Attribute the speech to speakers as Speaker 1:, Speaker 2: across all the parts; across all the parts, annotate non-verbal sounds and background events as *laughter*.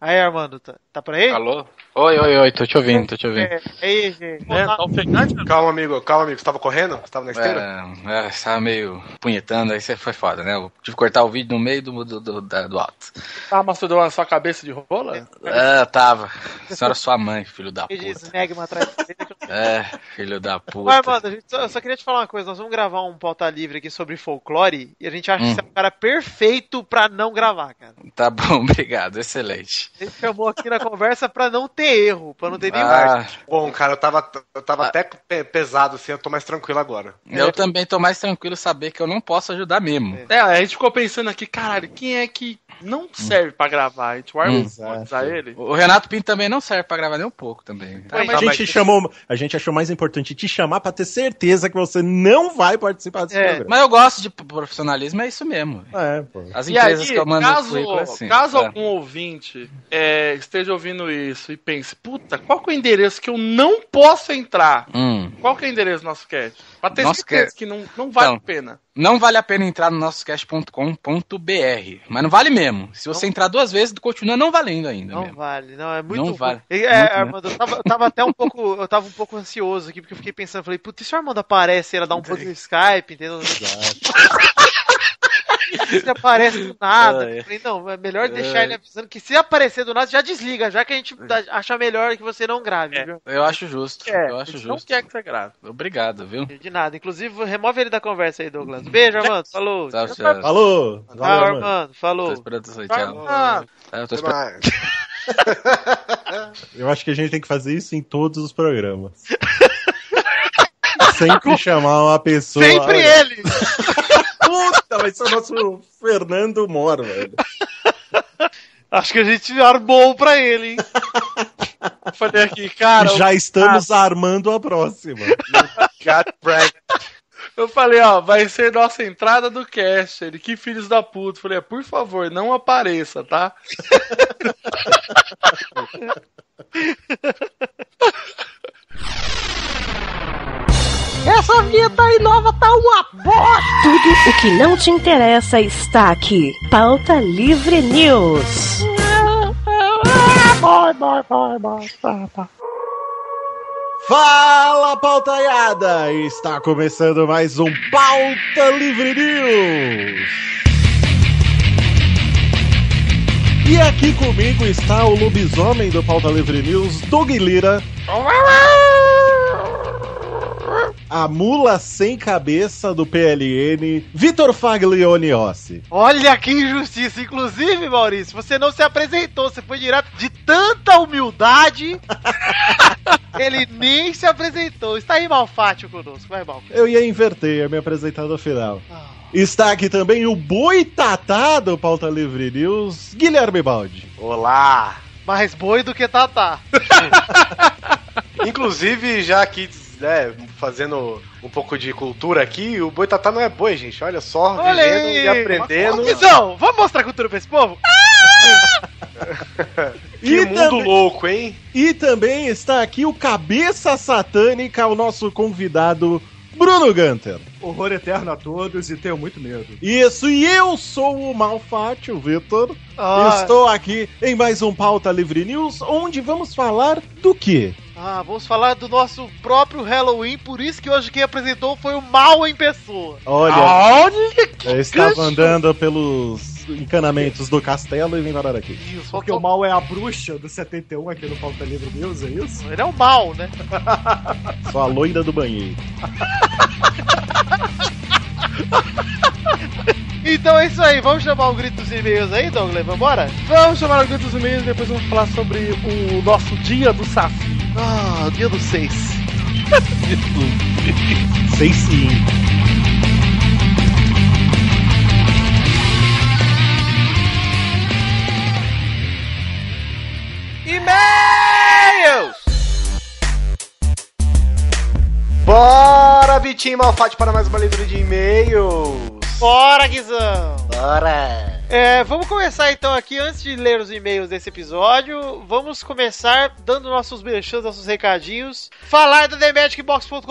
Speaker 1: Aí, Armando, tá, tá por aí?
Speaker 2: Alô? Oi, oi, oi, tô te ouvindo, tô te ouvindo.
Speaker 1: É, aí, gente.
Speaker 3: Pô, tá ofegante, meu.
Speaker 4: Calma, amigo, calma, amigo. Você tava correndo? Você tava na esteira?
Speaker 2: É, é, você tava meio punhetando, aí você foi foda, né? Eu tive que cortar o vídeo no meio do, do, do, da- do alto.
Speaker 3: Tá masturbando a sua cabeça de rola?
Speaker 2: É, tava. A senhora é sua mãe, filho da
Speaker 1: Que
Speaker 2: puta.
Speaker 1: diz Megma atrás de você.
Speaker 2: É, filho da
Speaker 1: Vai,
Speaker 2: puta.
Speaker 1: Armando, a gente só, eu só queria te falar uma coisa. Nós vamos gravar um pauta livre aqui sobre folclore e a gente acha
Speaker 2: Hum.
Speaker 1: que você é um cara perfeito pra não gravar, cara.
Speaker 2: Tá bom, *laughs* obrigado, excelente.
Speaker 1: A gente chamou aqui na conversa pra não ter erro, pra não ter nenhum.
Speaker 2: Ah,
Speaker 4: Bom, cara, eu tava, eu tava até pe- pesado, assim, eu tô mais tranquilo agora.
Speaker 2: eu também tô mais tranquilo saber que eu não posso ajudar mesmo.
Speaker 1: É.
Speaker 3: É, a gente ficou pensando aqui, caralho, quem é que não serve pra gravar? A gente vai
Speaker 2: Hum.
Speaker 3: responsabilizar ele?
Speaker 2: O Renato Pinto também não serve pra gravar nem um pouco também.
Speaker 3: Ué,
Speaker 5: A
Speaker 3: mas-
Speaker 5: gente,
Speaker 3: mas-
Speaker 5: chamou, a gente achou mais importante te chamar pra ter certeza que você não vai participar desse
Speaker 1: É,
Speaker 5: programa.
Speaker 2: Mas eu gosto de profissionalismo, é isso mesmo.
Speaker 5: É, pô.
Speaker 2: As
Speaker 3: E
Speaker 2: empresas
Speaker 3: aí,
Speaker 2: que eu mando
Speaker 3: caso,
Speaker 2: currículo é assim.
Speaker 3: caso
Speaker 2: é.
Speaker 3: algum ouvinte é, esteja ouvindo isso e pense, puta, qual que é o endereço que eu não posso entrar?
Speaker 2: Hum.
Speaker 3: Qual que é o endereço do nosso cast? Pra ter
Speaker 2: Nosso
Speaker 3: certeza que não, não vale
Speaker 2: Então.
Speaker 3: a pena.
Speaker 2: Não vale a pena entrar no nosso cast.com.br, mas não vale mesmo. Se você entrar duas vezes, continua não valendo ainda
Speaker 1: Não
Speaker 2: mesmo.
Speaker 1: vale, não, é muito
Speaker 2: Não
Speaker 1: ruim.
Speaker 2: vale.
Speaker 1: E,
Speaker 2: Muito
Speaker 1: é,
Speaker 2: mesmo.
Speaker 1: Armando, eu tava, eu tava até um pouco, eu tava um pouco ansioso aqui, porque eu fiquei pensando, falei, putz, e se o Armando aparece, ela dá um pouco no Skype, entendeu? se aparece do nada.
Speaker 2: Ah, é.
Speaker 1: Eu falei, não, é melhor deixar ele avisando que se aparecer do nada, já desliga, já que a gente dá- acha melhor que você não grave,
Speaker 3: É.
Speaker 1: viu?
Speaker 2: Eu acho justo,
Speaker 3: É,
Speaker 2: eu
Speaker 3: a
Speaker 2: acho
Speaker 3: gente não
Speaker 2: justo.
Speaker 3: quer que você grave.
Speaker 2: Obrigado, viu?
Speaker 1: De nada. Inclusive, remove ele da conversa aí, Douglas. Beijo, Armando. Falou.
Speaker 2: Tchau,
Speaker 1: Tchau,
Speaker 2: tchau.
Speaker 5: Falou!
Speaker 3: Tá,
Speaker 5: Valeu, mano.
Speaker 1: Armando.
Speaker 2: Tô
Speaker 1: Falou.
Speaker 2: esperando você, tchau.
Speaker 3: Ah,
Speaker 2: Eu
Speaker 4: Até
Speaker 2: tô esperando.
Speaker 4: mais.
Speaker 5: Eu acho que a gente tem que fazer isso em todos os
Speaker 3: *laughs*
Speaker 5: programas. Sempre chamar uma pessoa.
Speaker 1: Sempre
Speaker 5: Olha,
Speaker 1: ele!
Speaker 5: Puta, vai ser o nosso Fernando Moro, velho.
Speaker 1: Acho que a gente armou pra
Speaker 4: *laughs*
Speaker 1: ele, hein?
Speaker 3: eu falei aqui, cara, Ah.
Speaker 5: Já estamos armando a próxima.
Speaker 4: Got pranked.
Speaker 3: Eu falei, ó, vai ser nossa entrada do cast. Ele, que filhos da puta. Eu Falei, por favor, não apareça, tá?
Speaker 6: Tudo o que não te interessa está aqui. Pauta Livre News.
Speaker 5: Fala, pautaiada! Está começando mais um Pauta Livre News. E aqui comigo está o lobisomem do Pauta Livre News, Doug Lira. A mula sem cabeça do PLN, Vitor Faglione Rossi.
Speaker 1: Olha que injustiça. Inclusive, Maurício, você não se apresentou. Você foi direto de tanta
Speaker 2: *laughs*
Speaker 1: humildade. ele nem se apresentou. Está aí Malfátio Ah, conosco. Vai, Mal.
Speaker 5: Eu ia inverter, ia me apresentar no final. Está aqui também o boitatá do Pauta Livre News, Guilherme Baldi.
Speaker 4: Olá.
Speaker 1: Mais boi do que Tatá.
Speaker 4: Inclusive, já aqui, né, fazendo um pouco de cultura aqui, o boi tatá não é boi, gente. Olha só,
Speaker 1: Olha
Speaker 4: vivendo
Speaker 1: aí.
Speaker 4: e aprendendo.
Speaker 1: Guizão, vamos mostrar cultura pra esse povo?
Speaker 4: Que
Speaker 5: E
Speaker 4: mundo
Speaker 1: né?
Speaker 5: também-
Speaker 4: louco, hein?
Speaker 5: E também está aqui o Cabeça Satânica, o nosso convidado Bruno Gunter.
Speaker 7: Horror eterno a todos e tenho muito medo.
Speaker 5: Isso, e eu sou o Malfátio, Vitor.
Speaker 1: Ah,
Speaker 5: Estou aqui em mais um Pauta Livre News, onde vamos falar do quê?
Speaker 1: ah, vamos falar do nosso próprio Halloween. Por isso que hoje quem apresentou foi o Mal em pessoa.
Speaker 5: Olha,
Speaker 3: Olha,
Speaker 5: eu estava
Speaker 3: gancho!
Speaker 5: andando pelos encanamentos do castelo e vim parar aqui.
Speaker 1: Isso,
Speaker 7: Porque o mal é a bruxa do 71 aqui no Pauta Livre News, é isso?
Speaker 1: Ele é o mal, né?
Speaker 5: Sou a loira do banheiro.
Speaker 1: Então é isso aí, vamos chamar o grito dos e-mails aí, Douglas? Vambora?
Speaker 3: vamos chamar alguém dos e-mails e depois vamos falar sobre o nosso dia do Safi.
Speaker 1: Ah, dia do 6.
Speaker 5: Sei sim.
Speaker 1: E-mails!
Speaker 4: Bora, Bitinho Malfate, para mais uma leitura de e-mails.
Speaker 1: Bora, Guizão!
Speaker 4: Bora.
Speaker 1: É, vamos começar então aqui, antes de ler os e-mails desse episódio, vamos começar dando nossos merchans, nossos recadinhos, falar do TheMagicBox.com.br,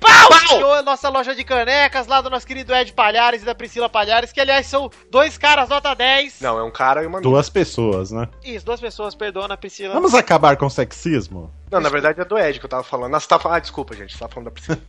Speaker 1: pau! pau! Nossa loja de canecas, lá do nosso querido Ed Palhares e da Priscila Palhares, que aliás são dois caras nota 10.
Speaker 4: Não, é um cara e uma mina.
Speaker 5: Duas pessoas, né?
Speaker 1: Isso, duas pessoas, perdona, Priscila.
Speaker 5: Vamos acabar com o sexismo?
Speaker 4: Não, na verdade é do Ed que eu tava falando. Ah, você tá... fal- ah desculpa, gente, você tá falando da
Speaker 1: *laughs*
Speaker 4: Priscila.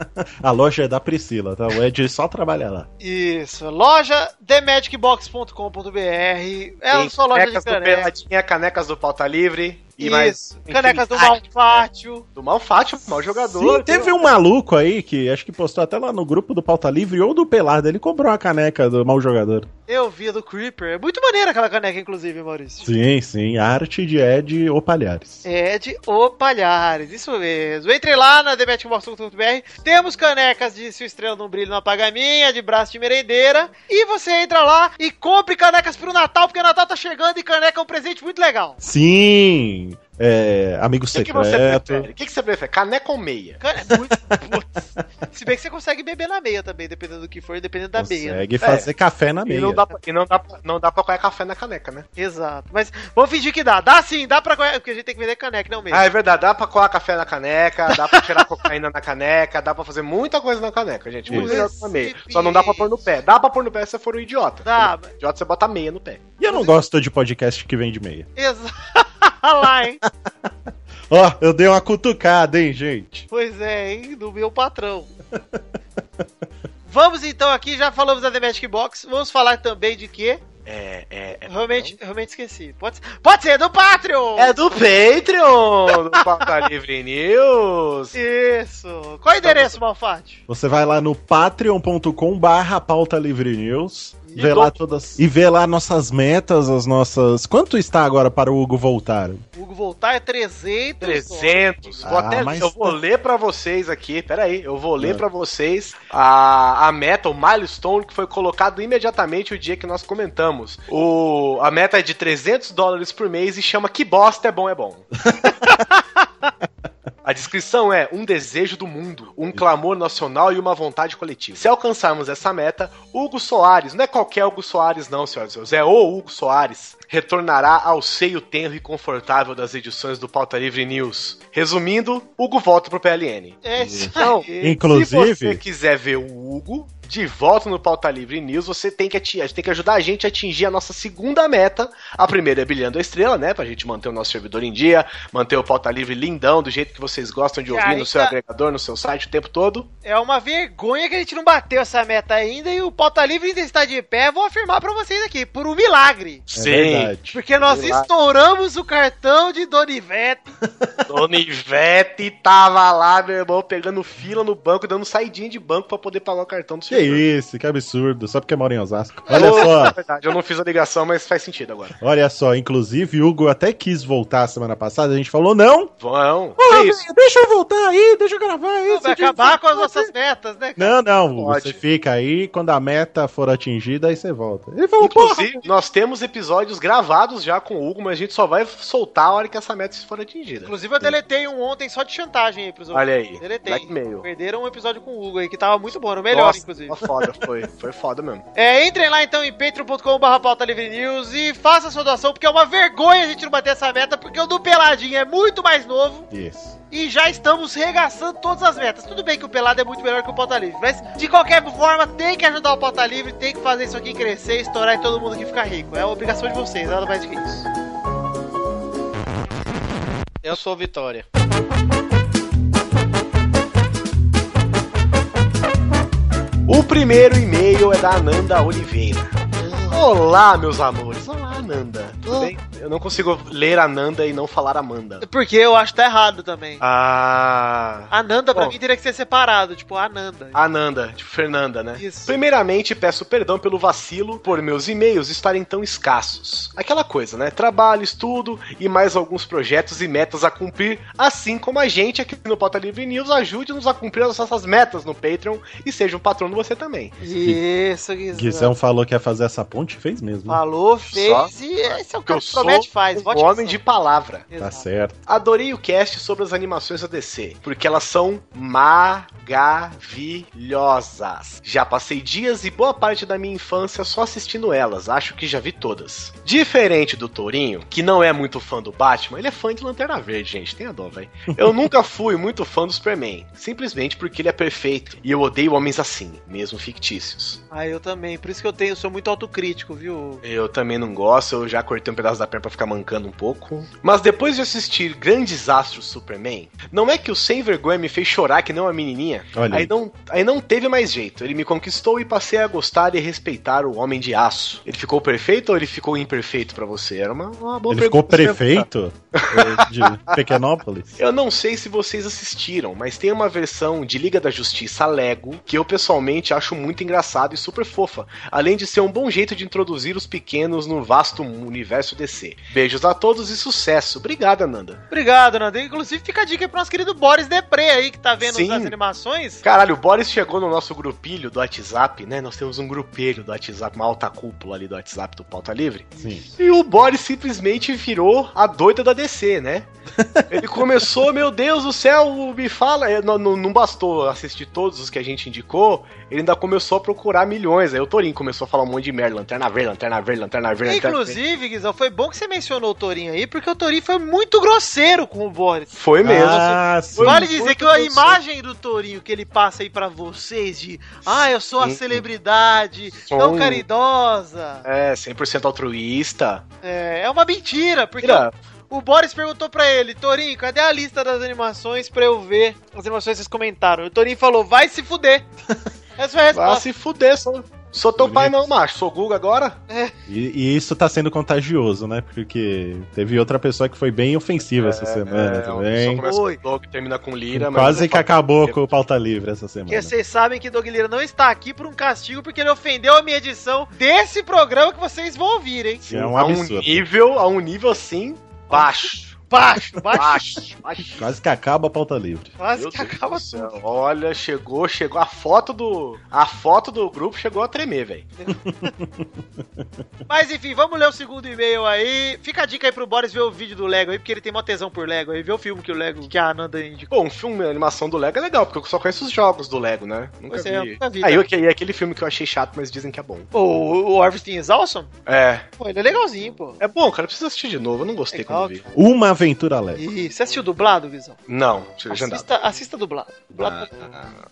Speaker 5: A loja é da Priscila, tá? O Ed só trabalha lá.
Speaker 1: Isso, loja themagicbox.com.br. É a
Speaker 4: Tem
Speaker 1: sua loja de
Speaker 4: canecas do
Speaker 1: canecas.
Speaker 4: Peladinha, canecas do Pauta Livre e
Speaker 1: Isso,
Speaker 4: mais...
Speaker 1: canecas do
Speaker 4: infinidade.
Speaker 1: Malfátio.
Speaker 4: Do Malfátio, mau jogador.
Speaker 5: Sim, teve um maluco aí que acho que postou até lá no grupo do Pauta Livre ou do Pelado. Ele comprou uma caneca do mau jogador.
Speaker 1: Eu vi a do Creeper. É muito maneira aquela caneca, inclusive, Maurício.
Speaker 5: Sim, sim. Arte de Ed ou Palhares.
Speaker 1: Ed O Palhares, isso mesmo. Entre lá na TheBetMox.com.br. Temos canecas de Se o Estrela Não Brilha Não Apaga a Minha, de braço de merendeira. E você entra lá e compre canecas pro Natal, porque o Natal tá chegando e caneca é um presente muito legal.
Speaker 5: Sim! É, amigo
Speaker 1: um
Speaker 4: O que, que você prefere?
Speaker 5: secreto.
Speaker 4: O que, que você prefere? Caneca ou meia?
Speaker 1: Cara, é muito. Putz. Se bem que você consegue beber na meia também, dependendo do que for, dependendo da meia. né?
Speaker 5: Consegue fazer café na
Speaker 4: É. E
Speaker 5: meia.
Speaker 4: não dá, pra- e não dá, pra- não dá pra coar café na caneca, né?
Speaker 1: Exato. Mas vamos fingir que dá. Dá sim, dá pra. Porque a gente tem que vender caneca, não mesmo.
Speaker 4: Ah, é verdade. Dá pra coar café na caneca, dá pra tirar *laughs* cocaína na caneca, dá pra fazer muita coisa na caneca, gente. Muito
Speaker 1: Isso.
Speaker 4: melhor que uma meia. Só não dá pra pôr no pé. Dá pra pôr no pé se você for um idiota.
Speaker 1: Dá.
Speaker 4: Se for um Idiota, você bota meia no pé.
Speaker 5: E eu não gosto de podcast que vende meia.
Speaker 1: *laughs* Exato. lá, hein?
Speaker 5: Ó, eu dei uma cutucada, hein, gente?
Speaker 1: Pois é, hein? Do meu patrão. *laughs* Vamos então aqui, já falamos da The Magic Box, vamos falar também de quê?
Speaker 4: É, é, é.
Speaker 1: Realmente, realmente esqueci. Pode ser, pode ser do Patreon!
Speaker 4: É do Patreon, do Pauta Livre News.
Speaker 1: Isso!
Speaker 4: Tá
Speaker 1: Qual é o endereço, Malfátio?
Speaker 5: Você vai lá no patreon.com barra pauta livre news
Speaker 1: E
Speaker 5: vê
Speaker 1: do-
Speaker 5: lá todas, e vê lá nossas metas, as nossas... Quanto está agora para o Hugo voltar?
Speaker 1: O Hugo voltar é 300.
Speaker 4: 300. Vou
Speaker 5: Ah,
Speaker 4: até-
Speaker 5: mas-
Speaker 4: Eu vou ler pra vocês aqui. Pera aí, eu vou ler
Speaker 5: Ah.
Speaker 4: pra vocês a, a meta, o milestone que foi colocado imediatamente o dia que nós comentamos. O, a meta é de 300 dólares por mês e chama Que Bosta é Bom é
Speaker 5: *laughs*
Speaker 4: Bom. A descrição é um desejo do mundo, um clamor nacional e uma vontade coletiva. Se alcançarmos essa meta, Hugo Soares, não é qualquer Hugo Soares não, senhoras e senhores, é o Hugo Soares, retornará ao seio tenro e confortável das edições do Pauta Livre News. Resumindo, Hugo volta pro PLN.
Speaker 1: É *laughs* isso
Speaker 4: Então,
Speaker 1: aí.
Speaker 4: Se
Speaker 5: Inclusive...
Speaker 4: você quiser ver o Hugo de volta no Pauta Livre News, você tem que, ati- tem que ajudar a gente a atingir a nossa segunda meta. A primeira é brilhando a estrela, né? Pra gente manter o nosso servidor em dia, manter o Pauta Livre lindão, do jeito que vocês gostam de
Speaker 1: E
Speaker 4: ouvir
Speaker 1: aí,
Speaker 4: no seu
Speaker 1: tá-
Speaker 4: agregador, no seu site o tempo todo.
Speaker 1: É uma vergonha que a gente não bateu essa meta ainda e o Pauta Livre ainda está de pé. Vou afirmar pra vocês aqui, por um milagre.
Speaker 5: É verdade.
Speaker 1: Porque nós
Speaker 4: Milagre.
Speaker 1: estouramos o cartão de Donivete.
Speaker 4: Dona Ivete tava lá, meu irmão, pegando fila no banco, dando saidinha de banco pra poder pagar o cartão do
Speaker 5: Que
Speaker 4: servidor.
Speaker 5: isso, que absurdo. Só porque mora em Osasco. Olha
Speaker 4: Na
Speaker 5: só,
Speaker 4: verdade, eu não fiz a ligação, mas faz sentido agora.
Speaker 5: olha só. Inclusive, Hugo até quis voltar semana passada. A gente falou, não.
Speaker 4: Vão.
Speaker 5: Ah,
Speaker 4: Que isso?
Speaker 5: deixa eu voltar aí, deixa eu gravar aí.
Speaker 1: Vai acabar com as nossas metas, né?
Speaker 5: Não, não, Hugo,
Speaker 4: Pode.
Speaker 5: você fica aí, quando a meta for atingida, aí você volta. Ele falou, porra,
Speaker 4: Inclusive, nós temos episódios gravados já com o Hugo, mas a gente só vai soltar a hora que essa meta for atingida.
Speaker 1: Inclusive, eu deletei um ontem só de chantagem aí pros
Speaker 4: Olha aí.
Speaker 1: Deletei.
Speaker 4: Blackmail.
Speaker 1: Perderam um episódio com o Hugo aí, que tava muito bom, era o melhor,
Speaker 4: Nossa,
Speaker 1: inclusive.
Speaker 4: Foi foda, foi. Foi foda mesmo.
Speaker 1: É, entrem lá então em patreon.com.br pauta livre news e faça sua doação, porque é uma vergonha a gente não bater essa meta, porque o do Peladinho é muito mais novo
Speaker 5: Isso.
Speaker 1: e já estamos regaçando todas as metas. Tudo bem que o Pelado é muito melhor que o Pauta Livre, mas de qualquer forma tem que ajudar o Pauta Livre, tem que fazer isso aqui crescer, estourar e todo mundo aqui ficar rico. É a obrigação de vocês, nada mais do que isso.
Speaker 8: Eu sou o Vitória.
Speaker 4: *laughs* O primeiro e-mail é da Ananda Oliveira. Olá, meus amores. Olá, Ananda. Tudo bem? Eu não consigo ler Ananda e não falar Amanda.
Speaker 1: Porque eu acho que tá errado também.
Speaker 4: Ah.
Speaker 1: Ananda pra
Speaker 4: Bom.
Speaker 1: mim teria que ser separado, tipo, Ananda.
Speaker 4: Ananda, tipo Fernanda, né?
Speaker 1: Isso.
Speaker 4: Primeiramente, peço perdão pelo vacilo por meus e-mails estarem tão escassos. Aquela coisa, né? Trabalho, estudo e mais alguns projetos e metas a cumprir, assim como a gente aqui no Pauta Livre News ajude-nos a cumprir as nossas metas no Patreon e seja um patrono você também.
Speaker 1: Isso, Guizão.
Speaker 5: Guizão falou que ia fazer essa ponte e fez mesmo.
Speaker 1: Falou, fez
Speaker 4: Só?
Speaker 1: e esse é o
Speaker 4: Porque eu
Speaker 1: cara
Speaker 4: sou
Speaker 1: promete, faz. Vote
Speaker 4: Um homem de palavra.
Speaker 5: Tá
Speaker 1: Exato.
Speaker 5: certo.
Speaker 4: Adorei o cast sobre as animações da DC, porque elas são maravilhosas. Já passei dias e boa parte da minha infância só assistindo elas, acho que já vi todas. Diferente do Tourinho, que não é muito fã do Batman, ele é fã de Lanterna Verde, gente, tenha dó, velho. Eu nunca fui muito fã do Superman, simplesmente porque ele é perfeito e eu odeio homens assim, mesmo fictícios.
Speaker 1: Ah, eu também. Por isso que eu tenho, sou muito autocrítico, viu?
Speaker 4: Eu também não gosto, eu já cortei um pedaço da perna pra ficar mancando um pouco. Mas depois de assistir Grandes Astros Superman, não é que o Sem Vergonha me fez chorar que não a menininha?
Speaker 5: Olha aí.
Speaker 4: Aí não, aí não teve mais jeito, ele me conquistou e passei a gostar e respeitar o Homem de Aço. Ele ficou perfeito ou ele ficou imperfeito pra você? Era uma, uma boa
Speaker 5: Ele ficou
Speaker 4: pergunta pra você
Speaker 5: prefeito eh, de Pequenópolis.
Speaker 4: eu não sei se vocês assistiram, mas tem uma versão de Liga da Justiça Lego que eu pessoalmente acho muito engraçada e super fofa, além de ser um bom jeito de introduzir os pequenos no vasto universo DC. Beijos a todos e sucesso. Obrigada, Nanda.
Speaker 1: Obrigado, Nando. Inclusive, fica a dica aí pro nosso querido Boris Depré aí, que tá vendo
Speaker 4: Sim.
Speaker 1: as animações.
Speaker 4: Caralho, o Boris chegou no nosso grupilho do WhatsApp, né? Nós temos um grupelho do WhatsApp, uma alta cúpula ali do WhatsApp do Pauta Livre.
Speaker 5: Sim.
Speaker 4: E o Boris simplesmente virou a doida da DC,
Speaker 5: *laughs*
Speaker 4: né? Ele começou, meu Deus do céu, me fala. é, Não, não- não bastou assistir todos os que a gente indicou, ele ainda começou a procurar milhões. Aí o Torinho começou a falar um monte de merda: lanterna verde, lanterna verde, lanterna verde. Lanterna Verde.
Speaker 1: Inclusive, Guizão, foi bom que você mencionou o Torinho aí, porque o Torinho foi muito grosseiro com o Boris.
Speaker 4: Foi É mesmo.
Speaker 5: Ah, sim.
Speaker 1: vale
Speaker 4: muito
Speaker 1: dizer que a
Speaker 4: grosseiro.
Speaker 1: imagem do Torinho que ele passa aí pra vocês de ah, eu sou a
Speaker 4: Sim.
Speaker 1: celebridade, é
Speaker 4: Sou
Speaker 1: tão
Speaker 4: um-
Speaker 1: caridosa,
Speaker 4: É, 100% altruísta.
Speaker 1: é, é uma mentira, porque
Speaker 4: Tira,
Speaker 1: O Boris perguntou pra ele, Torinho, cadê a lista das animações pra eu ver as animações que vocês comentaram? E o Torinho falou, vai
Speaker 4: *laughs*
Speaker 1: se fuder. Essa foi a
Speaker 4: vai
Speaker 1: resposta.
Speaker 4: se fuder, sou, sou teu pai não, macho. Sou Guga agora?
Speaker 5: E, e isso tá sendo contagioso, né? Porque teve outra pessoa que foi bem ofensiva essa semana
Speaker 4: É, Só
Speaker 5: também.
Speaker 4: começa com Doug, termina com Lira, mas
Speaker 5: Quase que acabou
Speaker 4: é-
Speaker 5: com o pauta livre essa semana.
Speaker 4: né?
Speaker 1: Porque vocês sabem que Doug Lira não está aqui por um castigo, porque ele ofendeu a minha edição desse programa que vocês vão ouvir, hein?
Speaker 5: É um
Speaker 4: a um
Speaker 5: absurdo.
Speaker 4: nível, a um nível assim, baixo.
Speaker 1: Baixo, baixo.
Speaker 4: Baixo, baixo.
Speaker 5: Quase que acaba a pauta livre.
Speaker 1: Quase
Speaker 4: Meu
Speaker 1: que
Speaker 4: Deus
Speaker 1: acaba
Speaker 4: do
Speaker 1: tudo.
Speaker 4: céu. Olha, chegou, chegou. A foto do. A foto do grupo chegou a tremer, velho.
Speaker 1: Mas enfim, vamos ler o segundo e-mail aí. Fica a dica aí pro Boris ver o vídeo do Lego aí, porque ele tem mó tesão por Lego aí. Vê o filme que o Lego, que a Ananda indicou.
Speaker 4: Bom, um filme, a animação do Lego é legal, porque eu só conheço os jogos do Lego, né? Nunca
Speaker 1: Pois
Speaker 4: vi.
Speaker 1: é, eu nunca vi,
Speaker 4: Aí
Speaker 1: tá?
Speaker 4: ok, é aquele filme que eu achei chato, mas dizem que é bom.
Speaker 1: Pô, o Orvestin is awesome?
Speaker 4: É.
Speaker 1: Pô, ele é legalzinho, pô.
Speaker 4: É bom, cara, eu preciso assistir de novo. Eu não gostei
Speaker 1: Legal,
Speaker 4: quando vi.
Speaker 5: Uma aventura leve.
Speaker 1: Ih, você assistiu dublado, Guizão?
Speaker 4: Não, tinha agendado.
Speaker 1: Assista, assista dublado.
Speaker 4: Ah,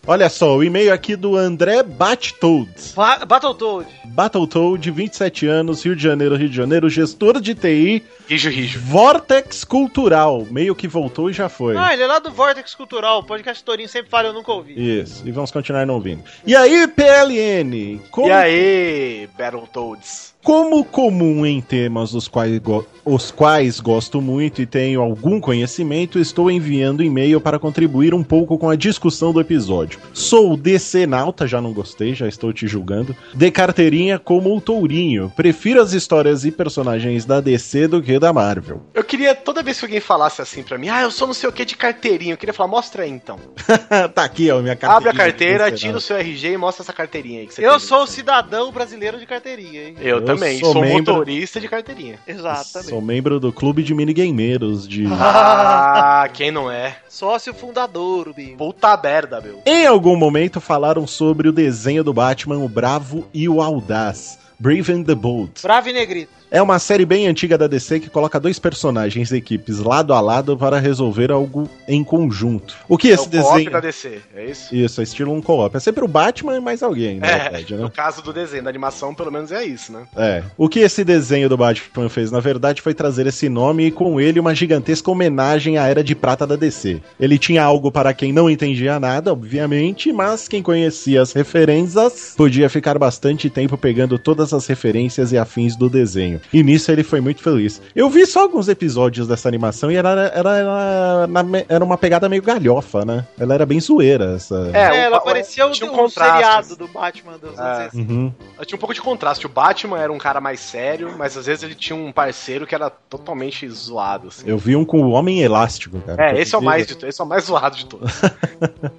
Speaker 5: Olha só, o e-mail aqui do André Battold.
Speaker 1: Ba- Battletoad.
Speaker 5: Battletoad, 27 anos, Rio de Janeiro, Rio de Janeiro, gestor de TI,
Speaker 4: Rijo, rijo.
Speaker 5: Vortex Cultural. Meio que voltou e já foi.
Speaker 1: Ah, ele é lá do Vortex Cultural, o podcast Torinho sempre fala, eu nunca ouvi.
Speaker 5: Isso, e vamos continuar não ouvindo. E aí, PLN? Como,
Speaker 4: E aí, Battletoads?
Speaker 5: como comum em temas os quais, go- os quais gosto muito e tenho algum conhecimento, estou enviando e-mail para contribuir um pouco com a discussão do episódio. Sou DC Nauta, já não gostei, já estou te julgando. De carteirinha como o Tourinho. Prefiro as histórias e personagens da DC do que da *laughs* Marvel.
Speaker 4: Eu queria, toda vez que alguém falasse assim pra mim, ah, eu sou não sei o que de carteirinha, eu queria falar, mostra aí então.
Speaker 5: tá aqui, ó, minha
Speaker 4: Abre
Speaker 5: carteirinha.
Speaker 4: a carteira,
Speaker 5: de DC
Speaker 4: tira o seu RG e mostra essa carteirinha aí que você
Speaker 1: Eu
Speaker 4: tem.
Speaker 1: sou o cidadão brasileiro de carteirinha, hein?
Speaker 4: Eu,
Speaker 5: Eu
Speaker 4: também,
Speaker 5: sou
Speaker 4: sou,
Speaker 5: membro-
Speaker 4: motorista de carteirinha.
Speaker 5: Nauta.
Speaker 1: Exatamente.
Speaker 5: Sou membro do clube de minigameiros de
Speaker 1: Ah.
Speaker 4: *laughs* Ah, quem não é?
Speaker 1: Sócio fundador, Bingo.
Speaker 4: Puta merda, meu.
Speaker 5: Em algum momento falaram sobre o desenho do Batman, o Bravo e o Audaz. Brave and the Bold.
Speaker 1: Bravo e negrito.
Speaker 5: É uma série bem antiga da DC que coloca dois personagens e equipes lado a lado para resolver algo em conjunto. O que
Speaker 4: é
Speaker 5: esse
Speaker 4: o
Speaker 5: desenho.
Speaker 4: co-op da DC, é isso?
Speaker 5: Isso, é estilo um co-op. É sempre o Batman e mais alguém, na
Speaker 4: É.
Speaker 5: verdade, né?
Speaker 4: No caso do desenho, da animação, pelo menos é isso, né?
Speaker 5: É. O que esse desenho do Batman fez, na verdade, foi trazer esse nome e com ele uma gigantesca homenagem à era de prata da DC. Ele tinha algo para quem não entendia nada, obviamente, mas quem conhecia as referências podia ficar bastante tempo pegando todas as referências e afins do desenho. E nisso ele foi muito feliz. Eu vi só alguns episódios dessa animação e ela era, era, era, na me- era uma pegada meio galhofa, né? Ela era bem zoeira, essa.
Speaker 1: É,
Speaker 4: o-
Speaker 1: ela
Speaker 4: o-
Speaker 1: apareceu um,
Speaker 4: tinha um
Speaker 1: um
Speaker 4: contraste.
Speaker 1: seriado do Batman dos anos
Speaker 4: É.
Speaker 1: 60.
Speaker 5: Uhum.
Speaker 4: Tinha um pouco de contraste. O Batman era um cara mais sério, mas às vezes ele tinha um parceiro que era totalmente zoado, assim.
Speaker 5: Eu vi um com o Homem Elástico, cara.
Speaker 4: É, esse é, o
Speaker 5: Inclusive,
Speaker 4: mais de, esse é o mais zoado de todos.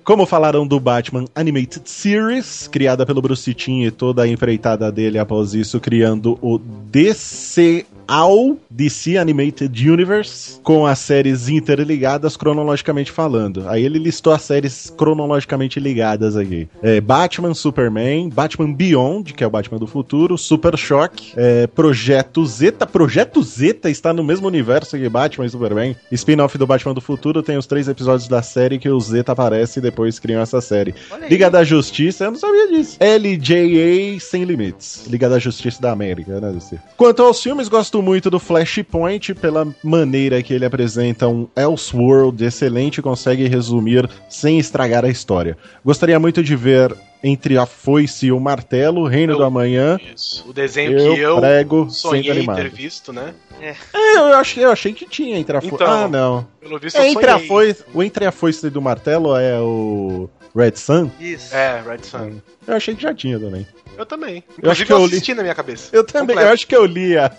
Speaker 5: Como falaram do Batman Animated Series, criada pelo Bruce Timm e toda a empreitada dele após isso, criando o DCAU, ao DC Animated Universe, com as séries interligadas cronologicamente falando. Aí ele listou as séries cronologicamente ligadas aqui. É, Batman, Superman, Batman Beyond, que é o Batman do futuro, Super Shock, é, Projeto Zeta. Projeto Zeta está no mesmo universo que Batman e Superman. Spin-off do Batman do futuro tem os três episódios da série que o Zeta aparece e depois criam essa série.
Speaker 1: Olha aí.
Speaker 5: Liga da Justiça, eu não sabia disso. LJA Sem Limites. Liga da Justiça da América, né? DC? Quanto aos filmes, gosto muito do Flashpoint pela maneira que ele apresenta um Elseworld excelente e consegue resumir sem estragar a história. Gostaria muito de ver entre a foice e o martelo, Reino
Speaker 4: Eu-
Speaker 5: do Amanhã.
Speaker 4: Isso. O desenho
Speaker 5: Eu,
Speaker 4: que eu
Speaker 5: prego sendo
Speaker 4: sonhei
Speaker 5: animado.
Speaker 4: ter visto, né?
Speaker 5: É, eu achei, eu achei que tinha entre a foice.
Speaker 4: Então,
Speaker 5: ah, não.
Speaker 4: Pelo visto,
Speaker 5: É,
Speaker 4: eu
Speaker 5: entre a
Speaker 4: sonhei.
Speaker 5: foice, o entre a foice e do martelo é o Red Sun.
Speaker 1: Isso.
Speaker 4: É, Red Sun.
Speaker 5: Eu achei que já tinha também.
Speaker 4: Eu também.
Speaker 5: acho
Speaker 4: Inclusive,
Speaker 5: que
Speaker 4: eu,
Speaker 5: Hum. eu li-
Speaker 4: assisti na minha cabeça.
Speaker 5: Eu também,
Speaker 4: Completo.
Speaker 5: eu acho que eu li a,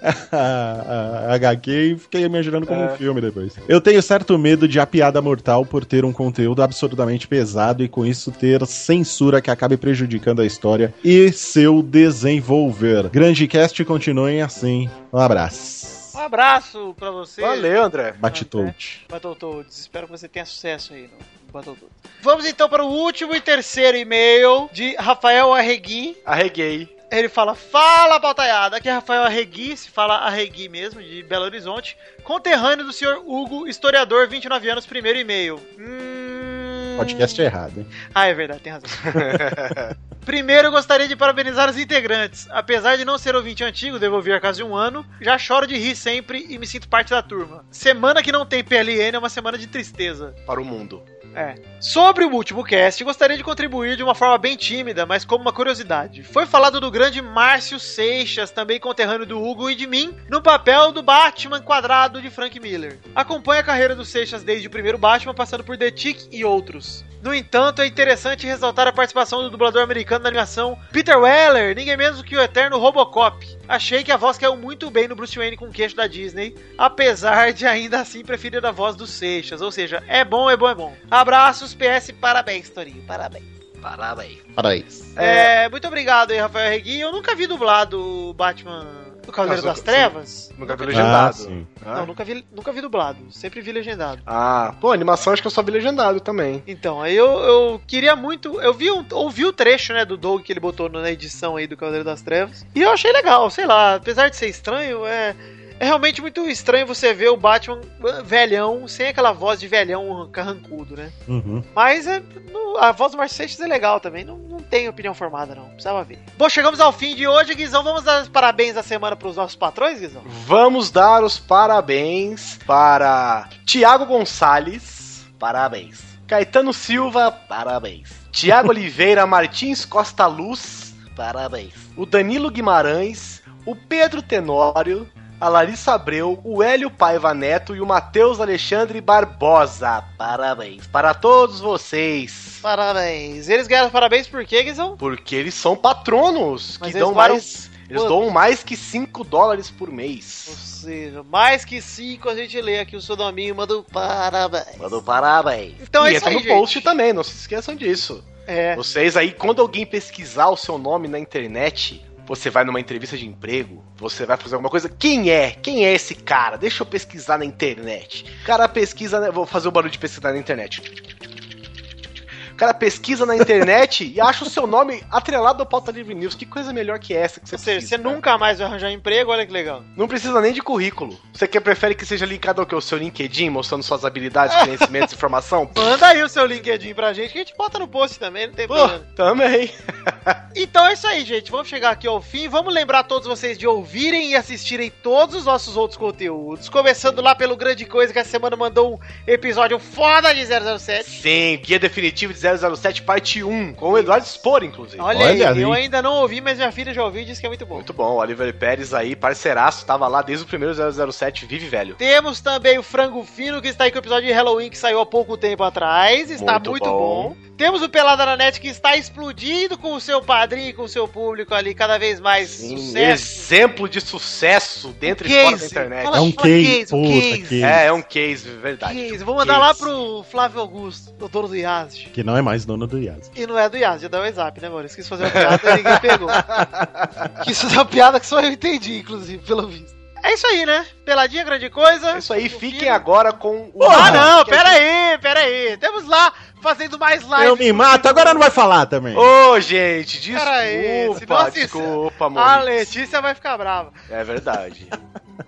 Speaker 5: *laughs* a, a- a HQ e fiquei imaginando
Speaker 4: É.
Speaker 5: como um filme depois. Eu tenho certo medo de A Piada Mortal por ter um conteúdo absurdamente pesado e com isso ter censura que acabe prejudicando a história e seu desenvolver. Grande cast, continuem assim. Um abraço.
Speaker 1: Um abraço pra você.
Speaker 4: Valeu, André.
Speaker 5: Batitote.
Speaker 1: Battletoads. Espero que você tenha sucesso aí no Battletoads. Vamos então para o último e terceiro e-mail de Rafael Arregui.
Speaker 4: Arreguei.
Speaker 1: Ele fala: Fala, batalhada! Aqui é Rafael Arregui, se fala Arregui mesmo, de Belo Horizonte. Conterrâneo do senhor Hugo, historiador, 29 anos, primeiro e-mail. Hum...
Speaker 5: Podcast errado, hein?
Speaker 1: Ah, é verdade, tem razão. *laughs* Primeiro, eu gostaria de parabenizar os integrantes. Apesar de não ser ouvinte antigo, devolvi a casa de um ano, já choro de rir sempre e me sinto parte da turma. Semana que não tem PLN é uma semana de tristeza.
Speaker 4: Para o mundo.
Speaker 1: Sobre o último cast, gostaria de contribuir de uma forma bem tímida, mas como uma curiosidade. Foi falado do grande Márcio Seixas, também conterrâneo do Hugo e de mim, no papel do Batman quadrado de Frank Miller. Acompanha a carreira do Seixas desde o primeiro Batman, passando por The Tick e outros. No entanto, é interessante ressaltar a participação do dublador americano da animação Peter Weller, ninguém menos que o eterno Robocop. Achei que a voz caiu muito bem no Bruce Wayne com o queixo da Disney, apesar de ainda assim preferir a voz do Seixas. Ou seja, é bom, é bom, é bom. Abraços, PS, parabéns, Torinho, parabéns.
Speaker 8: Parabéns.
Speaker 5: Parabéns.
Speaker 1: É, muito obrigado aí, Rafael Regui. Eu nunca vi dublado o Batman do Cavaleiro
Speaker 4: Mas
Speaker 1: das
Speaker 4: eu-
Speaker 1: Trevas.
Speaker 4: Nunca vi
Speaker 5: Ah,
Speaker 4: legendado.
Speaker 5: sim.
Speaker 4: Ah.
Speaker 1: Não, nunca vi, nunca vi dublado. Sempre vi legendado.
Speaker 4: Ah, pô, animação acho que eu só vi legendado também.
Speaker 1: Então, aí eu, eu queria muito. Eu vi um, ouvi o trecho, né, do Doug que ele botou na edição aí do Cavaleiro das Trevas. E eu achei legal, sei lá. Apesar de ser estranho, é. É realmente muito estranho você ver o Batman eh, velhão, sem aquela voz de velhão carrancudo, né?
Speaker 5: Uhum.
Speaker 1: Mas é, no- a voz do Márcio Seixas é legal também. Não, não tenho opinião formada, não. Precisava ver. Bom, chegamos ao fim de hoje, Guizão. Vamos dar os parabéns da semana pros nossos patrões, Guizão?
Speaker 4: Vamos dar os parabéns para Tiago Gonçalves. Parabéns. Caetano Silva. Parabéns.
Speaker 1: *laughs*
Speaker 4: Tiago Oliveira Martins Costa Luz. Parabéns. O Danilo Guimarães. O Pedro Tenório. A Larissa Abreu, o Hélio Paiva Neto e o Matheus Alexandre Barbosa. Parabéns para todos vocês.
Speaker 1: Parabéns. Eles ganharam parabéns por quê, Guizão?
Speaker 4: Porque eles são patronos
Speaker 1: Mas
Speaker 4: que
Speaker 1: eles
Speaker 4: dão
Speaker 1: doaram-
Speaker 4: mais. Eles
Speaker 1: Pô.
Speaker 4: dão mais que 5 dólares por
Speaker 1: Ou
Speaker 4: mês.
Speaker 1: seja, mais que cinco a gente lê aqui o Sodominho manda um parabéns.
Speaker 4: Manda um parabéns.
Speaker 1: Então é
Speaker 4: e
Speaker 1: isso
Speaker 4: entra
Speaker 1: aí,
Speaker 4: no
Speaker 1: gente.
Speaker 4: post Tá também, não se esqueçam disso.
Speaker 1: É.
Speaker 4: Vocês aí, quando alguém pesquisar o seu nome na internet, você vai numa entrevista de emprego, você vai fazer alguma coisa. Quem é? Quem é esse cara? Deixa eu pesquisar na internet. O cara pesquisa. na- Vou fazer o barulho de pesquisar na internet. O cara pesquisa na internet
Speaker 1: *laughs*
Speaker 4: e acha o seu nome atrelado ao pauta livre news. Que coisa melhor que essa que você
Speaker 1: Ou seja,
Speaker 4: precisa,
Speaker 1: você
Speaker 4: cara?
Speaker 1: nunca mais vai arranjar emprego, olha que legal.
Speaker 4: Não precisa nem de currículo. Você quer, prefere que seja linkado ao que? O seu LinkedIn, mostrando suas habilidades,
Speaker 1: *laughs*
Speaker 4: conhecimentos, informação?
Speaker 1: Manda aí o seu LinkedIn pra gente, que a gente bota no post também, não tem
Speaker 4: Pô,
Speaker 1: problema.
Speaker 4: também.
Speaker 1: Então é isso aí, gente. Vamos chegar aqui ao fim. Vamos lembrar todos vocês de ouvirem e assistirem todos os nossos outros conteúdos. Começando lá pelo Grande Coisa, que essa semana mandou um episódio foda de 007.
Speaker 4: É Sim, Guia Definitivo de 007, parte 1, com o Eduardo Spor, inclusive.
Speaker 1: Olha,
Speaker 5: Olha
Speaker 1: aí,
Speaker 5: aí.
Speaker 1: eu ainda não ouvi, mas minha filha já ouviu e disse que é muito bom.
Speaker 4: Muito bom, Oliver Pérez aí, parceiraço, tava lá desde o primeiro 007, vive velho.
Speaker 1: Temos também o Frango Fino, que está aí com o episódio de Halloween, que saiu há pouco tempo atrás. Está muito,
Speaker 4: Muito
Speaker 1: bom.
Speaker 4: bom.
Speaker 1: Temos o Pelada na Net, que está explodindo com o seu padrinho, com o seu público ali, cada vez mais
Speaker 4: Sim,
Speaker 1: sucesso.
Speaker 4: Um exemplo de sucesso dentro e fora da
Speaker 1: Case.
Speaker 4: internet.
Speaker 1: Fala-
Speaker 5: É um
Speaker 1: fala
Speaker 5: case,
Speaker 1: case, um
Speaker 5: puta,
Speaker 1: case.
Speaker 5: case.
Speaker 4: É, é um case, verdade.
Speaker 1: Que isso, Vou mandar
Speaker 4: Case.
Speaker 1: lá pro Flávio Augusto, o dono do Yazd.
Speaker 5: Que não é mais dono do Yas.
Speaker 1: E não é do Yas, já dá o WhatsApp, né,
Speaker 4: *laughs*
Speaker 1: Maurício? Quis fazer uma piada e ninguém pegou. Quis fazer uma piada que só eu entendi, inclusive, pelo visto. É isso aí, né? Peladinha, grande coisa.
Speaker 4: É isso aí,
Speaker 1: No
Speaker 4: fiquem
Speaker 1: fino.
Speaker 4: agora com o.
Speaker 1: Ah, não, pera aí, pera aí. Temos lá fazendo mais live.
Speaker 5: Eu me mato, agora não vai falar também.
Speaker 4: Ô, gente, desculpa,
Speaker 1: Pera
Speaker 4: é
Speaker 1: aí, se não assista-
Speaker 4: desculpa,
Speaker 1: A
Speaker 4: amor.
Speaker 1: Letícia vai ficar brava.
Speaker 4: É verdade.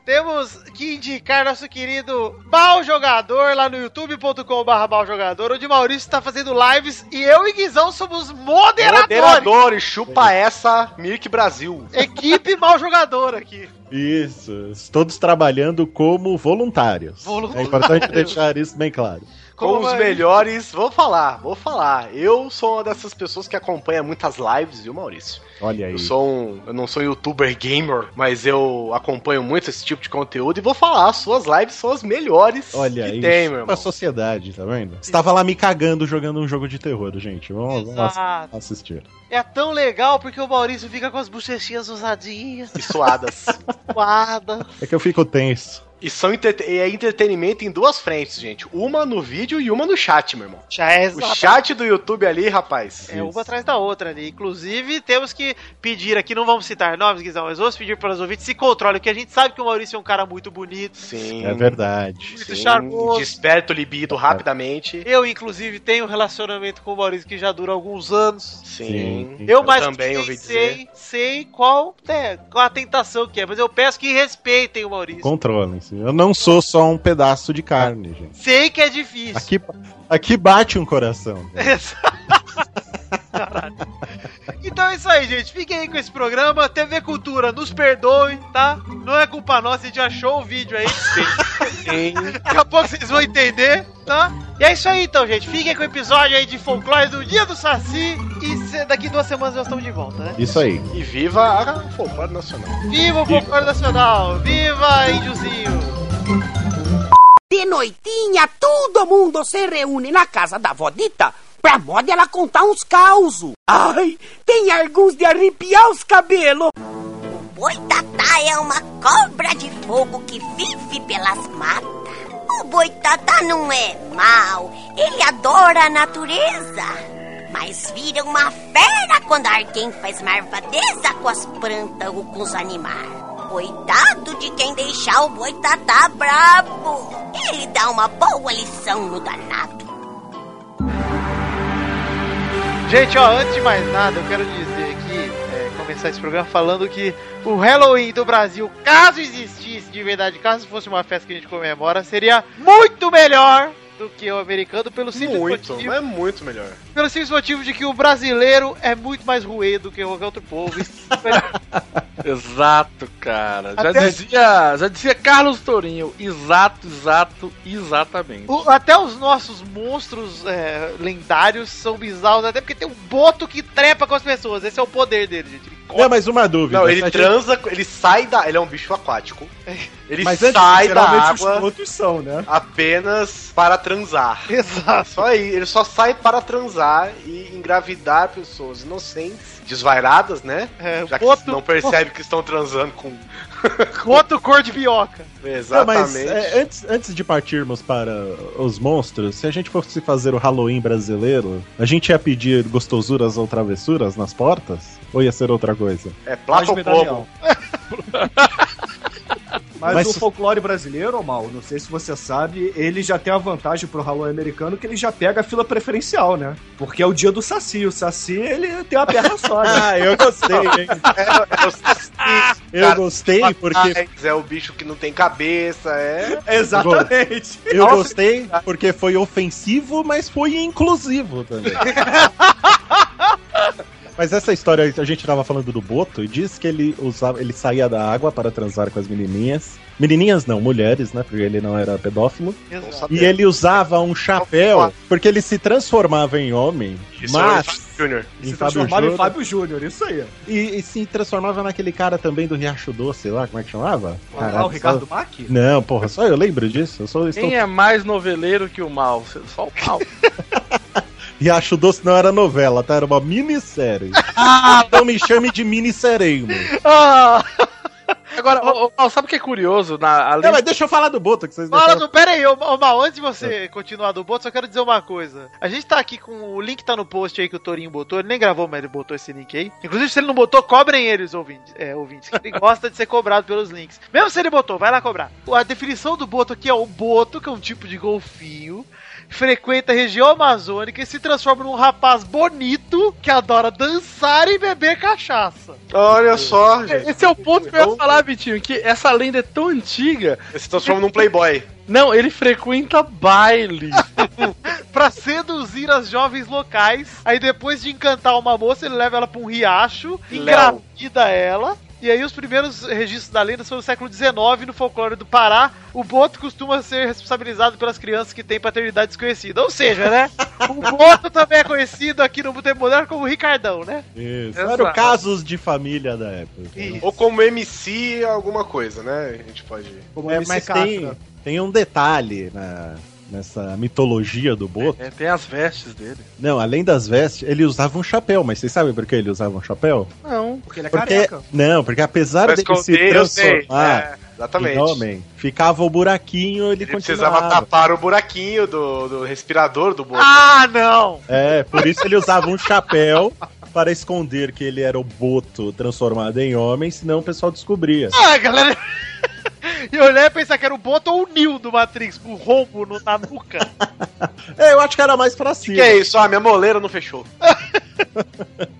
Speaker 1: Temos que indicar nosso querido Baljogador lá no youtube.com.br Baljogador, onde Maurício está fazendo lives e eu e Guizão somos moderadores.
Speaker 4: Moderadores, chupa essa, Mirk Brasil.
Speaker 1: Equipe mal jogadora aqui.
Speaker 5: Isso, todos trabalhando como voluntários.
Speaker 1: Voluntários.
Speaker 5: É importante deixar isso bem claro.
Speaker 4: Com os
Speaker 1: vai-
Speaker 4: melhores, vou falar, vou falar. Eu sou uma dessas pessoas que acompanha muitas lives, viu, Maurício?
Speaker 5: Olha aí.
Speaker 4: Eu sou um, eu não sou youtuber gamer, mas eu acompanho muito esse tipo de conteúdo e vou falar, suas lives são as melhores
Speaker 5: Olha
Speaker 4: que
Speaker 5: aí.
Speaker 4: tem, meu irmão.
Speaker 5: Pra sociedade, tá vendo? Estava lá me cagando jogando um jogo de terror, gente. Vamos, vamos ass-
Speaker 1: Exato.
Speaker 5: assistir.
Speaker 1: É tão legal porque o Maurício fica com as bochechinhas usadinhas,
Speaker 4: E suadas. *laughs*
Speaker 1: suada.
Speaker 5: É que eu fico tenso.
Speaker 4: e são entrete- e é entretenimento em duas frentes, gente. Uma no vídeo e uma no chat, meu irmão.
Speaker 1: Já é
Speaker 4: O chat do YouTube ali, rapaz.
Speaker 1: É uma atrás da outra ali. Inclusive, temos que pedir aqui, não vamos citar nomes, Guizão, mas vamos pedir para os ouvintes se controlem, porque a gente sabe que o Maurício é um cara muito bonito,
Speaker 4: Sim.
Speaker 5: É verdade. É
Speaker 1: muito
Speaker 4: Sim,
Speaker 1: charmoso.
Speaker 4: Desperta o libido rapidamente.
Speaker 1: Eu, inclusive, tenho um relacionamento com o Maurício que já dura alguns anos.
Speaker 4: Sim.
Speaker 5: Sim.
Speaker 1: Eu, mais
Speaker 4: também
Speaker 1: que
Speaker 4: ouvi
Speaker 1: sei, sei, sei qual, é, qual a tentação que é, mas eu peço que respeitem o Maurício.
Speaker 5: Controlem-se. Eu não sou só um pedaço de carne, gente.
Speaker 1: Sei que é difícil.
Speaker 5: Aqui, aqui bate um coração.
Speaker 1: *laughs* Caralho. Então é isso aí, gente. Fiquem aí com esse programa. TV Cultura, nos perdoem, tá? Não é culpa nossa, a gente achou o vídeo aí.
Speaker 4: Sim.
Speaker 1: Daqui a pouco vocês vão entender, tá? E é isso aí então, gente. Fiquem com o episódio aí de folclore do Dia do Saci. E se- daqui duas semanas nós estamos de volta, né?
Speaker 5: Isso aí.
Speaker 4: E viva a folclore nacional.
Speaker 1: Viva o folclore nacional! Viva Índiozinho!
Speaker 9: De noitinha, todo mundo se reúne na casa da vodita pra mó dela contar uns causos. Ai, tem alguns de arrepiar os cabelos.
Speaker 10: O boitatá é uma cobra de fogo que vive pelas matas. O boitatá não é mau, ele adora a natureza. Mas vira uma fera quando alguém faz marvadeza com as plantas ou com os animais. Coitado de quem deixar o boitatá brabo. Ele dá uma boa lição no danado.
Speaker 1: Gente, ó, antes de mais nada, eu quero dizer aqui, é, começar esse programa falando que o Halloween do Brasil, caso existisse de verdade, caso fosse uma festa que a gente comemora, seria muito melhor do que o americano pelo simples
Speaker 4: muito,
Speaker 1: motivo.
Speaker 4: mas é muito melhor.
Speaker 1: Pelo simples motivo de que o brasileiro é muito mais ruê do que qualquer outro povo. *laughs* Isso
Speaker 3: Exato, cara. Já
Speaker 1: Até-
Speaker 3: dizia, já dizia Carlos Tourinho, exato, exato, exatamente.
Speaker 1: O- até os nossos monstros é, lendários são bizarros, até porque tem um boto que trepa com as pessoas. Esse é o poder dele, gente. Ele
Speaker 4: *laughs*
Speaker 1: corre.
Speaker 5: É, mas uma dúvida.
Speaker 4: Não,
Speaker 5: Se
Speaker 4: ele
Speaker 5: a gente- É.
Speaker 4: transa, ele sai da. Ele é um bicho aquático. Ele
Speaker 5: Mas antes, tipo,
Speaker 4: sai da
Speaker 7: Geralmente os
Speaker 4: água
Speaker 7: outros são, né?
Speaker 4: apenas para transar.
Speaker 1: Exato.
Speaker 4: Só aí, ele só sai para transar e engravidar pessoas inocentes, desvairadas, né?
Speaker 1: É,
Speaker 5: um
Speaker 4: Já que
Speaker 1: boto,
Speaker 4: não
Speaker 5: *laughs*
Speaker 4: percebe que estão transando com.
Speaker 1: boto cor de bioca.
Speaker 5: Não, mas
Speaker 4: Exatamente.
Speaker 5: é, antes, antes de partirmos para os monstros, se a gente fosse fazer o Halloween brasileiro, a gente ia pedir gostosuras ou travessuras nas portas? Ou ia ser outra coisa?
Speaker 4: é, plata ou
Speaker 7: medalhão.
Speaker 4: pombo.
Speaker 7: *laughs* Mas,
Speaker 5: Mas
Speaker 7: o
Speaker 5: se-
Speaker 7: folclore brasileiro, ô mal, não sei se você sabe, ele já tem a vantagem pro Halloween americano que ele já pega a fila preferencial, né? Porque é o dia do Saci. O Saci, ele tem uma perna só, né?
Speaker 5: *laughs* Ah, eu gostei, hein? Eu gostei porque
Speaker 4: Mas é o bicho que não tem cabeça, é.
Speaker 7: Exatamente.
Speaker 5: eu gostei porque foi ofensivo, mas foi inclusivo
Speaker 7: *laughs*
Speaker 5: também. Mas essa história, a gente tava falando do Boto e disse que ele usava, ele saía da água para transar com as menininhas. Menininhas não, mulheres, né? Porque ele não era pedófilo.
Speaker 4: Não
Speaker 1: Exato.
Speaker 4: sabe.
Speaker 5: E ele usava um chapéu, porque ele se transformava em homem,
Speaker 4: Isso é o
Speaker 5: mas
Speaker 4: Fábio Júnior.
Speaker 5: em Fábio
Speaker 7: Se transformava em
Speaker 5: Júnior,
Speaker 7: tá Fábio Júnior, isso aí.
Speaker 5: e, e se transformava naquele cara também do Riacho Doce lá, como é que chamava?
Speaker 7: Ah, o
Speaker 5: só-
Speaker 7: Ricardo Mack?
Speaker 5: Não, porra, só eu lembro disso. Eu só estou...
Speaker 3: Quem é mais noveleiro que o mal? Só o mal.
Speaker 5: Riacho Doce não era novela, tá? Era uma
Speaker 7: *laughs*
Speaker 5: Então
Speaker 3: *laughs*
Speaker 5: minissérie. ah, não me chame de minissereimo.
Speaker 1: Ah,
Speaker 3: Agora, ô, ô, sabe o que é curioso? Na, além
Speaker 5: Não, mas deixa eu falar do Boto, que vocês
Speaker 1: Fala
Speaker 5: deixaram...
Speaker 1: do. Pera aí, ô, ô Mal, antes de você continuar do Boto, só quero dizer uma coisa. A gente tá aqui com o link tá no post aí que o Torinho botou, ele nem gravou, mas ele botou esse link aí. Inclusive, se ele não botou, cobrem eles, ouvintes. É, ouvintes, que ele
Speaker 3: *laughs*
Speaker 1: gosta de ser cobrado pelos links. Mesmo se ele botou, vai lá cobrar. A definição do Boto aqui é o Boto, que é um tipo de golfinho. Frequenta a região amazônica e se transforma num rapaz bonito que adora dançar e beber cachaça.
Speaker 4: Olha só, gente.
Speaker 3: Esse é o ponto que eu ia falar, Vitinho, que essa lenda é tão antiga.
Speaker 4: Ele se transforma num playboy.
Speaker 3: Não, ele frequenta baile.
Speaker 1: Pra seduzir as jovens locais. Aí depois de encantar uma moça, ele leva ela pra um riacho,
Speaker 4: Léo.
Speaker 1: engravida ela. E aí os primeiros registros da lenda são do século XIX no folclore do Pará. O Boto costuma ser responsabilizado pelas crianças que têm paternidade desconhecida. Ou seja,
Speaker 3: *laughs*
Speaker 1: né? O Boto também é conhecido aqui no Boteco Moderno como Ricardão, né?
Speaker 5: Isso, eram casos de família da época.
Speaker 1: Isso.
Speaker 4: Ou como MC alguma coisa, né? A gente pode.
Speaker 7: Como
Speaker 5: É,
Speaker 7: MC
Speaker 5: mas
Speaker 7: Catra.
Speaker 5: tem, tem um detalhe na- nessa mitologia do Boto.
Speaker 3: É, tem as vestes dele.
Speaker 5: Não, além das vestes, ele usava um chapéu, mas vocês sabem por que ele usava um chapéu?
Speaker 3: Não.
Speaker 7: Porque ele é
Speaker 5: Porque,
Speaker 7: careca.
Speaker 5: não, porque apesar
Speaker 4: Pra
Speaker 5: dele se
Speaker 4: esconder, eu sei.
Speaker 5: transformar
Speaker 4: É, exatamente.
Speaker 5: em homem, ficava o buraquinho, ele,
Speaker 4: Ele
Speaker 5: continuava.
Speaker 4: precisava tapar o buraquinho do, do respirador do boto.
Speaker 1: Ah, não!
Speaker 5: É, por isso ele usava um chapéu para esconder que ele era o Boto transformado em homem, senão o pessoal descobria.
Speaker 1: Ah, galera! *laughs* E olhar e pensar que era o Boto ou o Neo do Matrix, com o rombo no- na nuca.
Speaker 5: É, eu acho que era mais pra cima.
Speaker 4: que é isso? Ah, minha moleira não fechou.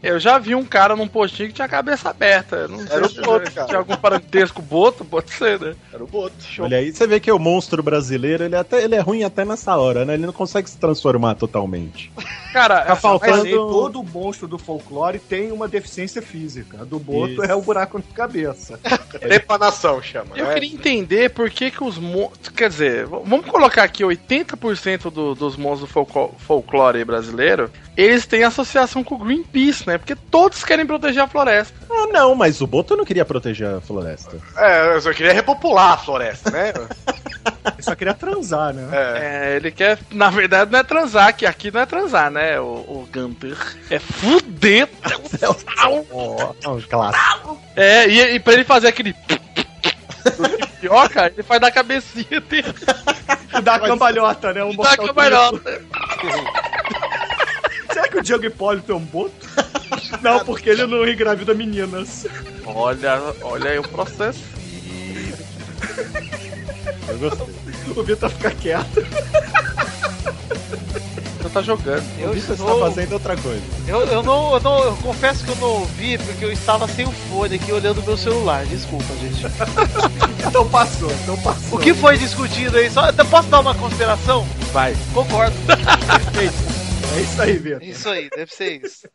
Speaker 3: Eu já vi um cara num postinho que tinha a cabeça aberta. Eu Não sei
Speaker 4: Era o
Speaker 3: se
Speaker 4: Boto, cara.
Speaker 3: tinha algum parentesco boto, pode ser, né?
Speaker 4: Era o boto.
Speaker 5: Olha aí, você vê que o monstro brasileiro, ele, até, ele é ruim até nessa hora, né? Ele não consegue se transformar totalmente.
Speaker 3: Cara,
Speaker 5: Tá
Speaker 7: Mas
Speaker 5: faltando...
Speaker 7: aí assim, todo monstro do folclore tem uma deficiência física. A do Boto
Speaker 5: Isso.
Speaker 7: é o buraco na cabeça.
Speaker 4: Depanação chama.
Speaker 3: Eu
Speaker 4: né?
Speaker 3: queria entender por que que os monstros... Quer dizer, v- vamos colocar aqui 80% do- dos monstros do folco- folclore brasileiro, eles têm associação com o Greenpeace, né? Porque todos querem proteger a floresta.
Speaker 5: Ah, não, mas o Boto não queria proteger a floresta.
Speaker 4: É, eu só queria repopular a floresta, *laughs* né?
Speaker 7: Ele só queria transar, né?
Speaker 4: É.
Speaker 3: É, ele quer... Na verdade, não é transar, que aqui não é transar, né, o, o Gunter?
Speaker 5: *laughs*
Speaker 3: É fuder
Speaker 5: É
Speaker 3: total.
Speaker 5: Não, clássico.
Speaker 3: É, e, e pra ele fazer aquele... *laughs* do Tapioca, ele faz da cabecinha dele,
Speaker 7: E dá a cambalhota, né? Um
Speaker 3: da
Speaker 7: mortal
Speaker 3: cambalhota.
Speaker 7: combo. *laughs* Será que o Diogo Hipólito é um Boto? Não, porque ele não engravida meninas.
Speaker 3: Olha, olha aí o processo.
Speaker 5: Eu gostei.
Speaker 7: O Vitor fica quieto.
Speaker 3: Já tá jogando.
Speaker 1: Eu
Speaker 5: o Vitor está
Speaker 1: sou-
Speaker 5: Tá fazendo outra coisa.
Speaker 1: Eu, eu, não, eu não. Eu confesso que eu não ouvi porque eu estava sem o fone aqui olhando o meu celular. Desculpa, gente.
Speaker 7: *laughs* Então passou, então passou.
Speaker 1: O que foi discutido aí? Só, eu posso dar uma consideração?
Speaker 3: Vai.
Speaker 1: Concordo.
Speaker 7: É isso aí, Vitor.
Speaker 1: Isso aí, deve ser isso.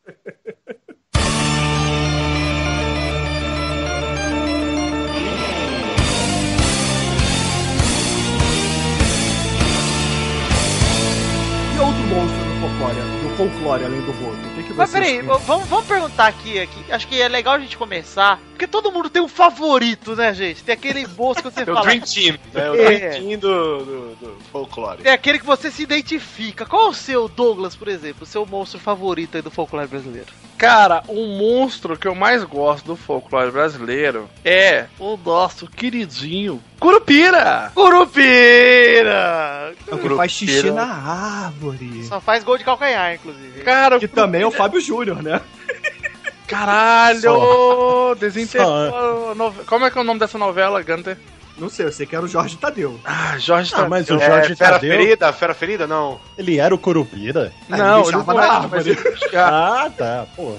Speaker 7: E outro monstro do folclore, do folclore além do Boto? O que, que
Speaker 1: Mas
Speaker 7: vocês
Speaker 1: peraí,
Speaker 7: têm?
Speaker 1: v- vamos, vamos perguntar aqui, aqui. Acho que é legal a gente começar. Porque todo mundo tem um favorito, né, gente? Tem aquele bolso que
Speaker 7: *laughs*
Speaker 1: você
Speaker 4: É o
Speaker 1: fala.
Speaker 4: Dream Team. É o
Speaker 1: É.
Speaker 4: Dream Team do, do, do folclore.
Speaker 1: Tem é aquele que você se identifica. Qual o seu, Douglas, por exemplo? O seu monstro favorito aí do folclore brasileiro?
Speaker 3: Cara, o monstro que eu mais gosto do folclore brasileiro é o nosso queridinho Curupira.
Speaker 1: Curupira!
Speaker 7: É o que faz xixi na árvore.
Speaker 1: Só faz gol de calcanhar, inclusive.
Speaker 3: Cara,
Speaker 7: Que também é o Fábio Júnior, né?
Speaker 3: caralho, desintegrou. a nove- Como é que é o nome dessa novela, Gunter?
Speaker 7: Não sei, eu sei que era o Jorge Tadeu.
Speaker 3: Ah, Jorge
Speaker 5: Ah, mas o
Speaker 4: É,
Speaker 5: Jorge
Speaker 4: fera
Speaker 5: Tadeu,
Speaker 4: ferida? Fera ferida? Não.
Speaker 5: ele era o Curupira?
Speaker 3: Não,
Speaker 7: ele
Speaker 3: ele não
Speaker 7: mijava na
Speaker 3: era, mas ele mijava.
Speaker 5: Ah, tá, porra.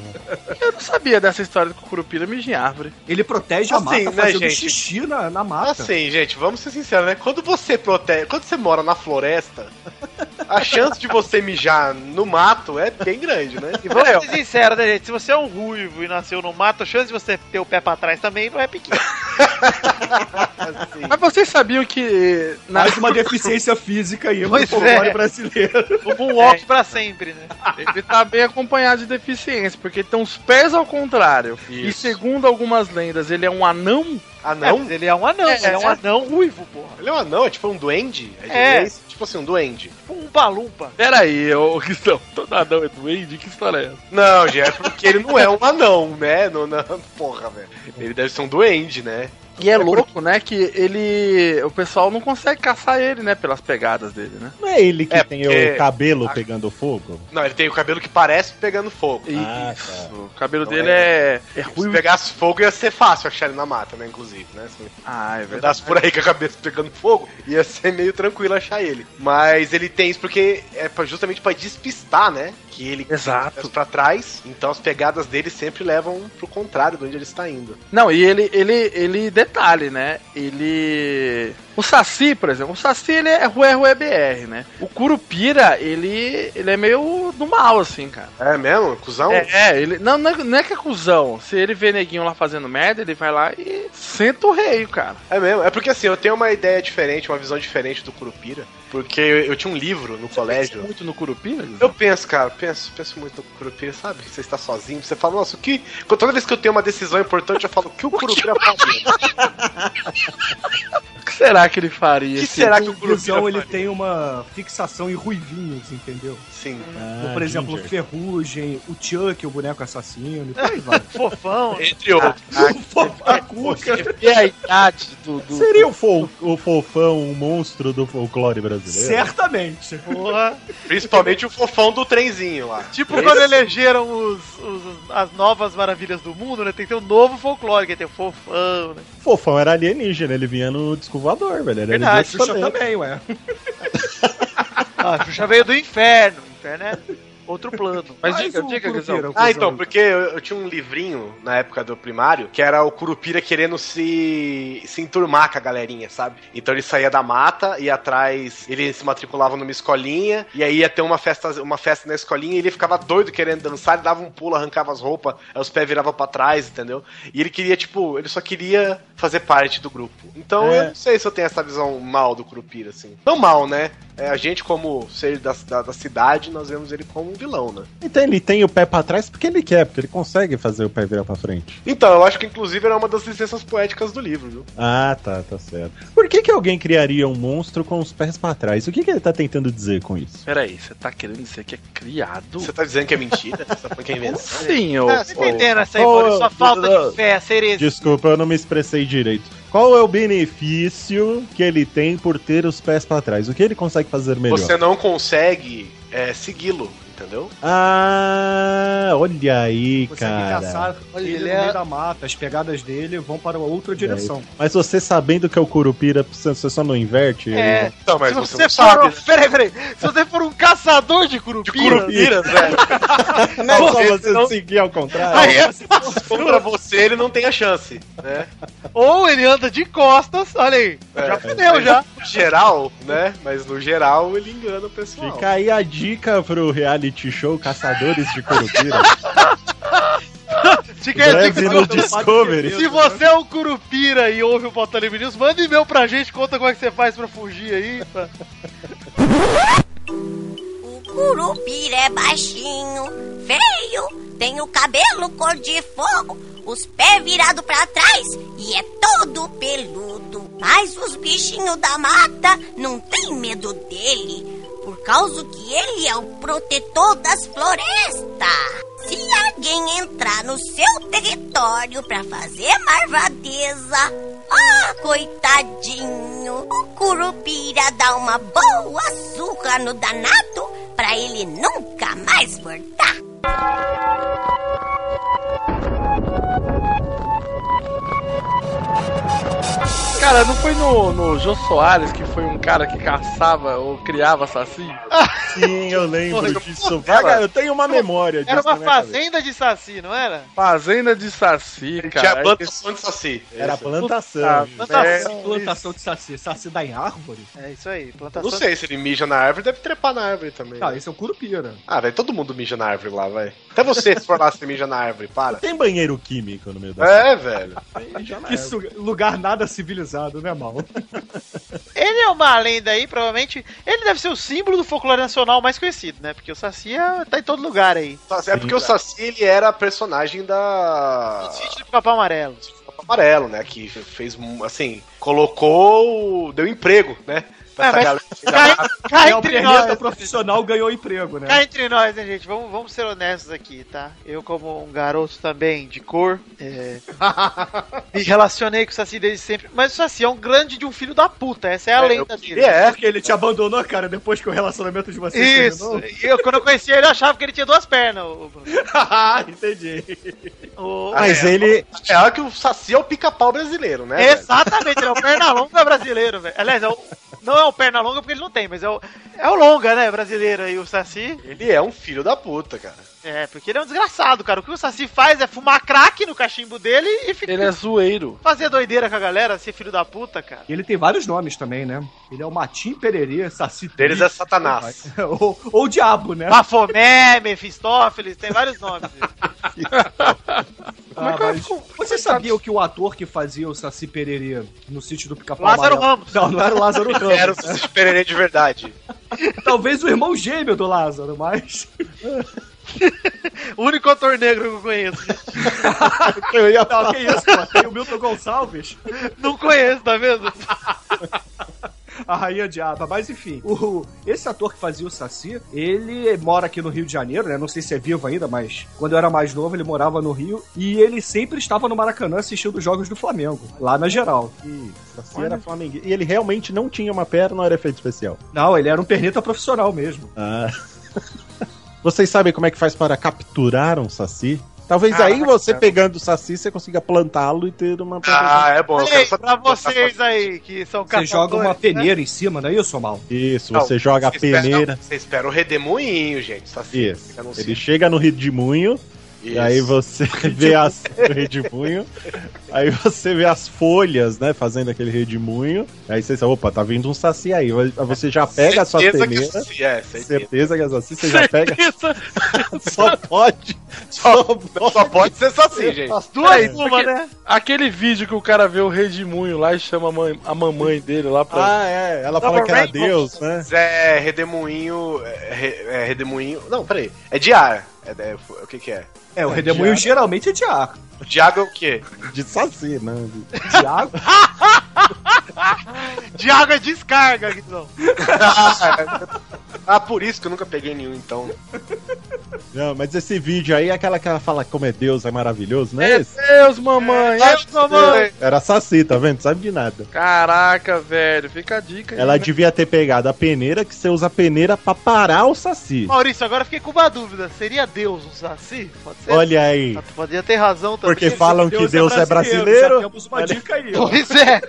Speaker 3: Eu não sabia dessa história do Curupira mija em árvore.
Speaker 7: Ele protege a
Speaker 4: Assim,
Speaker 7: mata
Speaker 4: né,
Speaker 7: fazendo
Speaker 4: gente?
Speaker 7: xixi na, na mata.
Speaker 3: Então.
Speaker 4: Assim, gente, vamos ser sinceros, né? Quando você protege. Quando você mora na floresta, a chance de você mijar no mato é bem grande, né?
Speaker 1: E vamos ser sinceros, né, gente? Se você é um ruivo e nasceu no mato, a chance de você ter o pé pra trás também não é pequena.
Speaker 3: Mas vocês sabiam que eh, na
Speaker 5: *laughs*
Speaker 7: Mais uma deficiência física aí no
Speaker 1: Pois
Speaker 7: folclore
Speaker 1: é.
Speaker 7: brasileiro.
Speaker 1: *laughs* O moonwalk pra sempre, né?
Speaker 3: Ele tá bem acompanhado de deficiência, porque ele tem os pés ao contrário. E segundo algumas lendas, ele é um anão.
Speaker 1: É,
Speaker 4: Anão?
Speaker 1: mas ele é um anão,
Speaker 3: É,
Speaker 1: ele é um
Speaker 3: é.
Speaker 1: anão ruivo, porra.
Speaker 4: Ele é um anão, é tipo um duende?
Speaker 1: É.
Speaker 4: de- Tipo assim, um duende.
Speaker 1: Tipo um balumpa.
Speaker 3: Pera aí, ô *laughs* Cristão, todo anão é doente? Que história é essa?
Speaker 4: Não, gente, é porque ele não é um anão, né? Não, não, porra, velho. Ele deve ser um duende, né?
Speaker 3: E é, louco, né, que ele. O pessoal não consegue caçar ele, né, pelas pegadas dele, né?
Speaker 5: Não é ele que
Speaker 4: É,
Speaker 5: tem
Speaker 4: porque-
Speaker 5: o cabelo
Speaker 4: Ah.
Speaker 5: pegando fogo?
Speaker 4: Não, ele tem o cabelo que parece pegando fogo.
Speaker 3: E-
Speaker 5: Ah,
Speaker 3: isso.
Speaker 5: tá.
Speaker 3: O cabelo
Speaker 4: Então
Speaker 3: dele é.
Speaker 4: é-
Speaker 3: É
Speaker 4: Se
Speaker 3: ruim.
Speaker 4: pegasse fogo ia ser fácil achar ele na mata, né? Inclusive, né? Se
Speaker 3: Ah, é verdade.
Speaker 4: andasse por aí com a cabeça pegando fogo, ia ser meio tranquilo achar ele. Mas ele tem isso porque é pra- justamente pra despistar, né? Que ele
Speaker 3: Exato.
Speaker 4: Mas pra trás, então as pegadas dele sempre levam pro contrário de onde ele está indo.
Speaker 3: Não, e ele, ele, ele, detalhe, né? Ele. O Saci, por exemplo, o Saci ele é Rué Rué BR, né? O Curupira, ele, ele é meio do mal, assim, cara.
Speaker 4: É mesmo? Cusão?
Speaker 3: É, é, ele. Não, não é, não é que é cuzão. Se ele vê neguinho lá fazendo merda, ele vai lá e senta o rei, cara.
Speaker 4: É mesmo. É porque assim, eu tenho uma ideia diferente, uma visão diferente do Curupira. Porque eu, eu tinha um livro no
Speaker 3: Pensa
Speaker 4: colégio.
Speaker 3: Muito no né, Curupira?
Speaker 4: Eu penso, cara, penso, penso muito no Curupira, sabe? Você está sozinho, você fala, nossa, o que. Toda vez que eu tenho uma decisão importante, eu falo, o que o Curupira faria?
Speaker 3: O que será que ele
Speaker 4: O
Speaker 3: faria?
Speaker 4: que
Speaker 3: assim?
Speaker 4: será que o
Speaker 7: O
Speaker 4: Curupira
Speaker 7: Cusão,
Speaker 4: faria?
Speaker 7: ele tem uma fixação em ruivinhos, entendeu?
Speaker 4: Sim.
Speaker 5: Ah,
Speaker 7: Por exemplo,
Speaker 5: Ginger.
Speaker 7: Ferrugem, o Chuck, o boneco assassino, e por aí vai.
Speaker 8: Fofão.
Speaker 1: É.
Speaker 4: Entre outros.
Speaker 7: o
Speaker 5: *laughs*
Speaker 7: Fofacuca.
Speaker 3: E a idade do. do-
Speaker 5: Seria o, fol- o fofão um monstro do folclore brasileiro?
Speaker 7: Certamente.
Speaker 8: Porra.
Speaker 4: Principalmente o fofão do trenzinho lá.
Speaker 1: Tipo quando elegeram os, os- as novas maravilhas do mundo, né? Tem que ter um novo folclore, que tem o fofão, né?
Speaker 5: Fofão era alienígena, ele vinha no descovador, velho. Ele
Speaker 1: Verdade,
Speaker 5: era
Speaker 7: A Xuxa também, ué.
Speaker 1: Ah, a Xuxa veio do inferno. O inferno é outro plano.
Speaker 3: Mas
Speaker 7: Mas
Speaker 3: diga,
Speaker 7: o
Speaker 3: diga, Guizão.
Speaker 7: Curupira, o
Speaker 4: Ah,
Speaker 7: Cusão.
Speaker 4: então, porque eu, eu tinha um livrinho na época do primário que era o Curupira querendo se, se enturmar com a galerinha, sabe? Então ele saía da mata, ia atrás, ele se matriculava numa escolinha, e aí ia ter uma festa, uma festa na escolinha e ele ficava doido querendo dançar, ele dava um pulo, arrancava as roupas, aí os pés viravam pra trás, entendeu? E ele queria, tipo, ele só queria fazer parte do grupo. Então
Speaker 5: É.
Speaker 4: eu não sei se eu tenho essa visão mal do Curupira, assim. Não mal, né? É, a gente, como ser da, da, da cidade, nós vemos ele como um vilão, né?
Speaker 5: Então ele tem o pé pra trás porque ele quer, porque ele consegue fazer o pé virar pra frente.
Speaker 4: Então, eu acho que inclusive era uma das licenças poéticas do livro, viu?
Speaker 5: Ah, tá, tá certo. Por que, que alguém criaria um monstro com os pés pra trás? O que, que ele tá tentando dizer com isso?
Speaker 3: Peraí, você tá querendo dizer que é criado?
Speaker 4: Você tá dizendo que é mentira? Você tá falando que é invenção?
Speaker 3: *laughs* Sim, ô.
Speaker 1: Ah, você tá
Speaker 3: ô-
Speaker 1: entendendo essa
Speaker 5: Ô,
Speaker 1: aí, Sua
Speaker 5: ô,
Speaker 1: falta
Speaker 5: ô,
Speaker 1: de fé, essa heresia.
Speaker 5: Desculpa, eu não me expressei direito. Qual é o benefício que ele tem por ter os pés pra trás? O que ele consegue fazer melhor?
Speaker 4: Você é um não consegue é, segui-lo, entendeu?
Speaker 5: Ah, olha aí,
Speaker 7: Consegue
Speaker 5: cara.
Speaker 7: caçar
Speaker 1: Olha,
Speaker 7: ele
Speaker 1: ele
Speaker 7: no
Speaker 1: é-
Speaker 7: meio da mata, as pegadas dele vão para outra direção.
Speaker 5: Mas você sabendo que é o Curupira, você só não inverte?
Speaker 1: É,
Speaker 4: Não, mas
Speaker 1: se
Speaker 4: você,
Speaker 1: você,
Speaker 4: não
Speaker 1: for
Speaker 4: sabe. né?
Speaker 1: um- *laughs* peraí, peraí. Se você for um caçador de curupira,
Speaker 5: *laughs*
Speaker 4: velho.
Speaker 5: Não é só você seguir ao contrário?
Speaker 1: *laughs* Aí é-
Speaker 4: né? Contra você, ele não tem a chance, né?
Speaker 1: ou ele anda de costas, olha aí.
Speaker 4: É,
Speaker 1: já fudeu, já.
Speaker 4: No geral, né? Mas no geral, ele engana o pessoal.
Speaker 5: Fica aí a dica pro reality show Caçadores de Curupira.
Speaker 1: Fica aí
Speaker 4: é
Speaker 1: a dica
Speaker 5: Breve no
Speaker 1: do-
Speaker 5: Discovery.
Speaker 4: né?
Speaker 1: Se você é um curupira e ouve o Pauta Livre News, manda um e-mail pra gente, conta como é que você faz pra fugir aí. Pra...
Speaker 10: O curupira é baixinho, feio, tem o cabelo cor de fogo, os pés virados pra trás e é todo peludo. Mas os bichinhos da mata não tem medo dele, por causa que ele é o protetor das florestas. Se alguém entrar no seu território pra fazer marvadeza, ah, coitadinho, o curupira dá uma boa surra no danado pra ele nunca mais voltar.
Speaker 3: Cara, não foi no, no Jô Soares que foi um cara que caçava ou criava assassino?
Speaker 5: Sim, eu lembro disso. Vaga, eu tenho uma memória disso. né,
Speaker 1: Era
Speaker 5: na
Speaker 1: uma
Speaker 5: minha cabeça.
Speaker 1: fazenda de saci, não era?
Speaker 3: Fazenda de Saci, cara.
Speaker 4: Tinha plantação de saci.
Speaker 5: Era
Speaker 3: Puta
Speaker 5: plantação.
Speaker 4: tá-
Speaker 1: Plantação.
Speaker 7: É Plantação de saci. Saci dá em árvore?
Speaker 1: É isso aí, plantação.
Speaker 4: Não sei, se ele mija na árvore, deve trepar na árvore também.
Speaker 7: Tá, esse é o curupira.
Speaker 4: Ah, velho, todo mundo mija na árvore lá, vai. Até você, se for lá, você mija na árvore, para.
Speaker 5: Tem banheiro químico no meio da
Speaker 4: É, velho.
Speaker 7: Que su- lugar nada civilizado, né, *laughs* mal?
Speaker 1: Ele é uma lenda aí, provavelmente. Ele deve ser o símbolo do folclore nacional mais conhecido, né? Porque o Saci é- tá em todo lugar aí.
Speaker 4: É porque o Saci, ele era personagem da...
Speaker 1: O sítio do Papão Amarelo.
Speaker 4: amarelo, né? Que fez, um- assim, colocou. deu emprego, né?
Speaker 1: Ah,
Speaker 4: pra essa galera.
Speaker 1: Cai, cai
Speaker 4: um
Speaker 7: é o
Speaker 1: entre
Speaker 7: perneta
Speaker 1: nós.
Speaker 7: profissional ganhou emprego, né?
Speaker 1: Cá entre nós, né, gente? Vamos, vamos ser honestos aqui, tá? Eu, como um garoto também de cor, é, me relacionei com o Saci desde sempre. Mas o Saci é um grande de um filho da puta. Essa é a
Speaker 4: É,
Speaker 1: lenda
Speaker 4: eu
Speaker 1: dele.
Speaker 4: É.
Speaker 7: Porque ele te abandonou, cara, depois que o relacionamento de vocês
Speaker 1: Isso. Eu, quando eu conheci ele, eu achava que ele tinha duas pernas. o Bruno.
Speaker 7: terminou. Entendi.
Speaker 1: O-
Speaker 5: Mas ele.
Speaker 4: Ah, É hora que o Saci é o pica-pau brasileiro, né? velho?
Speaker 1: Exatamente, ele é o perna longa brasileiro, velho. Aliás, é o- não é o perna longa porque ele não tem, mas é o, é o longa, né, brasileiro aí, o Saci.
Speaker 4: Ele é um filho da puta, cara.
Speaker 1: É, porque ele é um desgraçado, cara. O que o Saci faz é fumar crack no cachimbo dele e ficar
Speaker 3: Ele é zoeiro.
Speaker 1: fazer doideira com a galera, ser filho da puta, cara.
Speaker 7: E ele tem vários nomes também, né? Ele é o Matim Pererê, Saci
Speaker 4: Deles é Satanás.
Speaker 7: Trito, *laughs* ou, ou o Diabo,
Speaker 1: Ah,
Speaker 7: né?
Speaker 1: Bafomé, *laughs* Mefistófeles, tem vários *laughs* nomes.
Speaker 7: Ah, mas Você sabia que o ator que fazia o Saci Pererê no sítio do Pica-Pau
Speaker 1: Lázaro
Speaker 7: Amarelo-
Speaker 1: Ramos.
Speaker 7: Não, não era o Lázaro
Speaker 4: Era o
Speaker 1: *laughs*
Speaker 7: Ramos. né?
Speaker 4: Saci de verdade.
Speaker 7: Talvez o irmão gêmeo do Lázaro, mas...
Speaker 1: O único ator negro que eu conheço.
Speaker 5: Eu ia
Speaker 7: *laughs* Não, que isso, pô. Tem o Milton Gonçalves,
Speaker 1: Não conheço, tá vendo?
Speaker 7: a Rainha Diaba. Mas enfim, o, esse ator que fazia o Saci, ele mora aqui no Rio de Janeiro, né? Não sei se é vivo ainda, mas quando eu era mais novo, ele morava no Rio. E ele sempre estava no Maracanã assistindo os jogos do Flamengo, lá na geral.
Speaker 5: Isso, assim era flamenguista. E ele realmente não tinha uma perna, não era efeito especial.
Speaker 7: Não, ele era um perneta profissional mesmo.
Speaker 5: Ah. *laughs* Vocês sabem como é que faz para capturar um saci? Talvez aí você pegando o saci, você consiga plantá-lo e ter uma
Speaker 4: Ah, é bom. Eu quero
Speaker 1: Ei,
Speaker 4: só
Speaker 1: pra vocês aí que são né?
Speaker 7: Você joga uma
Speaker 1: caçadores,
Speaker 7: peneira em cima, não é isso, Mal?
Speaker 5: Isso,
Speaker 4: Não,
Speaker 5: você joga a
Speaker 4: você espera-
Speaker 5: peneira.
Speaker 4: não, Você espera o redemoinho, gente. Saci.
Speaker 5: Isso.
Speaker 4: Fica no
Speaker 5: Ele
Speaker 4: sítio.
Speaker 5: chega no redemoinho, e
Speaker 4: Isso.
Speaker 5: aí você vê as *laughs* o redemoinho, aí você vê as folhas, né, fazendo aquele redemoinho, aí você fala, opa, tá vindo um saci aí, aí você já pega a sua
Speaker 4: É. Certeza que
Speaker 5: peneira,
Speaker 4: sim, é, certeza.
Speaker 5: certeza que é saci, você já pega, só pode, só pode
Speaker 4: Só pode ser saci, gente.
Speaker 1: As duas,
Speaker 3: É,
Speaker 1: uma,
Speaker 3: porque-
Speaker 1: né?
Speaker 3: Aquele vídeo que o cara vê o Redemunho lá e chama a, mãe- a mamãe dele lá pra.
Speaker 5: Ah, é. Ela fala que era Deus, né?
Speaker 4: Mas é redemoinho. É, re- é redemoinho. Não, peraí. É de ar. É, é- o que que é?
Speaker 7: É, o redemoinho geralmente é de ar.
Speaker 4: O Diago é o quê?
Speaker 5: De saci, né?
Speaker 7: De água.
Speaker 1: De água descarga, Guizão.
Speaker 4: Ah, por isso que eu nunca peguei nenhum, então.
Speaker 5: Não, mas esse vídeo aí é aquela que ela fala como é Deus, é maravilhoso, né? Esse?
Speaker 3: Deus, mamãe!
Speaker 1: Ai, mamãe.
Speaker 5: Era saci, tá vendo? Sabe de nada.
Speaker 3: Caraca, velho, fica a dica. aí,
Speaker 5: Ela
Speaker 3: né?
Speaker 5: devia ter pegado a peneira, que você usa a peneira pra parar o saci.
Speaker 1: Maurício, agora eu fiquei com uma dúvida. Seria Deus um saci? Pode ser? Ah,
Speaker 5: Olha aí.
Speaker 1: Tu poderia ter razão também.
Speaker 5: Porque falam que Deus é
Speaker 7: Já
Speaker 5: brasileiro,
Speaker 7: temos uma dica aí. ó.
Speaker 1: Pois é.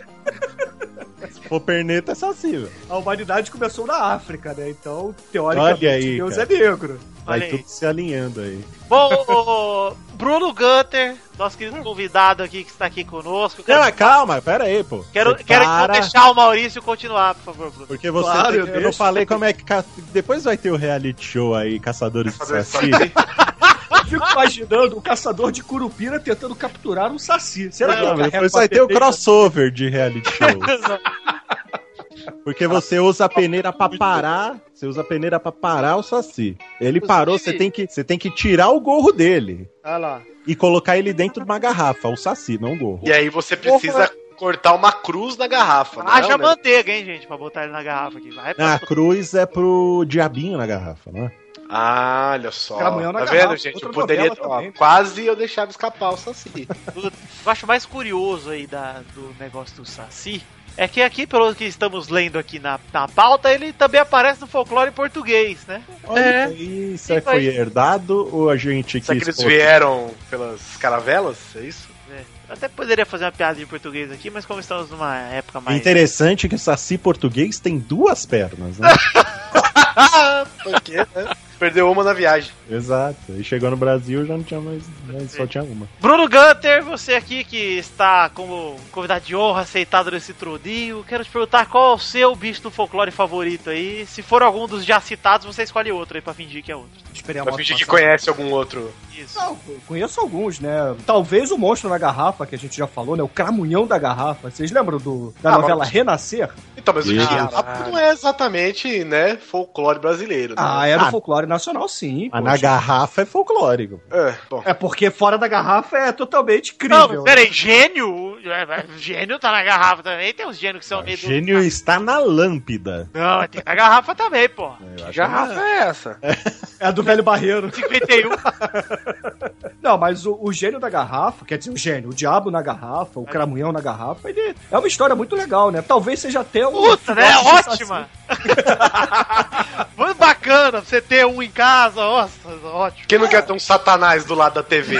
Speaker 5: o perneta é saci, velho.
Speaker 7: A humanidade começou na África, né? Então, teoricamente,
Speaker 5: Olha aí,
Speaker 7: Deus
Speaker 5: cara.
Speaker 7: é negro.
Speaker 1: Olha
Speaker 5: Vai
Speaker 1: aí.
Speaker 5: tudo se alinhando aí.
Speaker 1: Bom, o- o Bruno Gunter, nosso querido convidado aqui que está aqui conosco.
Speaker 5: Não,
Speaker 1: Quero,
Speaker 5: mas calma, pera aí, pô.
Speaker 1: quero,
Speaker 5: Você
Speaker 1: quero então
Speaker 5: para,
Speaker 1: deixar o Maurício continuar, por favor, Bruno.
Speaker 5: Porque você.
Speaker 7: Claro,
Speaker 5: tem-
Speaker 7: eu
Speaker 5: eu não
Speaker 7: deixo.
Speaker 5: falei como é que. ca- Depois vai ter o reality show aí, Caçadores de
Speaker 4: Caçadores de
Speaker 5: Saci.
Speaker 7: Eu fico imaginando um caçador de curupira tentando capturar um saci. Será que
Speaker 5: Não,
Speaker 7: ele carrega
Speaker 5: depois
Speaker 7: uma
Speaker 5: vai ter o
Speaker 7: peneira?
Speaker 5: crossover de reality show. Porque você usa a peneira pra parar, você usa a peneira pra parar o Saci. Ele parou, você tem que, você tem que tirar o gorro dele
Speaker 1: Olha lá.
Speaker 5: e colocar ele dentro de uma garrafa, o Saci, não o gorro.
Speaker 4: E aí você precisa cortar uma cruz na
Speaker 7: Ah,
Speaker 4: garrafa. não é
Speaker 1: Haja
Speaker 4: um negócio-
Speaker 1: manteiga, hein, gente, pra botar ele na garrafa aqui. Vai
Speaker 5: Ah,
Speaker 1: pra...
Speaker 5: a cruz é pro diabinho na garrafa, né?
Speaker 4: Ah, olha só.
Speaker 7: Caminhão na
Speaker 4: Tá
Speaker 7: garrafa,
Speaker 4: vendo, gente?
Speaker 7: outra
Speaker 4: Eu poderia.
Speaker 7: novela
Speaker 4: Ó,
Speaker 7: também.
Speaker 4: quase eu deixava escapar
Speaker 11: *laughs*
Speaker 4: o Saci.
Speaker 1: Eu acho mais curioso aí da, do negócio do Saci é que aqui, pelo que estamos lendo aqui na, na pauta, ele também aparece no folclore português, né?
Speaker 5: Olha,
Speaker 3: É.
Speaker 5: isso
Speaker 1: Sim,
Speaker 5: aí foi
Speaker 1: foi.
Speaker 5: herdado ou a gente
Speaker 4: Será
Speaker 5: quis...
Speaker 4: que eles
Speaker 5: pôr-
Speaker 4: vieram pelas caravelas? É isso?
Speaker 1: Eu até poderia fazer uma piada em português aqui, mas como estamos numa época mais.
Speaker 5: Interessante que o Saci português tem duas pernas, né?
Speaker 4: Porque, né? *laughs* Perdeu uma na viagem.
Speaker 5: Exato. E chegou no Brasil já não tinha mais, né, só tinha uma.
Speaker 1: Bruno Gunter, você aqui que está como convidado de honra aceitado nesse troninho, quero te perguntar qual é o seu bicho do folclore favorito aí. Se for algum dos já citados, você escolhe outro aí pra fingir que é outro.
Speaker 7: Esperei a
Speaker 4: Pra
Speaker 7: moto
Speaker 4: fingir que
Speaker 7: passar.
Speaker 4: conhece algum outro
Speaker 7: Isso. Não, eu conheço alguns, né? Talvez o monstro na garrafa, que a gente já falou, né? O cramunhão da garrafa. Vocês lembram do, da
Speaker 4: Ah,
Speaker 7: novela
Speaker 4: mas-
Speaker 7: Renascer?
Speaker 4: Então, mas o
Speaker 5: Isso.
Speaker 4: Guiarapo não é exatamente, né, folclore brasileiro. né?
Speaker 7: Ah, era
Speaker 5: Ah.
Speaker 7: o folclore nacional, sim.
Speaker 5: Mas
Speaker 7: poxa.
Speaker 5: na garrafa é folclórico.
Speaker 11: Ah.
Speaker 4: É, bom.
Speaker 7: É porque fora da garrafa é totalmente
Speaker 1: Não, mas
Speaker 7: incrível.
Speaker 1: peraí, gênio? É, mas Gênio tá na garrafa também. Tem uns gênios que são meio. Então, do-
Speaker 5: Gênio está na lâmpida.
Speaker 1: Não, é, tem na garrafa também, pô.
Speaker 5: Eu acho
Speaker 3: Garrafa é essa?
Speaker 7: É a do velho barreiro.
Speaker 1: 51.
Speaker 7: Não, mas o, o gênio da garrafa, quer dizer, o gênio, o diabo na
Speaker 1: É.
Speaker 7: garrafa, o cramunhão na garrafa, ele é uma história muito legal, né? Talvez seja até um.
Speaker 1: Puta, né?
Speaker 7: filhote de
Speaker 1: Ótima. Muito *laughs* bacana pra você ter um em casa. Nossa, ótimo.
Speaker 4: Quem não quer ter um satanás do lado da TV?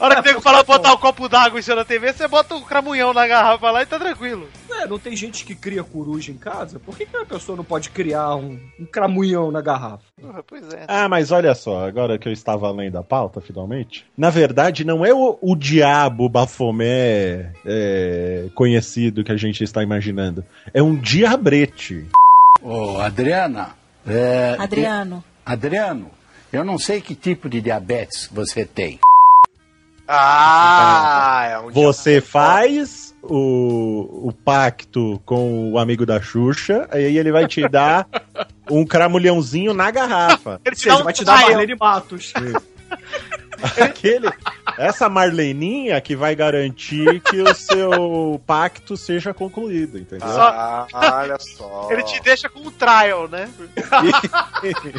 Speaker 1: A hora que tem que falar botar um copo d'água em cima da TV, você bota um cramunhão na garrafa lá e tá tranquilo.
Speaker 7: saci. É, não tem gente que cria coruja em casa? Por que, que a pessoa não pode criar um, um cramunhão na garrafa?
Speaker 1: Porra, Pois é.
Speaker 5: Ah, mas olha só, agora que eu estava lendo a pauta, finalmente. Na verdade, não é o, o diabo Bafomé é, conhecido que a gente está imaginando. É um diabrete.
Speaker 11: *laughs* Ô, Adriana. é,
Speaker 12: Adriano.
Speaker 11: Adriano, eu não sei que tipo de diabetes você tem.
Speaker 4: Ah, é um
Speaker 5: Você faz o, o pacto com o amigo da Xuxa, aí ele vai te dar um cramulhãozinho na garrafa.
Speaker 1: Ele um
Speaker 7: Ou seja, vai te dar Marlene Matos.
Speaker 5: Aquele, essa Marleninha que vai garantir que o seu pacto seja concluído, entendeu?
Speaker 1: Só-
Speaker 4: Ah, *laughs* olha só.
Speaker 1: Ele te deixa com um trial, né?
Speaker 5: *laughs*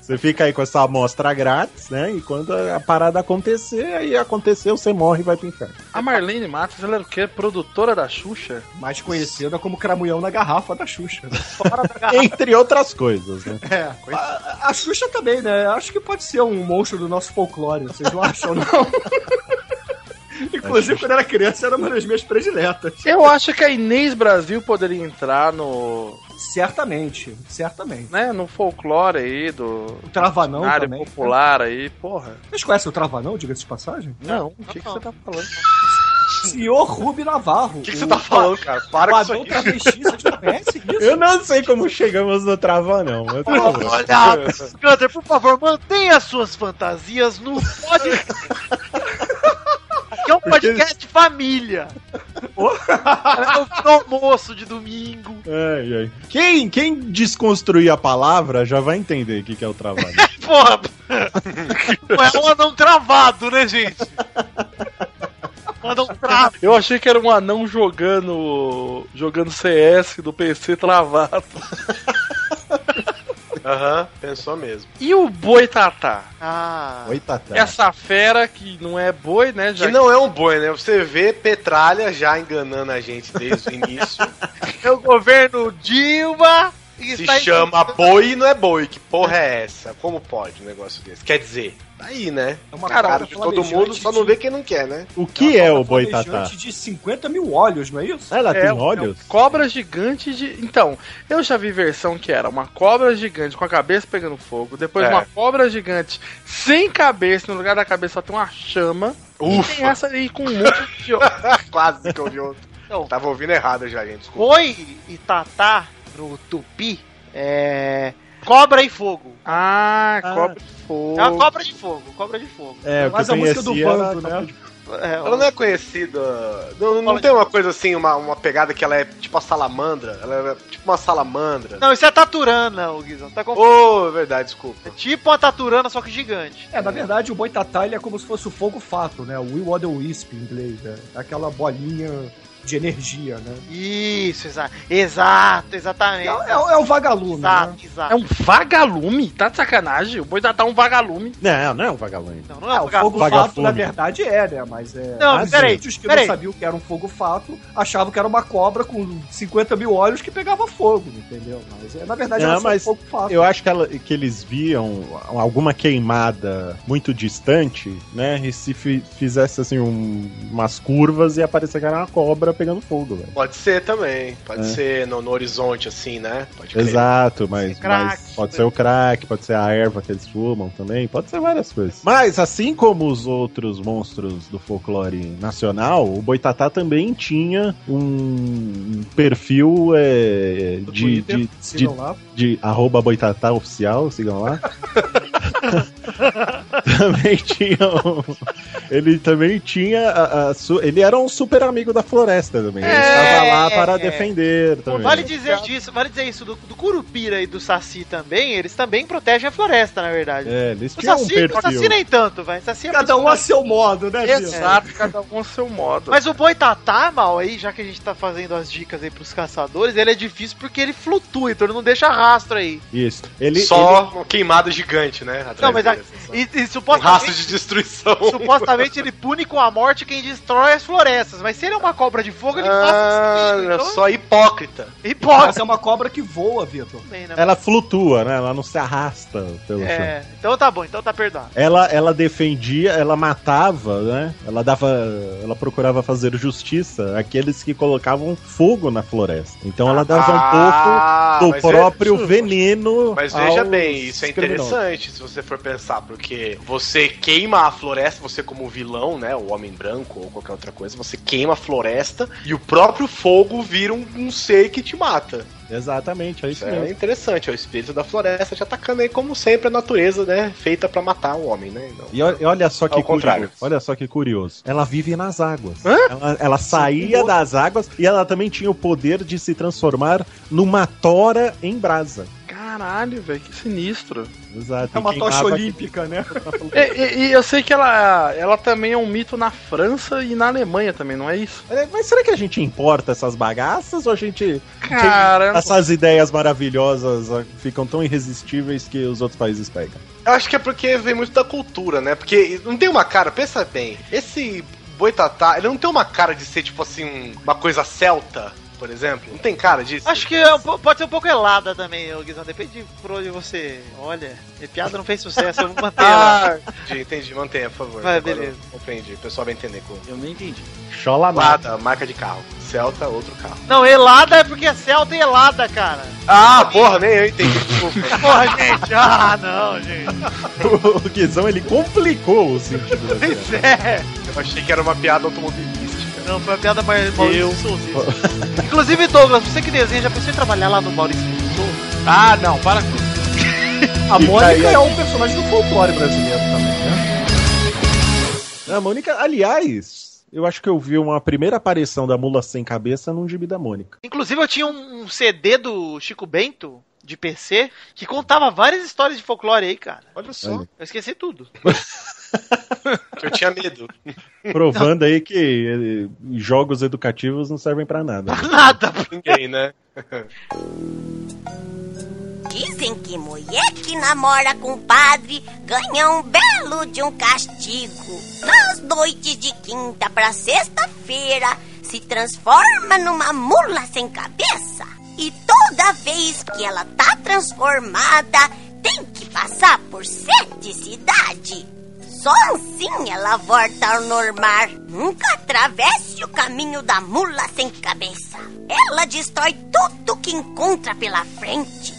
Speaker 5: Você fica aí com essa amostra grátis, né? E quando a parada acontecer, aí aconteceu, você morre e vai pro inferno.
Speaker 3: A Marlene Matos, ela era o quê? Produtora da Xuxa?
Speaker 7: Mais conhecida como cramunhão na garrafa da Xuxa. né?
Speaker 5: Entre outras coisas, né?
Speaker 7: É, a, a Xuxa também, né? Acho que pode ser um monstro do nosso folclore, vocês não acham,
Speaker 1: *laughs*
Speaker 7: não? Inclusive, quando era criança, era uma das minhas prediletas.
Speaker 3: Eu acho que a Inês Brasil poderia entrar no,
Speaker 7: Certamente, certamente.
Speaker 3: né, no folclore aí do
Speaker 7: O Travanão
Speaker 3: área
Speaker 7: também.
Speaker 3: popular aí, porra.
Speaker 7: Vocês conhecem o Travanão, diga-se de passagem?
Speaker 3: Não, o que, que você tá falando?
Speaker 7: Senhor Rubi Navarro. O
Speaker 4: O que, que você tá falando, cara? Para com isso
Speaker 7: Padrão
Speaker 4: aqui.
Speaker 7: travesti, vocês não conhecem isso?
Speaker 5: Eu não sei como chegamos no trava, não. tá Eu tô louco.
Speaker 1: Olha, Gunter, por favor, mantenha as suas fantasias no pode. Aqui é um podcast de família. É o almoço de domingo.
Speaker 5: Ai, ai. Quem, quem desconstruir a palavra já vai entender o que, que é o trabalho.
Speaker 1: Porra! Não é um anão travado, né, gente? Um anão travado.
Speaker 3: Eu achei que era um anão jogando jogando CS do PC travado.
Speaker 4: Aham, pensou mesmo.
Speaker 3: E o boi tatá?
Speaker 1: Ah,
Speaker 5: Oi, Tatá.
Speaker 3: Essa fera que não é boi, né?
Speaker 4: Que
Speaker 3: Já
Speaker 4: não é um boi, né? Você vê Petralha já enganando a gente desde o *laughs* início.
Speaker 1: é o governo Dilma. e
Speaker 4: Se
Speaker 1: está em-
Speaker 4: chama boi e não é boi. Que porra é essa? Como pode um negócio desse? Quer dizer, tá aí, né?
Speaker 7: É uma
Speaker 4: Cara,
Speaker 7: cobra
Speaker 4: de todo mundo,
Speaker 7: flamejante
Speaker 4: só não vê quem não quer, né?
Speaker 5: O que é, o boi
Speaker 7: flamejante
Speaker 5: tatá?
Speaker 7: de 50 mil olhos, não é isso?
Speaker 5: Ela
Speaker 3: É,
Speaker 5: tem
Speaker 3: é um-
Speaker 5: olhos?
Speaker 3: Cobra gigante de. Então, eu já vi versão que era uma cobra gigante com a cabeça pegando fogo, depois
Speaker 4: É.
Speaker 3: uma cobra gigante sem cabeça, no lugar da cabeça só tem uma chama. E tem
Speaker 4: Ufa!
Speaker 3: essa aí com um monte de.
Speaker 4: Quase que eu vi *laughs* outro.
Speaker 1: Não.
Speaker 4: Tava ouvindo errado já, gente. Desculpa.
Speaker 1: Boi e tatá no tupi é. Cobra e fogo.
Speaker 3: Ah, cobra de
Speaker 1: É uma
Speaker 3: fogo.
Speaker 1: cobra de fogo, cobra de fogo.
Speaker 5: É, o que
Speaker 7: Mas
Speaker 5: eu
Speaker 7: a música do
Speaker 5: conhecia era
Speaker 7: bando,
Speaker 5: Cobra
Speaker 7: né?
Speaker 5: de-
Speaker 1: É,
Speaker 4: Ela não é conhecida. Não, não tem uma coisa assim, uma, uma pegada que ela é tipo a salamandra. Ela é tipo uma salamandra.
Speaker 1: Não, isso é taturana, o Guizão. Tá confundindo.
Speaker 4: Ô, verdade, desculpa.
Speaker 1: É tipo uma taturana, só que gigante.
Speaker 7: É, na verdade, o boi tatá ele é como se fosse o fogo fato, né? O Will Water Wisp em inglês, né? Aquela bolinha de energia, né?
Speaker 1: Isso, exa exato,
Speaker 7: É,
Speaker 1: exatamente.
Speaker 7: é, é o vagalume, né?
Speaker 1: exato, exato.
Speaker 3: É um vagalume? Tá de sacanagem? O boi tatá é um vagalume.
Speaker 5: Não, não é um vagalume.
Speaker 1: Não, não
Speaker 7: É,
Speaker 1: é
Speaker 7: o
Speaker 1: um
Speaker 7: fogo
Speaker 5: vagalume.
Speaker 7: fato, na verdade, é, né? Mas é.
Speaker 1: Não,
Speaker 7: mas
Speaker 1: peraí,
Speaker 7: Os que
Speaker 1: peraí.
Speaker 7: não sabiam que era um fogo fato achavam que era uma cobra com 50 mil olhos que pegava fogo, entendeu? Mas é, na verdade,
Speaker 5: Não,
Speaker 7: era só um
Speaker 5: mas
Speaker 7: fogo fato.
Speaker 5: Eu acho que, ela- que eles viam alguma queimada muito distante, né? E se fi- fizesse assim um- umas curvas e aparecer que era uma cobra pegando fogo, velho.
Speaker 4: Pode ser também. Pode
Speaker 5: É.
Speaker 4: ser no, no horizonte, assim, né? Pode crer.
Speaker 5: Exato, mas,
Speaker 1: ser crack, né?
Speaker 5: mas pode ser o crack, pode ser a erva que eles fumam também, pode ser várias coisas. Mas assim como os outros monstros do folclore nacional, o Boitatá também tinha um perfil é, de,
Speaker 7: Twitter.
Speaker 5: de,
Speaker 7: Sigam lá.
Speaker 1: *laughs*
Speaker 5: de arroba Boitatá oficial, sigam lá. também tinha um, ele também tinha a- a su- ele era um super amigo da floresta também. Ele
Speaker 1: É,
Speaker 5: estava lá para defender também.
Speaker 1: Vale dizer disso, vale dizer isso do, do Curupira e do Saci também, eles também protegem a floresta, na verdade.
Speaker 5: É, eles
Speaker 1: o
Speaker 5: tinham um
Speaker 1: Saci, o
Speaker 5: perfil.
Speaker 1: Saci nem tanto, vai. Saci é
Speaker 7: Cada
Speaker 1: muito
Speaker 7: um a
Speaker 1: mais-
Speaker 7: seu modo, né, Bia?
Speaker 3: Exato, cada um a seu
Speaker 1: É.
Speaker 3: modo.
Speaker 1: Mas o boitatá, mal aí, já que a gente tá fazendo as dicas aí pros caçadores, ele é difícil porque ele flutua, então ele não deixa rastro aí.
Speaker 5: Isso. Ele,
Speaker 4: Só uma queimada é um gigante, né? atrás
Speaker 1: Não, mas a,
Speaker 4: dele, assim, só.
Speaker 1: e, e
Speaker 4: Um rastro
Speaker 1: supostamente,
Speaker 4: de *laughs* destruição.
Speaker 1: *laughs* supostamente ele pune com a morte quem destrói as florestas, mas se ele é uma cobra de fogo, ele então
Speaker 4: Ah,
Speaker 1: passa
Speaker 4: olha só, hipócrita.
Speaker 1: Hipócrita.
Speaker 7: Essa é uma cobra que voa, Vitor.
Speaker 1: também, né?
Speaker 5: Ela flutua, né? Ela não se arrasta pelo chão.
Speaker 1: É, então tá bom, então tá perdoado.
Speaker 5: Ela, ela defendia, ela matava, né? Ela dava, ela procurava fazer justiça àqueles que colocavam fogo na floresta. Então ela dava
Speaker 4: Ah,
Speaker 5: um pouco do
Speaker 4: mas é-
Speaker 5: próprio veneno.
Speaker 4: Mas veja
Speaker 5: aos
Speaker 4: bem, isso é
Speaker 5: criminosos.
Speaker 4: interessante se você for pensar, porque você queima a floresta, você como vilão, né, o homem branco ou qualquer outra coisa, você queima a floresta e o próprio fogo vira um, um ser que te mata.
Speaker 5: Exatamente, é isso
Speaker 4: Isso é
Speaker 5: mesmo.
Speaker 4: interessante, é o espírito da floresta te atacando aí como sempre a natureza, né, feita pra matar o homem, né? Não.
Speaker 5: E ol- e olha só que
Speaker 4: Ao contrário.
Speaker 5: curioso. Olha só que curioso. Ela vive nas águas. Ela, ela saía das águas e ela também tinha o poder de se transformar numa tora em brasa.
Speaker 3: Caralho, velho, que sinistro.
Speaker 5: Exato.
Speaker 7: É uma
Speaker 5: E
Speaker 7: tocha
Speaker 5: queimava
Speaker 7: olímpica, né?
Speaker 3: E, e- e eu sei que ela, ela também é um mito na França e na Alemanha também, não é isso?
Speaker 5: É, Mas será que a gente importa essas bagaças ou a gente.
Speaker 3: Cara,
Speaker 5: Essas ideias maravilhosas ah, ficam tão irresistíveis que os outros países pegam?
Speaker 4: Eu acho que é porque vem muito da cultura, né? Porque não tem uma cara, pensa bem, esse boitatá, ele não tem uma cara de ser tipo assim, um- uma coisa celta, por exemplo? Não tem cara disso?
Speaker 1: Acho que é um po- pode ser um pouco helada também, ô Guizão. Depende de por onde você olha. E piada não fez sucesso, eu vou
Speaker 4: *laughs*
Speaker 1: manter ela.
Speaker 4: Ah, entendi, entendi. Mantenha, por favor.
Speaker 1: Vai,
Speaker 4: Agora
Speaker 1: beleza.
Speaker 4: eu Compreendi. O pessoal vai entender como.
Speaker 2: Eu não entendi.
Speaker 5: Chola nada. *laughs*
Speaker 4: Lada, marca de carro. Celta, outro carro.
Speaker 1: Não, helada é porque é Celta e helada, cara.
Speaker 4: Ah, porra, nem eu entendi. Desculpa. *laughs*
Speaker 1: Porra, *laughs* gente. Ah, não, gente.
Speaker 5: o Guizão ele complicou o sentido. da piada.
Speaker 1: Pois é.
Speaker 4: Eu achei que era uma piada automobilística.
Speaker 1: Não, foi uma piada mais Maurício Souza. Inclusive, Douglas, você que desenha, já pensou em trabalhar lá no Maurício Souza?
Speaker 2: Ah, não, para com isso.
Speaker 7: A Mônica é um personagem do folclore brasileiro também, né? é.
Speaker 5: A Mônica, aliás, eu acho que eu vi uma primeira aparição da mula sem cabeça num gibi da
Speaker 7: *laughs*
Speaker 5: Mônica.
Speaker 1: Inclusive, eu tinha um, um CD do Chico Bento, de PC, que contava várias histórias de folclore aí, cara.
Speaker 4: Olha só.
Speaker 5: Olha.
Speaker 1: Eu esqueci tudo. *laughs*
Speaker 4: que Eu tinha medo.
Speaker 5: Provando aí que eh, jogos educativos não servem pra nada.
Speaker 1: Nada.
Speaker 4: Ninguém, né?
Speaker 10: Dizem que mulher que namora com padre ganha um belo de um castigo. Nas noites de quinta para sexta-feira, se transforma numa mula sem cabeça. E toda vez que ela tá transformada, tem que passar por sete cidades. Só assim ela volta ao normal. Nunca atravesse o caminho da mula sem cabeça. Ela destrói tudo que encontra pela frente.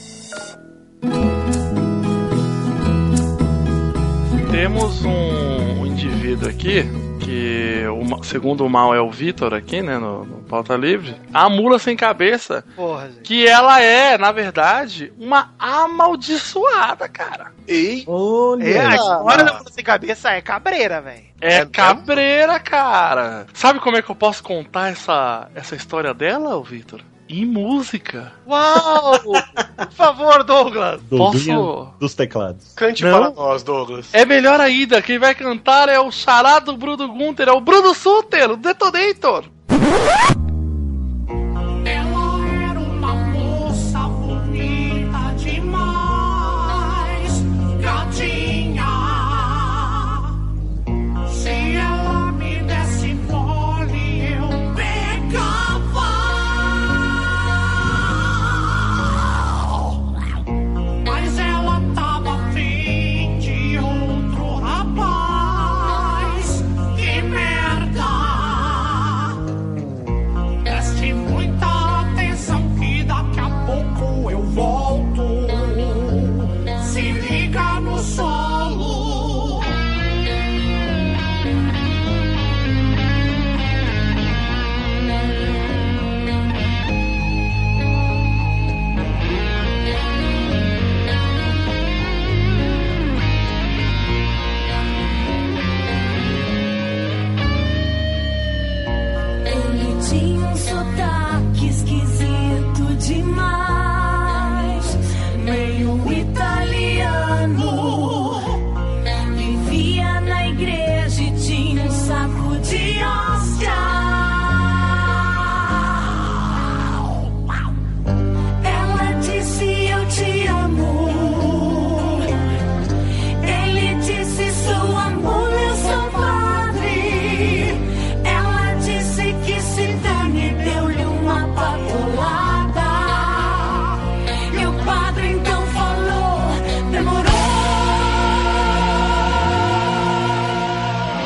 Speaker 3: Temos um indivíduo aqui, que o ma- segundo o mal é o Vitor aqui, né, no, no Pauta Livre. A mula sem cabeça,
Speaker 1: Porra, gente.
Speaker 3: que ela é, na verdade, uma amaldiçoada, cara.
Speaker 4: Ei,
Speaker 5: Olha!
Speaker 1: É, a história da mula sem cabeça é cabreira, velho.
Speaker 3: É, cabreira, cara. Sabe como é que eu posso contar essa, essa história dela, ô Vitor? Em música.
Speaker 1: Uau!
Speaker 5: *laughs*
Speaker 1: Por favor, Douglas.
Speaker 5: Douglinha
Speaker 3: Posso-
Speaker 5: dos teclados.
Speaker 4: cante
Speaker 3: Não.
Speaker 4: para nós, Douglas.
Speaker 3: É melhor ainda, quem vai cantar é o xará do Bruno Gunter, é o Bruno Suter, o Detonator.
Speaker 12: Ela era uma moça bonita demais, gatinha. Se ela me desse mole, eu pegava. Mas ela tava afim de outro rapaz. Que merda!
Speaker 6: um um
Speaker 12: então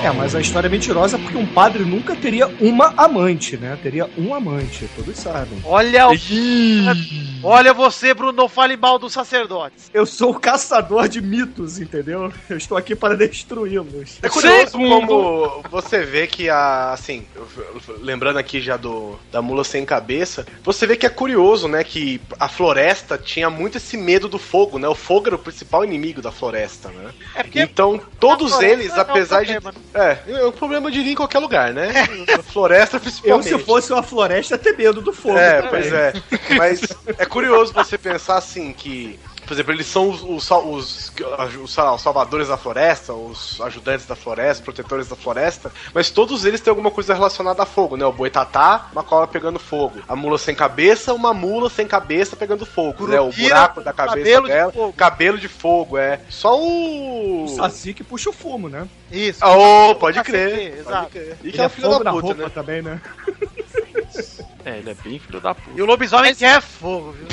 Speaker 7: É, mas a história é mentirosa porque um padre nunca teria uma amante, né? Teria um amante, todos sabem.
Speaker 1: Olha o. Olha você, Bruno, não fale mal dos sacerdotes.
Speaker 7: Eu sou o caçador de mitos, entendeu? Eu estou aqui para destruí-los.
Speaker 4: É curioso como você vê que a. Assim, lembrando aqui já do da mula sem cabeça, você vê que é curioso, né? Que a floresta tinha muito esse medo do fogo, né? O fogo era o principal inimigo da floresta, né? então, todos
Speaker 1: floresta
Speaker 4: eles,
Speaker 1: não é um
Speaker 4: apesar de.
Speaker 1: problema,
Speaker 4: É, é um problema de ir em qualquer lugar, né? *laughs* A floresta,
Speaker 7: Eu,
Speaker 4: principalmente.
Speaker 7: se fosse uma floresta, ia ter medo do fogo.
Speaker 4: É,
Speaker 7: também.
Speaker 4: pois é. Mas é curioso você pensar assim que. Por exemplo, eles são os, os, sal- os, os, sei lá, os salvadores da floresta, os ajudantes da floresta, protetores da floresta, mas todos eles têm alguma coisa relacionada a fogo, né? O boitatá, uma cobra pegando fogo. A mula sem cabeça, uma mula sem cabeça pegando fogo, né? O
Speaker 7: Curupira,
Speaker 4: buraco da cabeça
Speaker 7: cabelo de
Speaker 4: dela, cabelo de fogo, é. Só o...
Speaker 7: O saci Assim que puxa o fumo, né?
Speaker 1: Isso.
Speaker 4: Oh, pode crer. pode crer. E que é o filho
Speaker 7: fogo
Speaker 4: da
Speaker 7: na
Speaker 4: puta,
Speaker 7: roupa
Speaker 4: né?
Speaker 7: também, né?
Speaker 3: É, ele é bem filho da puta.
Speaker 1: E o lobisomem quer fogo, viu?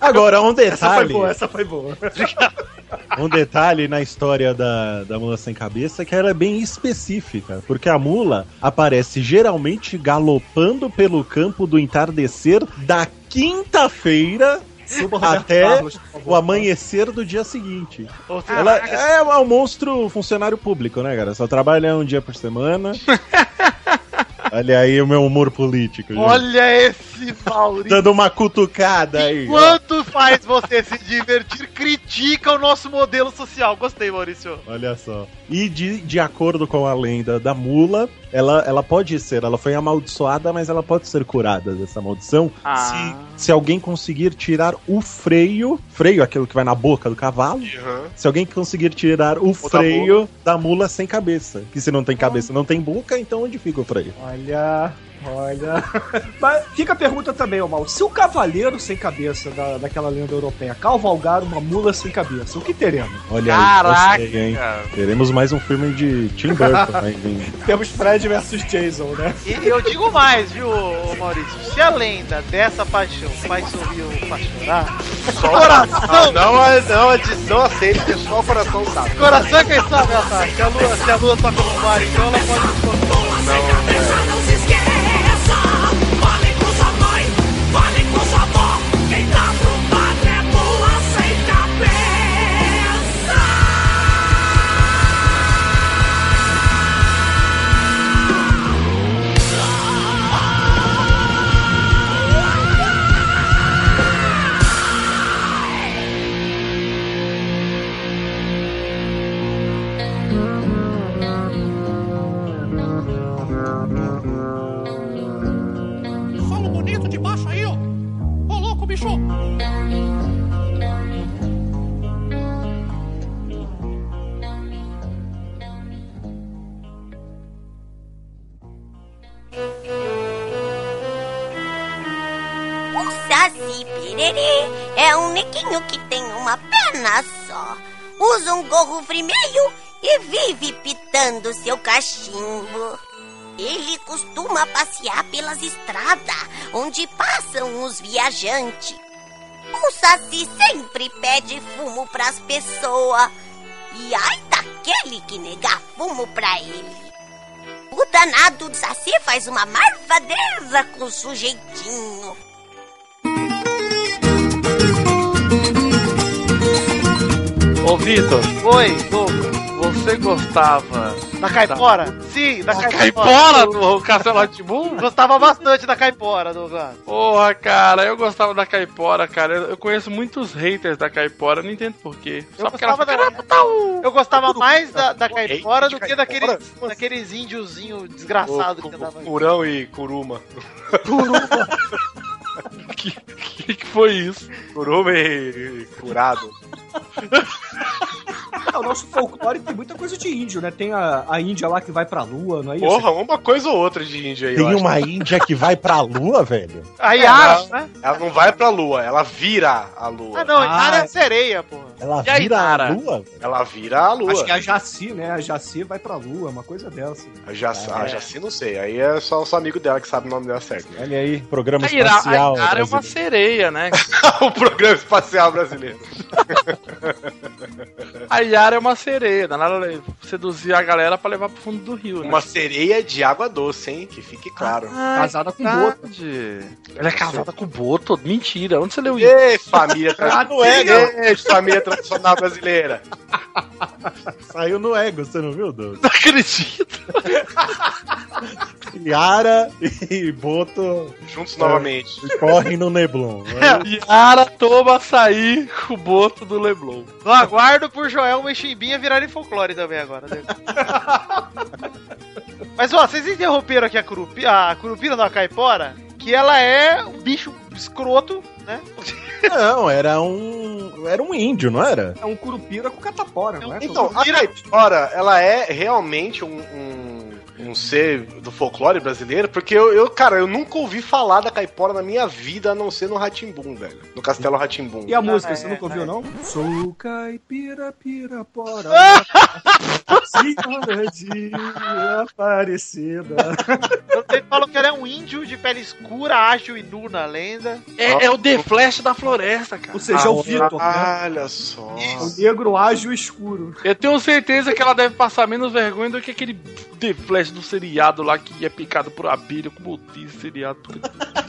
Speaker 5: Agora, um
Speaker 7: Essa foi
Speaker 5: detalhe.
Speaker 7: boa, essa foi boa.
Speaker 5: um detalhe na história da, da mula sem cabeça que ela é bem específica, porque a mula aparece geralmente galopando pelo campo do entardecer da quinta-feira
Speaker 7: Suba, Roberto
Speaker 5: até
Speaker 7: Carlos, por favor.
Speaker 5: o amanhecer do dia seguinte.
Speaker 1: Outra-
Speaker 5: Ela é um monstro funcionário público, né, cara? Só trabalha um dia por semana. Olha aí o meu humor político. gente.
Speaker 1: Olha esse Maurício.
Speaker 5: Dando uma cutucada aí. ó.
Speaker 1: Quanto faz você se divertir, critica o nosso modelo social. Gostei, Maurício.
Speaker 5: Olha só. E de, de acordo com a lenda da mula, ela, ela pode ser, ela foi amaldiçoada, mas ela pode ser curada dessa maldição
Speaker 3: Ah.
Speaker 5: se, se alguém conseguir tirar o freio. Freio, aquilo que vai na boca do cavalo.
Speaker 4: Aham.
Speaker 5: Se alguém conseguir tirar o
Speaker 4: da
Speaker 5: freio da mula sem cabeça. Que se não tem cabeça, não tem boca, então onde fica o freio?
Speaker 7: Olha, olha. Mas fica a pergunta também, ô Mal. Se o cavaleiro sem cabeça da, daquela lenda europeia cavalgar uma mula sem cabeça, o que teremos?
Speaker 5: Olha
Speaker 7: Caraca,
Speaker 5: aí, gostei, hein? Teremos mais um filme de Tim Burton aí
Speaker 3: *laughs*
Speaker 5: vindo.
Speaker 7: Temos Fred versus Jason, né?
Speaker 1: E eu digo mais, viu, ô Maurício? Se a lenda dessa paixão faz sorrir ou faz chorar,
Speaker 4: Só o coração. não, não, não aceito, porque só o coração sabe.
Speaker 1: o coração é quem sabe, Atari. Se a lua, se a lua toca no mar, então ela pode
Speaker 12: Não se esqueça, fale com sua mãe, fale com sua avó. Quem dá pro padre é boa sem cabeça. Solo bonito de baixo aí, ó. Ô louco, bicho.
Speaker 10: O Saci Pererê é um nequinho que tem uma perna só. Usa um gorro vermelho e vive pitando seu cachimbo. Ele costuma passear pelas estradas onde passam os viajantes. O Saci sempre pede fumo pras pessoas. E ai daquele que negar fumo pra ele. O danado do Saci faz uma marvadeza com o sujeitinho.
Speaker 3: Ô, Vitor,
Speaker 1: Oi, Douglas.
Speaker 3: você gostava...
Speaker 1: Da caipora? Sim, da
Speaker 3: Caipora do Castelo Atimbu?
Speaker 1: Gostava bastante da caipora, Douglas.
Speaker 3: Porra, cara, eu gostava da Caipora, cara. Eu eu conheço muitos haters da Caipora, não entendo porquê. Só
Speaker 1: Eu
Speaker 3: porque ela
Speaker 1: gostava,
Speaker 3: fica...
Speaker 1: da, eu gostava mais da, da caipora do que daqueles, daqueles índiozinhos desgraçados que andavam aí.
Speaker 4: Curão e Curuma.
Speaker 3: que, que foi isso?
Speaker 4: Curuma e e curado.
Speaker 7: Ah, O nosso folclore tem muita coisa de índio, né? Tem a, a Índia lá que vai pra lua, não é isso?
Speaker 4: Porra, uma coisa ou outra de índio aí, eu
Speaker 5: Tem
Speaker 4: acho.
Speaker 5: uma índia que vai pra lua, velho?
Speaker 1: A
Speaker 3: É,
Speaker 1: Yara, né?
Speaker 4: Ela não vai pra lua, ela vira a lua.
Speaker 1: Ah, não, Yara
Speaker 7: Ah,
Speaker 1: é sereia, porra.
Speaker 5: Ela
Speaker 3: E aí,
Speaker 5: vira a
Speaker 3: Nara?
Speaker 5: lua? velho?
Speaker 4: Ela vira a lua.
Speaker 7: Acho que é a Jaci, né? A Jaci vai pra lua, uma coisa dessa.
Speaker 4: A Jaci,
Speaker 7: Ah,
Speaker 4: a Jaci não sei. Aí é só, só amigo dela que sabe o nome dela certo. né? *laughs*
Speaker 5: Olha aí, programa
Speaker 3: A Ira- a
Speaker 5: espacial.
Speaker 3: Irara é uma
Speaker 5: brasileiro.
Speaker 3: sereia, né?
Speaker 4: o programa espacial brasileiro.
Speaker 3: A Yara é uma sereia, danada seduzir a galera pra levar pro fundo do rio, né?
Speaker 4: Uma sereia de água doce, hein? Que fique claro.
Speaker 3: Ah. casada com
Speaker 4: boto.
Speaker 3: Ela é casada com o Boto? Mentira, onde você leu isso?
Speaker 4: Ei, família
Speaker 3: *laughs* Ah,
Speaker 4: tradicional.
Speaker 3: não é, né?
Speaker 4: Ei, família tradicional brasileira.
Speaker 5: Saiu no ego, você não viu, Douglas?
Speaker 3: Não acredito.
Speaker 5: *laughs* Yara e Boto.
Speaker 4: Juntos novamente.
Speaker 5: Correm no Neblon. né?
Speaker 3: *laughs* Yara toma açaí com o Boto do Leblon.
Speaker 1: No aguardo por Joel e Chimbinha virarem folclore também agora. *laughs* né? Mas ó, vocês interromperam aqui a Curupira, a Curupira da Caipora, que ela é um bicho escroto, né?
Speaker 5: Não, era um. Era um índio, não era?
Speaker 7: É um curupira com catapora, não é?
Speaker 4: Então, a caipora, ela é realmente um, um, um ser do folclore brasileiro, porque eu, eu, cara, eu nunca ouvi falar da caipora na minha vida, a não ser no Ratimbum, velho. No Castelo Ratimbum.
Speaker 3: Tá
Speaker 7: E é um a música, você nunca ouviu, não? Sou caipira, *laughs* pirapora, senhora de Aparecida.
Speaker 1: Ele falou que ela é um índio de pele escura, ágil e nu na lenda.
Speaker 3: É, é o The Flash da floresta, cara.
Speaker 7: Ou seja, é o Vitor,
Speaker 3: ah.
Speaker 7: né?
Speaker 4: Olha só.
Speaker 7: O negro ágil escuro.
Speaker 3: Eu tenho certeza que ela deve passar menos vergonha do que aquele The Flash do seriado lá que é picado por abelha, como eu disse, seriado. Puta que-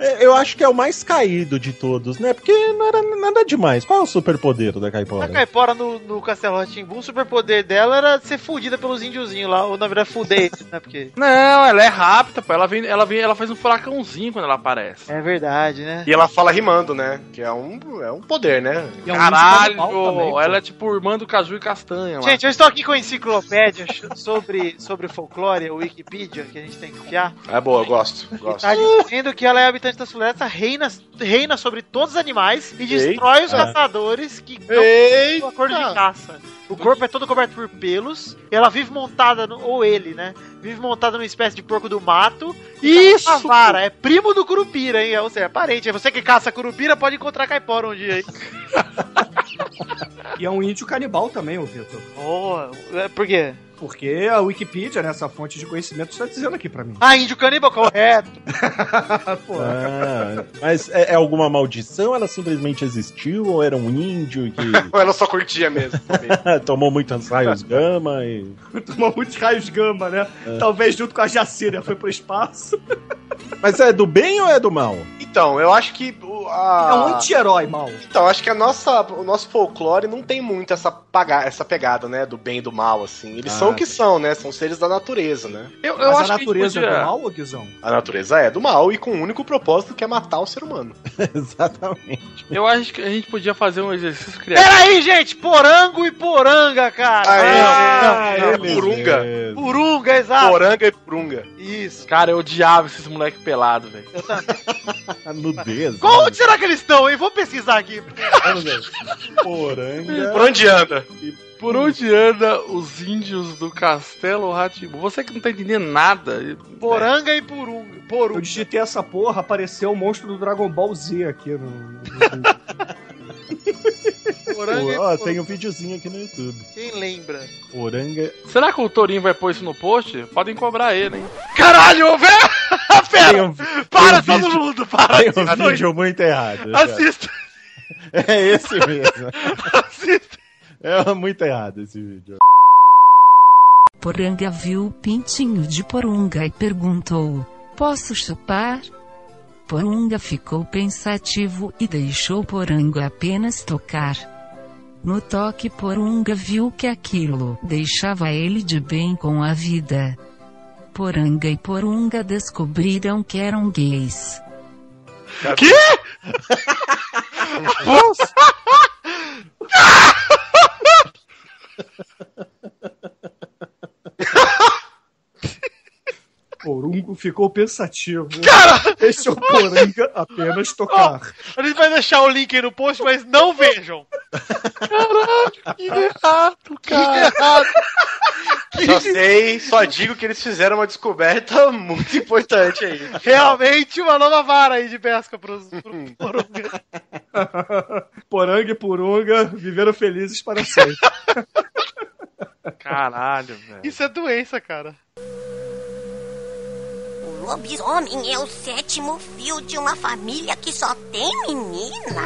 Speaker 5: É, Eu acho que é o mais caído de todos, né? Porque não era nada demais. Qual é o superpoder da
Speaker 1: A
Speaker 5: Caipora?
Speaker 1: Caipora no, no Castelo Ratimbum, o superpoder dela era ser fudida pelos índiozinhos lá, ou na verdade fuder, né? Porque.
Speaker 3: Não, ela é rápida, pô. Ela, vem, ela, vem, ela faz um furacãozinho quando ela aparece.
Speaker 1: É verdade, né?
Speaker 4: E ela fala rimando, né? Que é um, é um poder, né?
Speaker 7: E é um
Speaker 3: Caralho,
Speaker 7: índio animal também, pô.
Speaker 3: ela é tipo irmã do Caju e Castanha.
Speaker 1: Gente, eu estou aqui com a enciclopédia sobre, sobre folclore, o Wikipedia, que a gente tem que confiar.
Speaker 4: É boa, eu gosto. gosto.
Speaker 1: Tá dizendo que ela é habitante da floresta, reina, reina sobre todos os animais e destrói os
Speaker 4: Ah.
Speaker 1: caçadores que
Speaker 4: Eita!
Speaker 1: não acordo de caça. O corpo é todo coberto por pelos, e ela vive montada, no, ou ele, né? Vive montada numa espécie de porco do mato. E
Speaker 3: Isso,
Speaker 1: A vara é primo do curupira, hein? Ou seja, é parente. Você que caça curupira pode encontrar caipora um dia, hein?
Speaker 7: E é um índio canibal também, ô Vitor.
Speaker 1: Oh, é, por quê?
Speaker 7: Porque a Wikipedia, né, essa fonte de conhecimento, está dizendo aqui pra mim. É.
Speaker 1: Ah, índio canibal, correto.
Speaker 7: *laughs* Pô,
Speaker 5: Ah, mas é, é alguma maldição? Ela simplesmente existiu? Ou era um índio que
Speaker 4: Ou ela só curtia
Speaker 7: *laughs*
Speaker 4: mesmo.
Speaker 5: *laughs* tomou muitos raios gama e.
Speaker 7: tomou muitos raios gama, né? Talvez junto com a Jacira foi pro espaço.
Speaker 5: Mas é do bem ou é do mal?
Speaker 4: Então, eu acho que. o- A...
Speaker 7: É um anti-herói, mal.
Speaker 4: Então, acho que a nossa, o nosso folclore não tem muito essa, paga, essa pegada, né? Do bem e do mal, assim. Eles
Speaker 5: Ah,
Speaker 4: são o que são, né? São seres da natureza, né?
Speaker 3: eu, eu
Speaker 7: Mas
Speaker 3: acho
Speaker 7: a
Speaker 3: que
Speaker 7: natureza
Speaker 3: a gente
Speaker 7: é do
Speaker 3: podia-
Speaker 7: mal, ô Guizão?
Speaker 4: A natureza é do mal e com o único propósito que é matar o ser humano.
Speaker 5: *laughs* Exatamente.
Speaker 3: Eu acho que a gente podia fazer um exercício criativo.
Speaker 1: Peraí, gente, porango e poranga, cara.
Speaker 4: Aê,
Speaker 1: Ah,
Speaker 4: não, Purunga.
Speaker 1: Purunga, exato.
Speaker 4: Poranga e purunga.
Speaker 1: Isso.
Speaker 3: Cara, eu odiava esses moleque pelado, velho.
Speaker 5: A nudez.
Speaker 1: Qual, onde será que eles estão, hein? Vou pesquisar aqui.
Speaker 4: É. Por
Speaker 5: Poranga.
Speaker 4: onde anda?
Speaker 3: Por onde anda os índios do Castelo Ratimbu? Você que não tá entendendo nada.
Speaker 1: Poranga e Purunga.
Speaker 7: Eu
Speaker 1: Porunga.
Speaker 7: digitei essa porra, apareceu o monstro do Dragon Ball Z aqui no. no-
Speaker 3: *laughs*
Speaker 1: Poranga e
Speaker 7: é
Speaker 5: Ó,
Speaker 1: Porunga.
Speaker 5: tem um videozinho aqui no YouTube.
Speaker 1: Quem lembra?
Speaker 5: Poranga.
Speaker 3: Será que o Torinho vai pôr isso no post? Podem cobrar ele, hein? Caralho, *laughs* velho! Pera!
Speaker 5: Tem um,
Speaker 3: Para
Speaker 5: tem um
Speaker 3: todo
Speaker 5: vídeo-
Speaker 3: mundo! Para!
Speaker 5: Tem um vídeo muito errado. cara. *laughs*
Speaker 3: Assista!
Speaker 5: É esse mesmo.
Speaker 3: Assista!
Speaker 5: É muito errado esse vídeo.
Speaker 13: Poranga viu o pintinho de Porunga e perguntou: Posso chupar? Porunga ficou pensativo e deixou Poranga apenas tocar. No toque, Porunga viu que aquilo deixava ele de bem com a vida. Poranga e Porunga descobriram que eram gays.
Speaker 3: Que? Nossa!
Speaker 7: Porungo ficou pensativo. Cara! Deixou o Poranga apenas tocar.
Speaker 1: A gente vai deixar o link aí no post, mas não vejam.
Speaker 3: Que errado, cara!
Speaker 4: *laughs* Só sei, só digo que eles fizeram uma descoberta *laughs* muito importante aí.
Speaker 1: Realmente uma nova vara aí de pesca pros, pro Porunga.
Speaker 7: Poranga e Porunga viveram felizes para sempre.
Speaker 3: Caralho, velho.
Speaker 1: Isso é doença, cara.
Speaker 10: O lobisomem é o sétimo fio de uma família que só tem menina.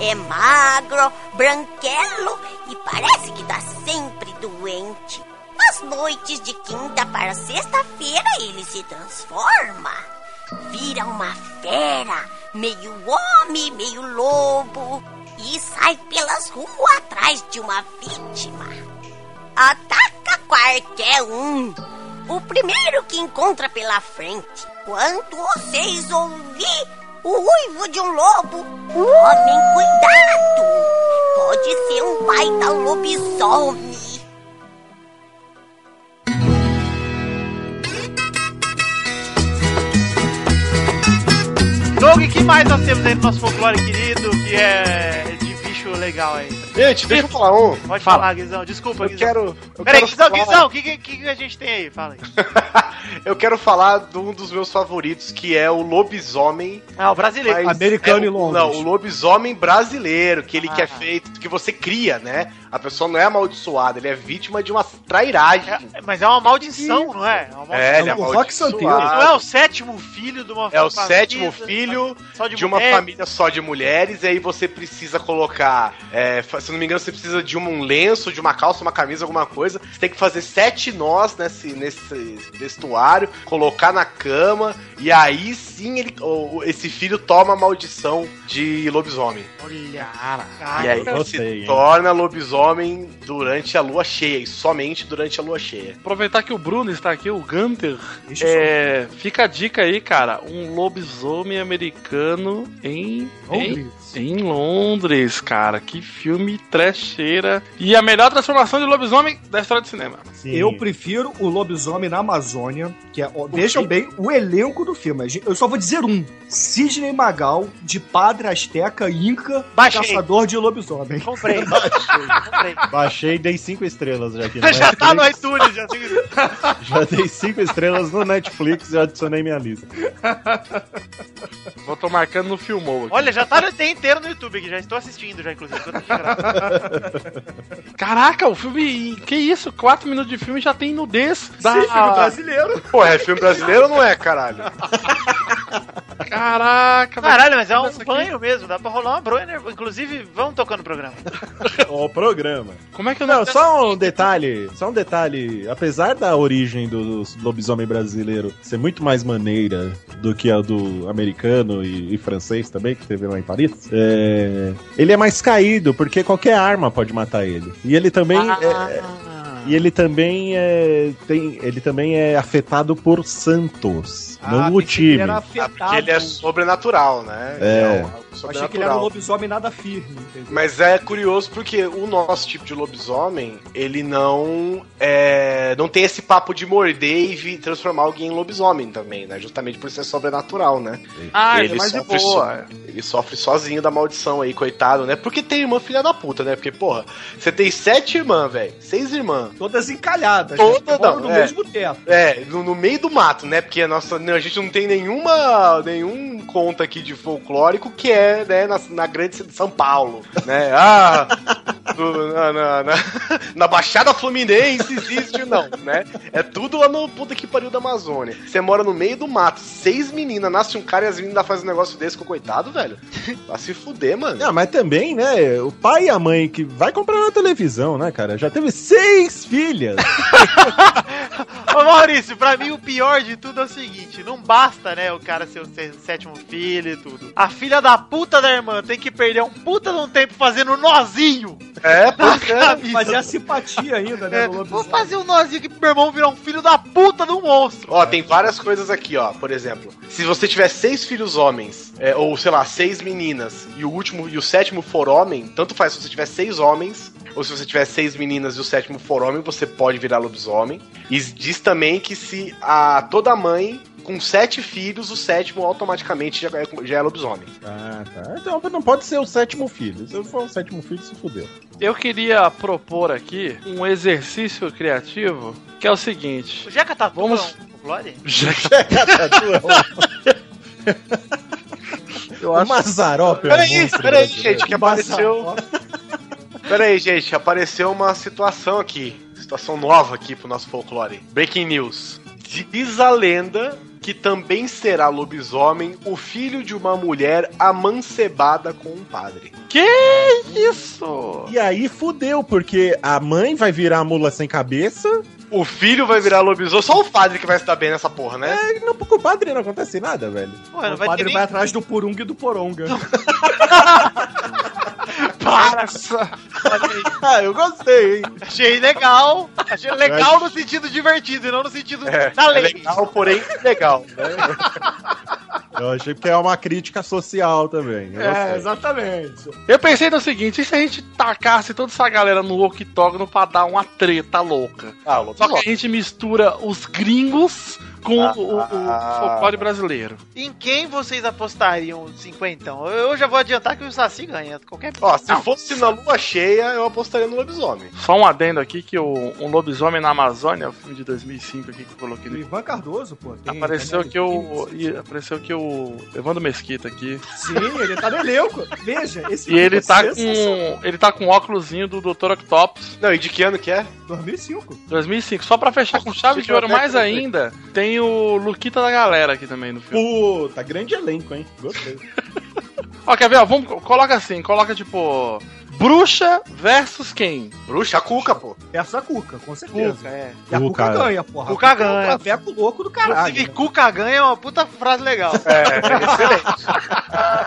Speaker 10: É magro, branquelo e parece que tá sempre doente. Nas noites de quinta para sexta-feira ele se transforma. Vira uma fera, meio homem, meio lobo, e sai pelas ruas atrás de uma vítima. Ataca qualquer um. O primeiro que encontra pela frente. Quando vocês ouvir o uivo de um lobo, tomem cuidado. Pode ser um baita lobisomem.
Speaker 1: Doug, que mais nós temos aí no nosso folclore querido, que é de bicho legal aí?
Speaker 4: Gente, deixa eu falar um.
Speaker 1: Pode falar, Guizão. Desculpa,
Speaker 4: Eu
Speaker 1: Guizão.
Speaker 4: quero- eu
Speaker 1: Peraí,
Speaker 4: quero
Speaker 1: Guizão,
Speaker 4: falar-
Speaker 1: Guizão, o que, que, que a gente tem aí? Fala aí.
Speaker 4: Eu quero falar de um dos meus favoritos, que é o lobisomem.
Speaker 1: Ah, o brasileiro.
Speaker 4: Mas
Speaker 1: Americano
Speaker 4: é
Speaker 1: e
Speaker 4: o-
Speaker 1: Londres.
Speaker 4: Não, o lobisomem brasileiro, que ele
Speaker 1: Ah.
Speaker 4: que é feito, que você cria, né? A pessoa não é amaldiçoada, ele é vítima de uma trairagem.
Speaker 1: Mas é uma maldição, não é? É, uma maldição.
Speaker 4: É, ele é
Speaker 1: Não é
Speaker 4: amaldiçoado.
Speaker 1: o sétimo filho de uma
Speaker 4: É o
Speaker 1: família,
Speaker 4: sétimo filho
Speaker 1: só
Speaker 4: de uma
Speaker 1: mulher?
Speaker 4: família só de mulheres, e aí você precisa colocar, é, fa- se eu não me engano, você precisa de um lenço, de uma calça, uma camisa, alguma coisa. Você tem que fazer sete nós nesse, nesse vestuário, colocar na cama, e aí sim ele, o- o- esse filho toma a maldição de lobisomem.
Speaker 1: Olha,
Speaker 4: e aí ele se torna lobisomem durante a lua cheia, e somente durante a lua cheia.
Speaker 3: Aproveitar que o Bruno está aqui, o Gunter. É, fica a dica aí, cara. Um lobisomem americano em
Speaker 7: Londres.
Speaker 3: Em, em Londres, cara. Que filme trecheira. E a melhor transformação de lobisomem da história do cinema.
Speaker 7: Eu prefiro o Lobisomem na Amazônia, que é. ó, vejam bem o elenco do filme. A gente- Eu só vou dizer um: Sidney Magal, de padre asteca, inca,
Speaker 1: Baixei.
Speaker 7: caçador de lobisomem.
Speaker 1: Comprei.
Speaker 4: *laughs*
Speaker 5: Baixei e dei cinco estrelas já aqui.
Speaker 4: *laughs*
Speaker 5: no
Speaker 1: já tá no
Speaker 5: Netflix.
Speaker 1: iTunes, já tem...
Speaker 5: Já dei cinco estrelas no Netflix e adicionei minha lista.
Speaker 3: Vou tô marcando no Filmou aqui.
Speaker 1: Olha, já tá no tem inteiro no YouTube aqui, já estou assistindo já, inclusive. quando
Speaker 4: *laughs*
Speaker 1: fica gravado.
Speaker 3: Caraca, o filme. Que isso? Quatro minutos de filme já tem nudez. Da...
Speaker 4: filme brasileiro.
Speaker 3: tá
Speaker 4: Pô, é filme brasileiro ou não é, caralho?
Speaker 3: Caraca,
Speaker 1: Caralho,
Speaker 3: Tá
Speaker 1: mas é um banho mesmo, dá pra rolar uma bronha. Inclusive, vamos tocando o programa.
Speaker 5: o programa.
Speaker 3: Como é que eu
Speaker 5: não, só um detalhe, só um detalhe. Apesar da origem do lobisomem brasileiro ser muito mais maneira do que a do americano e, e francês também, que teve lá em Paris, é, ele é mais caído, porque qualquer arma pode matar ele. E ele também.
Speaker 7: Ah.
Speaker 5: é- e ele também é, tem, ele também é afetado por Santos, não o time.
Speaker 7: Ah, Ele era
Speaker 4: Porque
Speaker 7: afetado.
Speaker 4: ele é sobrenatural, né?
Speaker 5: É.
Speaker 4: Ele algo
Speaker 7: Achei que ele era
Speaker 4: sobrenatural.
Speaker 7: um lobisomem nada firme, entendeu?
Speaker 4: Mas é curioso porque o nosso tipo de lobisomem, ele não é, não tem esse papo de morder e vi- transformar alguém em lobisomem também, né? Justamente por ser sobrenatural, né?
Speaker 3: *laughs* Ah, ele é mais de
Speaker 4: sofre
Speaker 3: boa.
Speaker 4: so- ele sofre sozinho da maldição aí, coitado, né? Porque tem irmã filha da puta, né? Porque, porra, você tem sete irmãs, velho. Seis irmãs.
Speaker 7: Todas encalhadas.
Speaker 4: Todas,
Speaker 7: moram
Speaker 4: não.
Speaker 7: no
Speaker 4: é.
Speaker 7: mesmo teto.
Speaker 4: É, no, no meio do mato, né? Porque a, nossa, a gente não tem nenhuma nenhum conto aqui de folclórico que é, né, na, na grande cidade de São Paulo, né? Ah, do- na, na, *laughs* na- na Baixada Fluminense existe, não, né? É tudo lá no puta que pariu da Amazônia. Você mora no meio do mato, seis meninas, nasce um cara e as meninas ainda fazem um negócio desse com o coitado, velho. Vai se fuder, mano.
Speaker 5: Não, mas também, né? O pai e a mãe que vai comprar na televisão, né, cara? Já teve seis filhas.
Speaker 1: Ô Maurício, pra mim o pior de tudo é o seguinte: não basta, né, o cara ser o sé- sétimo filho e tudo. A filha da puta da irmã tem que perder um puta de um tempo fazendo um nozinho.
Speaker 4: É,
Speaker 1: pois
Speaker 3: Tá
Speaker 7: Fazer é a simpatia ainda,
Speaker 3: É,
Speaker 7: né? do
Speaker 1: Vou
Speaker 7: lobisomem.
Speaker 1: fazer um nozinho aqui pro meu irmão virar um filho da puta de um monstro.
Speaker 4: Ó, tem várias coisas aqui, ó. Por exemplo, se você tiver seis filhos homens, é, ou sei lá, seis meninas, e o último e o sétimo for homem, tanto faz se você tiver seis homens, ou se você tiver seis meninas e o sétimo for homem, você pode virar lobisomem. E diz também que se a toda mãe com sete filhos, o sétimo automaticamente já é, já é lobisomem.
Speaker 5: Ah, tá. Então não pode ser o sétimo filho. Se eu for o sétimo filho,
Speaker 4: *laughs*
Speaker 5: se fudeu.
Speaker 3: Eu queria propor aqui um exercício criativo que é o seguinte.
Speaker 1: O Jeca tá
Speaker 3: Vamos.
Speaker 1: Glória?
Speaker 4: É, tá,
Speaker 5: *laughs*
Speaker 3: Eu
Speaker 5: O Mazarope é um
Speaker 4: Peraí,
Speaker 5: monstro
Speaker 4: peraí,
Speaker 5: brasileiro.
Speaker 4: gente, que é
Speaker 5: O Mazarope-
Speaker 4: apareceu. Peraí, gente, apareceu uma situação aqui. Situação nova aqui pro nosso folclore. Breaking news. Diz a lenda que também será lobisomem, o filho de uma mulher amancebada com um padre.
Speaker 3: Que isso?
Speaker 5: E aí fudeu, porque a mãe vai virar a mula sem cabeça.
Speaker 4: O filho vai virar lobisomem, só o padre que vai se dar bem nessa porra, né?
Speaker 5: É, não, com o padre não acontece nada,
Speaker 4: *laughs*
Speaker 5: velho.
Speaker 7: Ué, não vai ter nem-
Speaker 5: do Purunga e do Poronga.
Speaker 4: Para! Ah,
Speaker 5: Eu gostei, hein?
Speaker 1: Achei legal. *laughs* Achei legal no sentido divertido e não no sentido da lei.
Speaker 4: É, legal, porém legal.
Speaker 5: Eu achei que é uma crítica social também. Eu
Speaker 3: É,
Speaker 5: gostei.
Speaker 3: exatamente. Eu pensei no seguinte: e se a gente tacasse toda essa galera no octógono pra dar uma treta louca?
Speaker 4: Ah,
Speaker 3: Só que a gente mistura os gringos com
Speaker 1: Ah,
Speaker 3: o, o, o folclore brasileiro.
Speaker 1: Em quem vocês apostariam o cinquentão? Eu já vou adiantar que o Saci ganha. Qualquer
Speaker 4: Ó, se fosse na lua cheia, eu apostaria no lobisomem.
Speaker 3: Só um adendo aqui que o Um Lobisomem na Amazônia, o filme de 2005 aqui que eu coloquei no
Speaker 7: Ivan Cardoso, pô. tem-
Speaker 3: Apareceu
Speaker 7: tem-
Speaker 3: que o. e Apareceu que o. Evandro Mesquita aqui.
Speaker 7: Sim, ele tá no elenco. Veja, esse
Speaker 3: E ele
Speaker 7: filme
Speaker 3: tá
Speaker 7: é sensacional.
Speaker 3: com. Ele tá com o óculosinho do Dr. Octopus.
Speaker 4: Não, e de que ano que é?
Speaker 7: 2005.
Speaker 3: 2005. Só pra fechar com chave
Speaker 7: Nossa,
Speaker 3: de ouro
Speaker 7: eu até
Speaker 3: mais
Speaker 7: comprei.
Speaker 3: ainda, tem o Luquita da galera aqui também no filme.
Speaker 5: Puta, grande elenco, hein? Gostei.
Speaker 3: Ó, quer ver? Ó, vamos, coloca assim, coloca tipo. Bruxa versus quem?
Speaker 4: Bruxa, a Cuca, pô.
Speaker 7: Essa Cuca, com certeza.
Speaker 1: Cuca, é.
Speaker 7: E a Cuca,
Speaker 3: Cuca.
Speaker 7: ganha, porra.
Speaker 1: Cuca ganha.
Speaker 7: É um veco louco do caralho.
Speaker 1: Inclusive, Cuca ganha é uma puta frase legal.
Speaker 4: É,
Speaker 1: *laughs*
Speaker 4: excelente.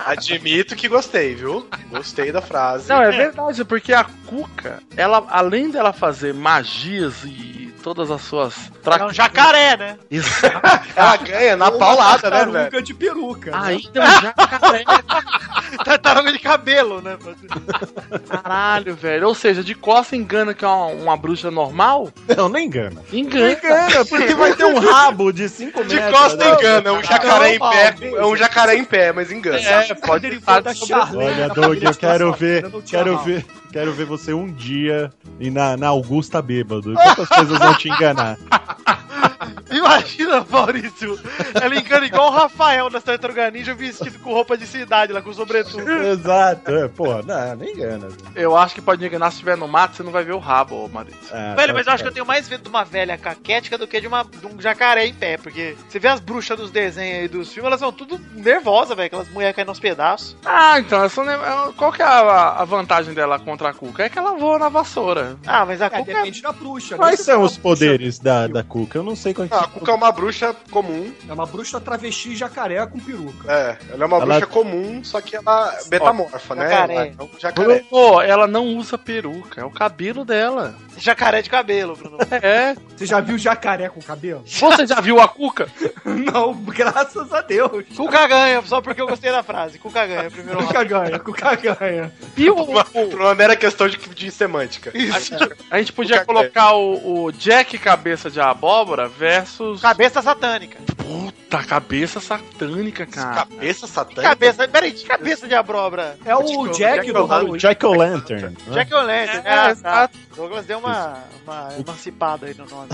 Speaker 4: Admito que gostei, viu? Gostei da frase.
Speaker 3: Não, é verdade, porque a Cuca, ela, além dela fazer magias e todas as suas. Tra...
Speaker 1: É um jacaré, né?
Speaker 3: Isso.
Speaker 4: Ela Ah, ganha na
Speaker 7: Ou
Speaker 4: paulada, né,
Speaker 7: tartaruga
Speaker 4: velho?
Speaker 7: de peruca. né?
Speaker 3: Ainda um jacaré.
Speaker 1: Tartaruga de cabelo, né?
Speaker 3: Caralho, velho. Ou seja, de costa engana que é uma, uma bruxa normal?
Speaker 5: Ah, Não, não engana.
Speaker 3: Engana.
Speaker 5: Engana, porque vai ter um rabo de 5 metros.
Speaker 4: De costa
Speaker 5: né?
Speaker 4: engana, é um jacaré em
Speaker 3: Não,
Speaker 4: pé.
Speaker 3: Paulo,
Speaker 4: É um jacaré em pé, mas engana.
Speaker 3: É, pode
Speaker 7: Derivado
Speaker 4: assim,
Speaker 7: da
Speaker 3: sobre-
Speaker 1: é um
Speaker 7: Charlene.
Speaker 5: Olha,
Speaker 7: da
Speaker 5: Doug,
Speaker 7: família
Speaker 5: eu quero
Speaker 7: Situação.
Speaker 5: ver,
Speaker 7: Eu não tinha
Speaker 5: quero
Speaker 7: mal.
Speaker 5: ver, quero ver você um dia e na, na Augusta bêbado. Quantas coisas vão te enganar?
Speaker 1: Imagina, Maurício. Ela engana igual o Rafael das Tartaruga Ninja vestido com roupa de cidade lá, com sobretudo.
Speaker 5: Exato, é, porra, não, não engana.
Speaker 3: *laughs* Eu acho que pode enganar se estiver no mato, você não vai ver o rabo, ô Maurício.
Speaker 5: Ah,
Speaker 1: Velho,
Speaker 5: tá
Speaker 1: mas eu acho que
Speaker 5: certo.
Speaker 1: eu tenho mais medo de uma velha caquética do que de, uma, de um jacaré em pé, porque você vê as bruxas dos desenhos aí dos filmes, elas são tudo nervosas, velho, aquelas mulheres caindo aos pedaços.
Speaker 3: Ah, então, essa não é- qual que é a, a vantagem dela contra a Cuca? É que ela voa na vassoura.
Speaker 1: Ah, mas a
Speaker 7: É,
Speaker 1: Cuca
Speaker 7: depende da bruxa. né?
Speaker 5: Quais
Speaker 7: Se
Speaker 5: são
Speaker 7: for
Speaker 5: os poderes da, da Cuca? Eu não sei qual que
Speaker 4: Ah, a Cuca é uma bruxa comum.
Speaker 7: É uma bruxa travesti jacaré com peruca.
Speaker 4: É, ela é uma
Speaker 5: Ela-
Speaker 4: bruxa comum, só que ela é metamorfa, né?
Speaker 1: Jacaré.
Speaker 4: Ela é um jacaré.
Speaker 3: Bruno, ela não usa peruca, é o cabelo dela.
Speaker 1: jacaré de cabelo,
Speaker 3: *laughs*
Speaker 1: Bruno.
Speaker 3: É.
Speaker 7: Você já viu jacaré com cabelo?
Speaker 1: *laughs*
Speaker 3: Você já viu a Cuca?
Speaker 7: Não, graças a Deus.
Speaker 1: Cuca ganha, só porque eu gostei da frase. Cuca ganha, primeiro round.
Speaker 7: Cuca ganha, Cuca ganha.
Speaker 3: E *laughs* o,
Speaker 4: Uma- Por uma mera questão de, de semântica.
Speaker 3: a gente podia
Speaker 4: Cuca-
Speaker 3: colocar o, o Jack Cabeça de Abóbora versus.
Speaker 1: Cabeça satânica.
Speaker 3: Puta, cabeça satânica, cara.
Speaker 4: Cabeça satânica?
Speaker 1: Cabeça, peraí, que cabeça de abóbora?
Speaker 7: É o Jack do
Speaker 5: O
Speaker 7: Halloween.
Speaker 5: Jack O'Lantern. né?
Speaker 1: Jack O'Lantern,
Speaker 3: É,
Speaker 1: ah, tá.
Speaker 3: exato.
Speaker 1: Douglas deu uma, uma emancipada aí no nome.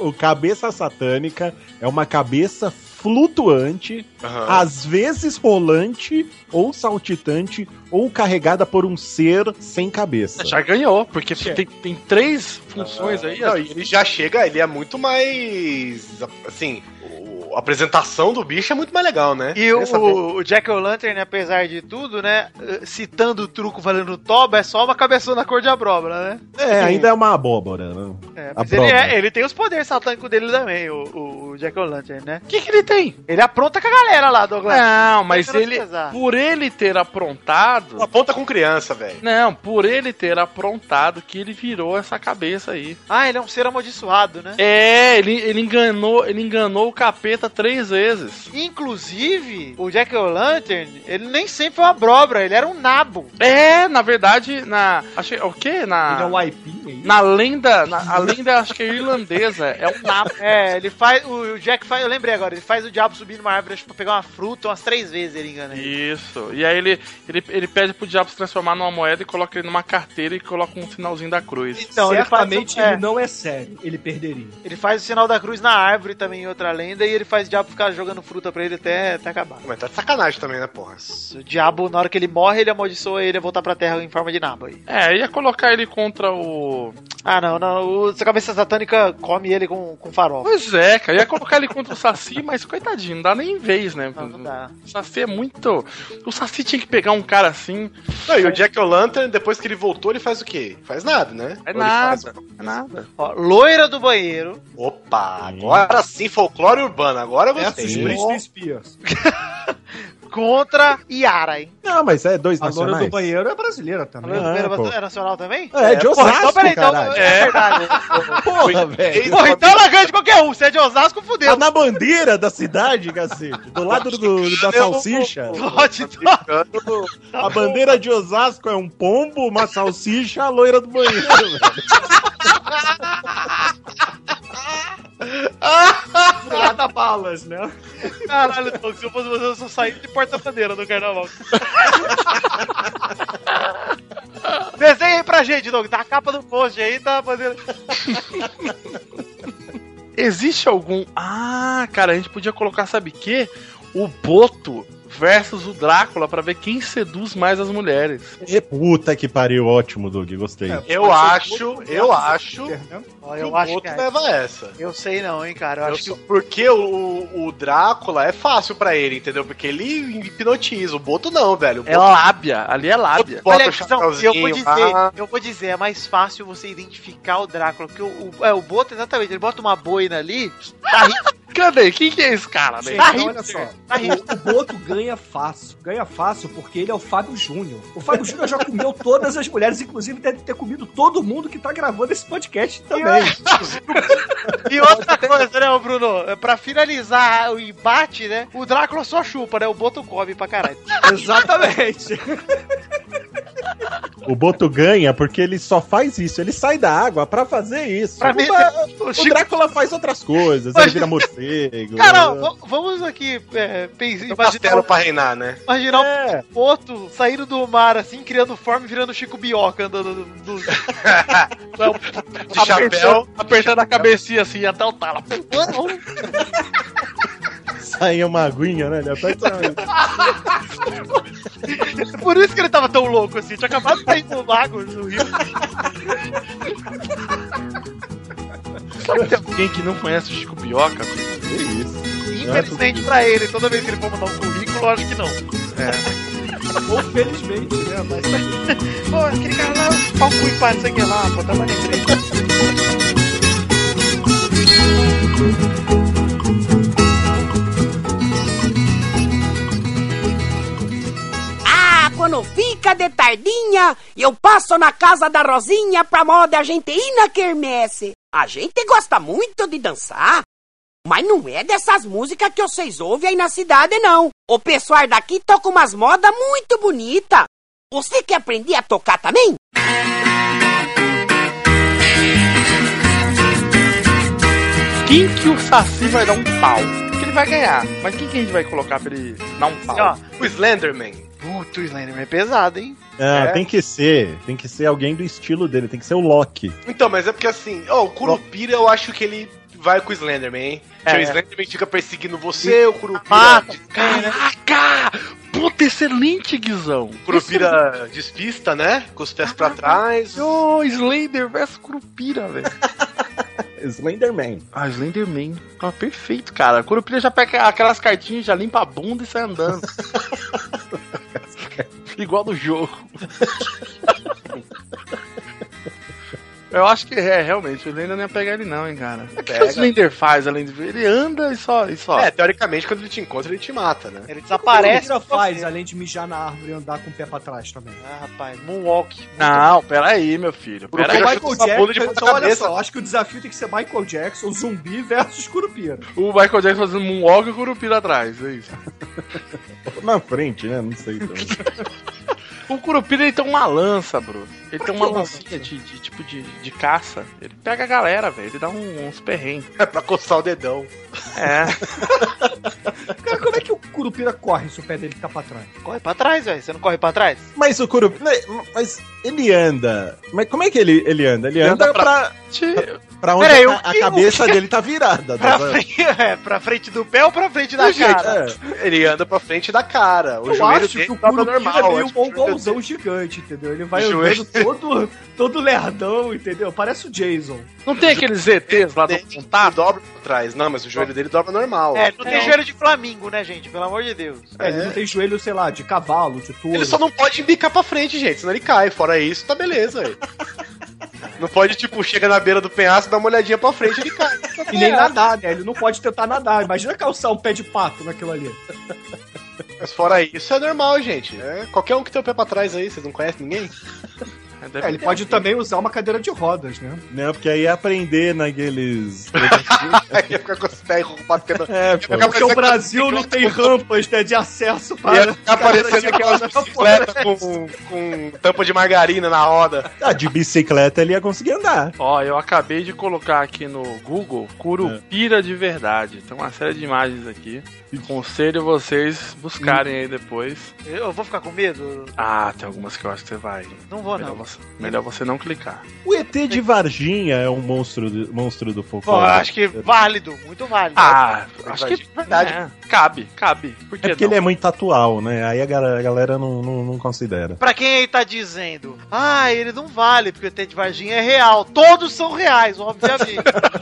Speaker 5: O cabeça satânica é uma cabeça flutuante,
Speaker 1: Ah.
Speaker 4: Aham.
Speaker 5: às vezes rolante ou saltitante ou carregada por um ser sem cabeça.
Speaker 3: Já ganhou, porque tem, tem três funções aí. assim.
Speaker 4: Não,
Speaker 3: as-
Speaker 4: e ele já chega, ele é muito mais. Assim, o- a apresentação do bicho é muito mais legal, né?
Speaker 1: E
Speaker 4: Essa-
Speaker 1: o, o Jack O'Lantern, apesar de tudo, né? eh, Citando o truco valendo toba, é só uma cabeçona cor de abóbora, né?
Speaker 5: É, ainda é uma abóbora. né?
Speaker 1: É, mas ele,
Speaker 5: Abóbora.
Speaker 1: é- ele tem os poderes satânicos dele também, o, o- o Jack O'Lantern, né?
Speaker 3: O que, que ele tem?
Speaker 1: Ele apronta com a galera lá, Douglas.
Speaker 3: Não, mas
Speaker 1: quero
Speaker 3: ele.
Speaker 1: pesar.
Speaker 3: Por ele ter aprontado.
Speaker 4: Aponta com criança, velho.
Speaker 3: Não, por ele ter aprontado que ele virou essa cabeça aí.
Speaker 1: Ah, ele é um ser amaldiçoado, né?
Speaker 3: É, ele, ele enganou, ele enganou o capeta três vezes.
Speaker 1: Inclusive, o Jack O'Lantern, ele nem sempre foi uma abóbora, ele era um nabo.
Speaker 3: É, na verdade, na. Achei. O quê?
Speaker 1: Ah.
Speaker 7: Ele é um
Speaker 3: Na.
Speaker 7: aipim aí.
Speaker 3: Na lenda. na- a lenda acho que é irlandesa. É um nabo.
Speaker 1: É, ele faz. O, o Jack faz. Eu lembrei agora, ele faz o diabo subir numa árvore acho, pra pegar uma fruta umas três vezes, ele engana ele.
Speaker 3: Isso. E aí ele, ele, ele pede pro diabo se transformar numa moeda e coloca ele numa carteira e coloca um sinalzinho da cruz.
Speaker 1: Então, ele faz-
Speaker 7: Certamente
Speaker 1: é.
Speaker 7: ele não é sério, ele perderia.
Speaker 1: Ele faz o sinal da cruz na árvore também em outra lenda e ele faz o diabo ficar jogando fruta pra ele até, até acabar.
Speaker 4: Mas tá de sacanagem também, né, porra?
Speaker 1: O diabo, na hora que ele morre, ele amaldiçoa ele a voltar pra terra em forma de nabo aí.
Speaker 3: É, ia colocar ele contra o.
Speaker 1: Ah, não, não. O, essa cabeça satânica come ele com, com farol.
Speaker 3: Pois é, cara. Eu ia colocar ele contra o Saci, mas coitadinho, não dá nem vez, né? O Saci é muito. O Saci tinha que pegar um cara assim.
Speaker 4: Não, e o Jack O'Lantern, depois que ele voltou, ele faz o quê? Faz nada, né?
Speaker 3: É
Speaker 4: Ou ele faz
Speaker 3: nada, é nada.
Speaker 1: Ó, loira do banheiro.
Speaker 4: Opa, agora sim, É assim. folclore urbano. Agora eu gostei.
Speaker 7: Britney Spears.
Speaker 1: Contra Yara, hein?
Speaker 5: Não, mas é dois
Speaker 7: A loira do
Speaker 5: nacionais.
Speaker 7: banheiro é brasileira também.
Speaker 5: Ah,
Speaker 1: Era-
Speaker 5: pô.
Speaker 1: era nacional também?
Speaker 5: É, de
Speaker 1: porra,
Speaker 5: Osasco,
Speaker 1: então, peraí, então,
Speaker 5: caralho.
Speaker 1: é verdade.
Speaker 5: Porra, velho.
Speaker 1: Porra, então ela ganha de qualquer um. Se é de Osasco,
Speaker 5: Tá
Speaker 1: fudeu.
Speaker 5: na bandeira da cidade, cacete. Do lado do, da salsicha.
Speaker 1: Pode,
Speaker 5: A bandeira de Osasco é um pombo, uma salsicha, a loira do banheiro, velho.
Speaker 7: Nada balas, né?
Speaker 1: Caralho, Doug, se eu fosse você, eu só saí de porta-bandeira do carnaval. *laughs* Desenha aí pra gente, Doug. Tá a capa do post aí, tá fazendo.
Speaker 3: Existe algum. Ah, cara, a gente podia colocar, sabe o quê? O Boto versus o Drácula pra ver quem seduz mais as mulheres.
Speaker 5: E *laughs* puta que pariu, ótimo, Doug, gostei.
Speaker 4: Eu acho, eu acho.
Speaker 1: Ó,
Speaker 4: que
Speaker 1: eu
Speaker 4: o
Speaker 1: acho que
Speaker 4: outro
Speaker 1: é.
Speaker 4: leva essa.
Speaker 1: Eu sei não, hein, cara. Eu,
Speaker 4: Eu
Speaker 1: acho
Speaker 4: sou-
Speaker 1: que.
Speaker 4: Porque o, o Drácula é fácil pra ele, entendeu? Porque ele hipnotiza. O Boto não, velho. O Boto
Speaker 3: É lábia, ali é lábia.
Speaker 4: Bota
Speaker 1: Olha,
Speaker 4: o
Speaker 1: não, eu vou
Speaker 4: chapéuzinho,
Speaker 1: dizer,
Speaker 4: ah.
Speaker 1: eu vou dizer, é mais fácil você identificar o Drácula, porque o, o, é, o Boto, exatamente, ele bota uma boina ali, tá rindo,
Speaker 3: Cadê? Quem que é esse cara? Né?
Speaker 7: Gente,
Speaker 1: Tá rindo,
Speaker 7: Então, olha só.
Speaker 1: tá rindo.
Speaker 7: O Boto ganha fácil. Ganha fácil porque ele é o Fábio Júnior. O Fábio Júnior já comeu todas as mulheres, inclusive deve ter comido todo mundo que tá gravando esse podcast também.
Speaker 1: E outra coisa, né, ô Bruno? É Pra finalizar o embate, né? O Drácula só chupa, né? O Boto come pra caralho.
Speaker 7: Exatamente.
Speaker 5: O Boto ganha porque ele só faz isso, ele sai da água pra é fazer isso.
Speaker 1: Pra mim,
Speaker 5: Uma-
Speaker 1: *laughs* o
Speaker 5: o
Speaker 1: Chico-
Speaker 5: Drácula faz outras coisas, ele
Speaker 1: Mas-
Speaker 5: vira morcego.
Speaker 1: Cara, v- vamos aqui é, pensar,
Speaker 4: Tem um
Speaker 1: imaginar,
Speaker 4: castelo pra reinar, né?
Speaker 1: imaginar
Speaker 5: É.
Speaker 1: o Boto saindo do mar, assim, criando forma e virando Chico Bioca andando do,
Speaker 4: *laughs*
Speaker 1: do-
Speaker 4: De chapéu.
Speaker 3: apertando a cabecinha assim até o tala.
Speaker 5: *laughs* Sai uma aguinha, né? Ele até *laughs* sai-
Speaker 1: Por isso que ele tava tão louco, assim. Tinha acabado de sair do lago, do rio.
Speaker 3: Será que tem alguém que não conhece o Chico Bioca?
Speaker 5: Que isso.
Speaker 1: Infelizmente pra ele, toda vez que ele for mandar um currículo, eu acho que não.
Speaker 3: É.
Speaker 7: Ou felizmente, né? Mas...
Speaker 1: Pô, aquele cara lá, pau cu e pá, não sei o que lá, pô, tá tava nem três.
Speaker 9: Ah, quando fica de tardinha, eu passo na casa da Rosinha pra moda a gente ir na quermesse. A gente gosta muito de dançar, mas não é dessas músicas que vocês ouvem aí na cidade, não. O pessoal daqui toca umas modas muito bonita. Você quer aprender a tocar também?
Speaker 3: Quem que o Saci vai dar um pau? Porque ele vai ganhar. Mas quem que a gente vai colocar pra ele dar um pau?
Speaker 1: Ó,
Speaker 4: O Slenderman.
Speaker 1: puto, o Slenderman é pesado, hein?
Speaker 5: Ah, Tem que ser, tem que ser alguém do estilo dele, tem que ser o Loki.
Speaker 4: Então, mas é porque assim, ó, o Curupira eu acho que ele vai com o Slenderman, hein? Porque
Speaker 1: É.
Speaker 4: O Slenderman fica perseguindo você, o Curupira.
Speaker 3: Caraca! Puta, excelente, Guizão!
Speaker 4: Curupira despista, né? Com os pés pra trás.
Speaker 3: Ô, Slender versus Curupira, velho.
Speaker 5: Slenderman.
Speaker 3: Ah, Slenderman. Ah, perfeito, cara. Curupira já pega aquelas cartinhas, já limpa a bunda e sai andando. *laughs* Igual no jogo. *laughs* Eu acho que é, realmente, o Slender não ia pegar ele não, hein, cara. O que, que o
Speaker 4: Pega.
Speaker 3: Slender faz além de... Ele anda e só... E só.
Speaker 4: É, teoricamente, quando ele te encontra, ele te mata, né?
Speaker 1: Ele desaparece.
Speaker 7: O que faz, além de mijar na árvore e andar com o pé pra trás também.
Speaker 1: Ah, rapaz, Moonwalk.
Speaker 3: Não, peraí, meu filho.
Speaker 7: O
Speaker 3: Peraí.
Speaker 4: essa
Speaker 7: Michael
Speaker 4: bunda de
Speaker 7: Jackson,
Speaker 4: ponta
Speaker 7: então olha
Speaker 4: cabeça.
Speaker 7: só, acho que o desafio tem que ser Michael Jackson, zumbi versus curupira.
Speaker 3: O Michael Jackson fazendo moonwalk e o Curupira atrás, é isso.
Speaker 5: Na frente, né? Não sei. Então.
Speaker 3: O Curupira, ele tem uma lança, Bruno. Ele tem uma lancinha de, de tipo de, de caça. Ele pega a galera, velho. Ele dá um- uns perrengues.
Speaker 4: É pra coçar o dedão.
Speaker 3: É.
Speaker 7: Cara, como é que o curupira corre se o pé dele tá pra trás?
Speaker 1: Corre pra trás, velho. Você não corre pra trás?
Speaker 5: Mas o né, Curupira. Mas ele anda. Mas como é que ele, ele anda? Ele anda,
Speaker 3: anda
Speaker 5: pra.
Speaker 3: Ti-
Speaker 5: Pra onde
Speaker 1: Peraí,
Speaker 5: tá-
Speaker 1: o
Speaker 5: a
Speaker 1: que-
Speaker 5: cabeça
Speaker 1: o que-
Speaker 5: dele tá virada.
Speaker 1: Pra
Speaker 5: tá
Speaker 1: frente, *laughs* é, pra frente do é. pé ou pra frente da cara?
Speaker 5: é.
Speaker 4: Ele anda pra frente da cara. O
Speaker 7: Eu
Speaker 4: joelho
Speaker 7: acho que
Speaker 4: dele
Speaker 7: o
Speaker 4: tá
Speaker 7: Kuruki
Speaker 4: normal.
Speaker 7: é meio um
Speaker 4: acho que o joelho
Speaker 7: mongolzão gigante, entendeu? Ele vai
Speaker 4: O
Speaker 7: andando
Speaker 4: joelho-
Speaker 7: todo, todo lerdão, entendeu? Parece o Jason.
Speaker 3: Não tem aqueles ETs lá do
Speaker 4: contato? Dobra pra trás. Não, mas o joelho dele dobra normal.
Speaker 1: É, não tem joelho de Flamingo, né, gente? Pelo amor de Deus.
Speaker 7: É, ele não tem joelho, sei lá, de cavalo, de touro.
Speaker 4: Ele só não pode bicar pra frente, gente, senão ele cai. Fora isso, tá beleza. aí. não pode, tipo, chega na beira do penhasco, dá uma olhadinha pra frente, ele cai.
Speaker 7: E nem nadar, né? Ele não pode tentar nadar. Imagina calçar um pé de pato naquilo ali.
Speaker 4: Mas fora isso, é normal, gente. É, qualquer um que tem o pé pra trás aí, vocês não conhecem *laughs* ninguém?
Speaker 7: É, ele pode também usar uma cadeira de rodas, né?
Speaker 5: ligado? Não, porque aí ia aprender naqueles.
Speaker 4: Ia ficar com os pés batendo.
Speaker 5: É, pô.
Speaker 7: Porque o Brasil não tem rampas né, de acesso
Speaker 4: *laughs*
Speaker 7: para.
Speaker 4: Ia ficar tá aparecendo aquelas bicicletas com, com tampa de margarina na roda.
Speaker 5: Ah, de bicicleta ele ia conseguir andar.
Speaker 3: Ó, eu acabei de colocar aqui no Google Curupira de verdade. Tem uma série de imagens aqui. Conselho vocês buscarem aí depois.
Speaker 1: Eu vou ficar com medo?
Speaker 3: Ah, tem algumas que eu acho que você vai.
Speaker 1: Não vou, não.
Speaker 3: Melhor você, melhor você não clicar.
Speaker 5: O ET de Varginha é um monstro do, monstro do
Speaker 1: Bom,
Speaker 5: folclore.
Speaker 1: eu acho que válido, muito válido.
Speaker 3: Ah,
Speaker 1: Né?
Speaker 3: acho que é. verdade. Cabe, cabe. Por
Speaker 5: É
Speaker 3: que
Speaker 5: porque
Speaker 3: não?
Speaker 5: ele é muito atual, né? Aí a galera, a galera não, não, não considera.
Speaker 1: Pra quem aí tá dizendo, ah, ele não vale, porque o ET de Varginha é real. Todos são reais, obviamente.
Speaker 3: *laughs*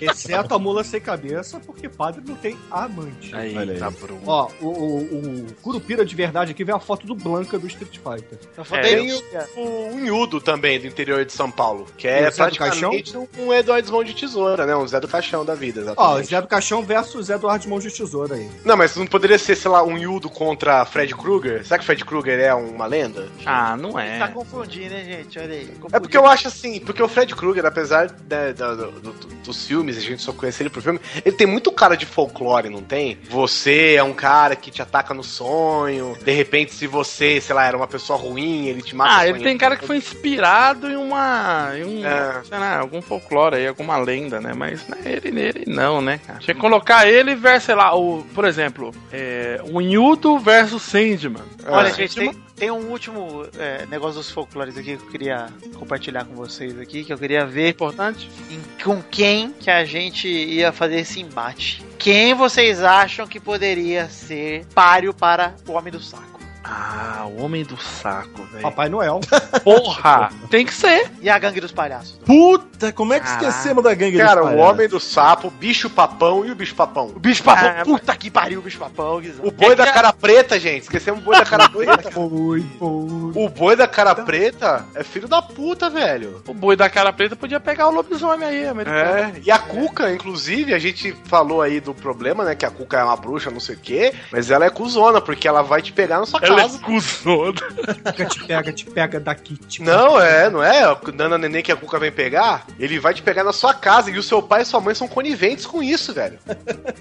Speaker 7: Exceto a mula sem cabeça, porque padre não tem amante.
Speaker 3: Aí,
Speaker 5: Olha aí.
Speaker 3: tá Bruno.
Speaker 7: Ó, o, o, o Curupira de verdade aqui vem a foto do Blanca do Street Fighter.
Speaker 1: Eu
Speaker 4: É,
Speaker 1: falei,
Speaker 4: tem o, o Unhudo Um também do interior de São Paulo, que é
Speaker 7: E o Zé do
Speaker 4: praticamente um, um Eduardo Mão de Tesoura, né? Um Zé do Caixão da vida,
Speaker 7: Ó,
Speaker 4: exatamente.
Speaker 7: Zé do Caixão versus Zé Eduardo de Mão de Tesoura aí.
Speaker 4: Não, mas não poderia ser, sei lá, um Yudo contra Fred Krueger? Será que Fred Krueger é uma lenda?
Speaker 3: Ah, não
Speaker 1: Tá
Speaker 3: é.
Speaker 1: confundindo, né, gente? Olha aí.
Speaker 4: É porque eu acho assim, porque o Fred Krueger, apesar né, da- do- do- dos filmes, a gente só conhece ele por filme, ele tem muito cara de folclore, não tem? Você é um cara que te ataca no sonho, de repente, se você, sei lá, era uma pessoa ruim, ele te mata
Speaker 3: Ah, ele
Speaker 4: sonhando.
Speaker 3: tem cara que foi inspirado em uma. Em um,
Speaker 4: né? É.
Speaker 3: sei lá, algum folclore aí, alguma lenda, né? Mas não é ele nele, não, né, cara? Tinha que colocar ele versus, sei lá, o, por exemplo, é, o Nildo versus Sandman.
Speaker 4: É.
Speaker 1: Olha,
Speaker 3: Ah.
Speaker 1: gente, tem, tem um último é, negócio dos folclores aqui que eu queria compartilhar com vocês aqui, que eu queria ver
Speaker 3: é Importante.
Speaker 1: em- com quem que a gente ia fazer esse embate. Quem vocês acham que poderia ser páreo para o Homem do Saco?
Speaker 3: Ah, o Homem do Saco, velho.
Speaker 7: Papai Noel.
Speaker 3: Porra! tem que ser.
Speaker 1: E a Gangue dos Palhaços?
Speaker 5: Puta, como é que
Speaker 3: Caraca.
Speaker 5: esquecemos da gangue
Speaker 4: Cara,
Speaker 5: dos
Speaker 4: o
Speaker 5: palhaços?
Speaker 4: homem do sapo, bicho papão e o bicho papão.
Speaker 1: O bicho papão,
Speaker 3: Ah,
Speaker 1: puta que pariu, o bicho papão, Guizão.
Speaker 4: O
Speaker 3: é
Speaker 4: boi da cara preta, gente. Esquecemos o boi da
Speaker 3: *laughs*
Speaker 4: cara preta.
Speaker 7: Oi, pô.
Speaker 4: O boi da cara preta é filho da puta, velho.
Speaker 3: O boi da cara preta podia pegar o lobisomem aí, americano.
Speaker 4: É, e a Cuca, inclusive, a gente falou aí do problema, né? Que a Cuca é uma bruxa, não sei o quê, mas ela é cuzona, porque ela é vai te pegar na sua
Speaker 3: é
Speaker 4: casa.
Speaker 3: cuzona.
Speaker 7: Pega, te pega, te pega daqui. Te
Speaker 4: Não, é, não é? O Nana Neném que a Cuca vem pegar, ele vai te pegar na sua casa e o seu pai e sua mãe são coniventes com isso, velho.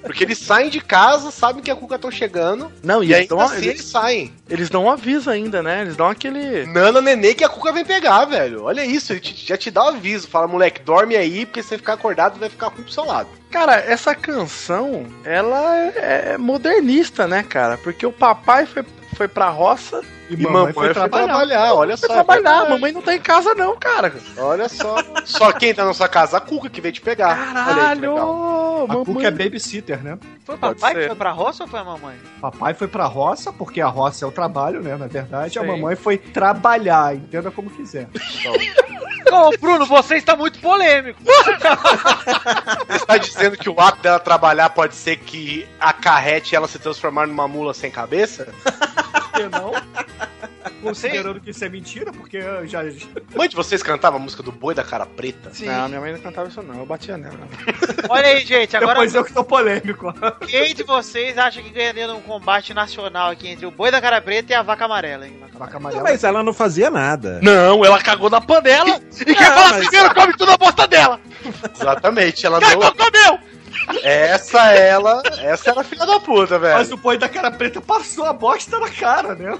Speaker 4: Porque eles saem de casa, sabem que a Cuca estão chegando,
Speaker 3: Não,
Speaker 4: e,
Speaker 3: e eles,
Speaker 4: ainda
Speaker 3: dão,
Speaker 4: assim
Speaker 3: eles,
Speaker 4: eles saem.
Speaker 3: eles dão um aviso ainda, né? Eles dão aquele.
Speaker 4: Nana Nenê que a Cuca vem pegar, velho. Olha isso, ele te- já te dá o aviso. Fala, moleque, dorme aí, porque se você ficar acordado, vai ficar ruim pro seu lado.
Speaker 3: Cara, essa canção, ela é, é modernista, né, cara? Porque o papai foi, foi pra roça,
Speaker 7: E,
Speaker 4: mamãe foi trabalhar, olha
Speaker 3: foi
Speaker 4: só,
Speaker 3: trabalhar.
Speaker 4: é verdade.
Speaker 3: mamãe não tá em casa, não, cara.
Speaker 4: Olha só. só quem tá na sua casa? A Cuca que veio te pegar. Olha aí que
Speaker 3: Caralho!
Speaker 4: legal.
Speaker 7: A
Speaker 3: mamãe.
Speaker 7: Cuca é babysitter, né?
Speaker 1: Foi o
Speaker 3: Pode
Speaker 1: papai que
Speaker 3: ser.
Speaker 1: foi pra roça ou foi a mamãe?
Speaker 7: Papai foi pra roça, porque a roça é o trabalho, né? Na verdade, a
Speaker 3: Sim.
Speaker 7: mamãe foi trabalhar, entenda como quiser.
Speaker 1: Ô, Bruno, você está muito polêmico.
Speaker 4: Você tá dizendo que o ato dela trabalhar pode ser que acarrete ela se transformar numa mula sem cabeça?
Speaker 7: Eu não. Considerando que isso é mentira, porque eu já.
Speaker 4: Mãe de vocês cantava a música do boi da cara preta?
Speaker 3: Não, minha mãe não cantava isso, não. Eu batia nela.
Speaker 1: Olha aí,
Speaker 3: *laughs*
Speaker 1: gente, agora
Speaker 7: Depois eu que tô polêmico.
Speaker 1: quem de vocês acha que ganharia num um combate nacional aqui entre o boi da cara preta e a vaca amarela, hein?
Speaker 7: Vaca
Speaker 5: Não,
Speaker 7: amarela.
Speaker 5: mas ela não fazia nada.
Speaker 3: Não, ela cagou na panela e quem
Speaker 5: Ah,
Speaker 3: fala
Speaker 5: mas-
Speaker 3: primeiro come tudo na bosta dela.
Speaker 4: Exatamente, ela
Speaker 3: Cagou,
Speaker 4: não.
Speaker 3: comeu!
Speaker 4: Essa ela. Essa era a filha da puta,
Speaker 7: Mas
Speaker 4: velho.
Speaker 7: o boi da cara preta passou a bosta na cara, né?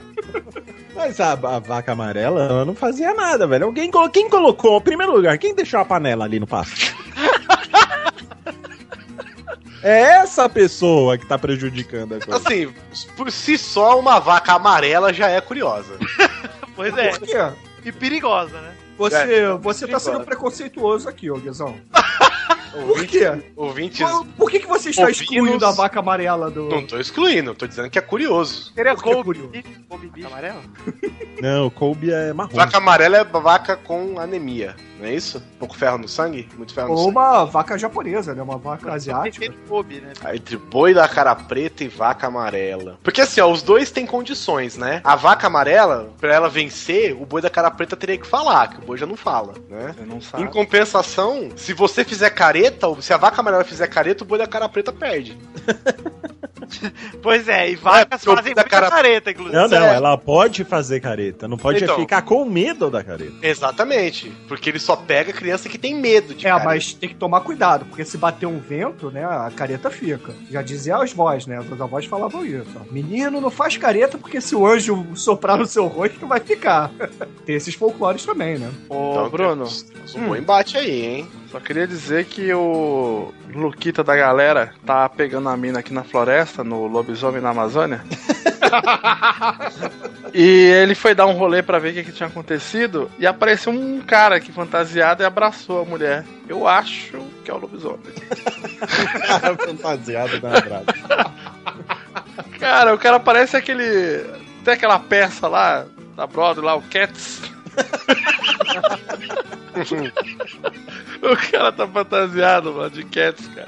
Speaker 5: Mas a, a vaca amarela ela não fazia nada, velho. Alguém colo- quem colocou, em primeiro lugar, quem deixou a panela ali no *laughs* pasto? é essa pessoa que tá prejudicando a coisa.
Speaker 4: Assim, por si só, uma vaca amarela já é curiosa.
Speaker 1: Pois é,
Speaker 7: Por quê?
Speaker 1: e perigosa, né?
Speaker 7: Você, você tá
Speaker 4: embora.
Speaker 7: sendo preconceituoso aqui, ô Guizão. Por quê?
Speaker 4: Ouvintes.
Speaker 7: Por que, que você está
Speaker 4: Ovinos-
Speaker 7: excluindo a vaca amarela do.
Speaker 4: Não tô excluindo, tô dizendo que é curioso.
Speaker 7: Seria Gold.
Speaker 1: Amarelo?
Speaker 5: Não, Kobe é marrom.
Speaker 4: Vaca amarela é vaca com anemia, não é isso? Pouco ferro no sangue? Muito ferro no
Speaker 7: Ou
Speaker 4: sangue.
Speaker 7: uma vaca japonesa, né? Uma vaca asiática.
Speaker 1: né?
Speaker 4: Ah, Entre boi da cara preta e vaca amarela. Porque assim, ó, os dois têm condições, né? A vaca amarela, pra ela vencer, o boi da cara preta teria que falar, que o boi já não fala, né?
Speaker 3: Não
Speaker 4: Em compensação, se você fizer careta, ou se a vaca amarela fizer careta, o boi da cara preta perde.
Speaker 1: Pois é, e vacas
Speaker 4: porque o
Speaker 1: fazem
Speaker 4: da
Speaker 1: muita
Speaker 4: cara-
Speaker 1: careta, inclusive.
Speaker 5: Não, não, ela pode fazer careta, não pode é
Speaker 4: Então.
Speaker 5: ficar com medo da *laughs* careta.
Speaker 4: Exatamente. Porque ele só pega criança que tem medo de
Speaker 7: É,
Speaker 4: careta.
Speaker 7: mas tem que tomar cuidado, porque se bater um vento, né, a careta fica. Já dizia as vós, né? As avós falavam isso. ó. Menino, não faz careta, porque se o anjo soprar no seu rosto, vai ficar. *laughs* tem esses folclores também, né?
Speaker 3: Ô, Bruno.
Speaker 4: um bom embate aí, hein?
Speaker 3: Só queria dizer que o Luquita da galera tá pegando a mina aqui na floresta, no lobisomem na *laughs* Amazônia. e ele foi dar um rolê pra ver o que, que tinha acontecido e apareceu um cara aqui fantasiado e abraçou a mulher. Eu acho que é o lobisomem.
Speaker 5: Fantasiada da brava.
Speaker 3: Cara, o cara parece aquele. Tem aquela peça lá da Broadway, lá, o *laughs* Cats. o cara tá fantasiado, mano, de Cats, cara.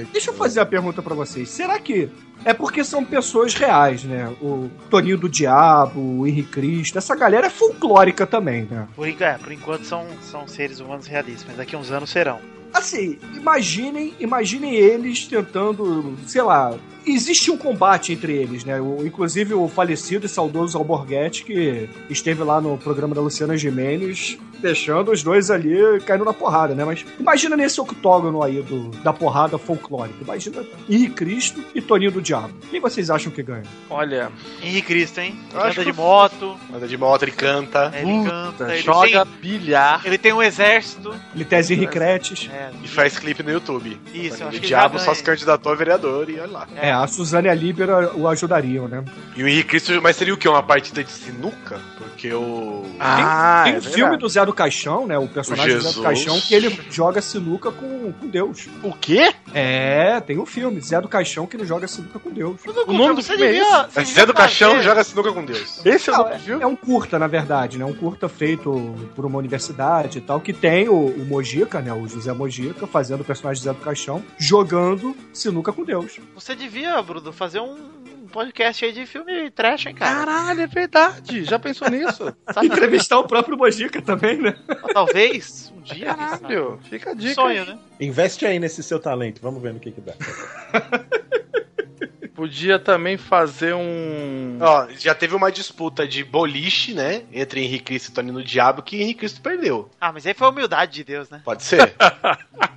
Speaker 5: É,
Speaker 7: Deixa eu fazer a pergunta pra vocês. Será que é porque são pessoas reais, né? O Toninho do Diabo, o Henrique Cristo, essa galera é folclórica também, né?
Speaker 1: Por, en- é, por enquanto são, são seres humanos realistas, mas daqui a uns anos serão.
Speaker 7: Assim, imaginem, imaginem eles tentando, sei lá, existe um combate entre eles, né? O, inclusive o falecido e saudoso Alborguete que esteve lá no programa da Luciana Gimenez, deixando os dois ali caindo na porrada, né? Mas imagina nesse octógono aí do, da porrada folclórica. Imagina Henrique Cristo e Toninho do Diabo. Quem vocês acham que ganha?
Speaker 3: Olha.
Speaker 1: Henrique Cristo, hein? Ele
Speaker 3: acho
Speaker 1: anda
Speaker 3: que
Speaker 1: de moto, né?
Speaker 4: Anda de moto, ele canta.
Speaker 1: ele canta, ele
Speaker 3: joga
Speaker 1: tem,
Speaker 3: bilhar.
Speaker 1: ele tem um exército.
Speaker 7: Ele tem as Henriquetes.
Speaker 1: É,
Speaker 4: E faz clipe no YouTube.
Speaker 1: Isso, eu
Speaker 4: o
Speaker 1: acho que
Speaker 4: diabo
Speaker 1: já
Speaker 4: só
Speaker 1: ganha.
Speaker 4: se candidatou a vereador e olha lá.
Speaker 7: É, a Suzane e a Líbera o ajudariam, né?
Speaker 4: E o Henrique Cristo, mas seria o quê? Uma partida de sinuca? Porque o.
Speaker 7: tem tem o filme do Zé do Caixão, né? O personagem
Speaker 4: O
Speaker 7: do Zé do
Speaker 4: Jesus.
Speaker 7: Caixão, que ele joga sinuca com, com Deus.
Speaker 3: O quê?
Speaker 7: É, tem o filme, Zé do Caixão, que ele joga sinuca com Deus.
Speaker 1: O nome do Você filme é devia- esse? você
Speaker 4: Zé do Caixão joga sinuca com Deus.
Speaker 3: Esse é o
Speaker 7: Não, é, é um curta, na verdade, né? Um curta feito por uma universidade e tal, que tem o, o Mojica, né? O José Mojica, fazendo o personagem Zé do Caixão, jogando sinuca com Deus.
Speaker 1: Você devia, Bruno, fazer um um podcast aí de filme trash, hein, cara?
Speaker 3: Caralho, é verdade. Já pensou nisso?
Speaker 1: Sabe?
Speaker 7: Entrevistar o próprio Mojica também, né?
Speaker 1: Talvez um dia. quem sabe?
Speaker 3: *laughs* Caralho, fica a dica.
Speaker 1: Sonho,
Speaker 3: aí.
Speaker 1: né?
Speaker 5: Investe aí nesse seu talento, vamos ver no que que dá.
Speaker 3: Podia também fazer um.
Speaker 4: Ó, já teve uma disputa de boliche, né? Entre Henrique Cristo e Toninho do Diabo, que Henrique Cristo perdeu.
Speaker 1: Ah, mas aí foi a humildade de Deus, né?
Speaker 4: Pode ser?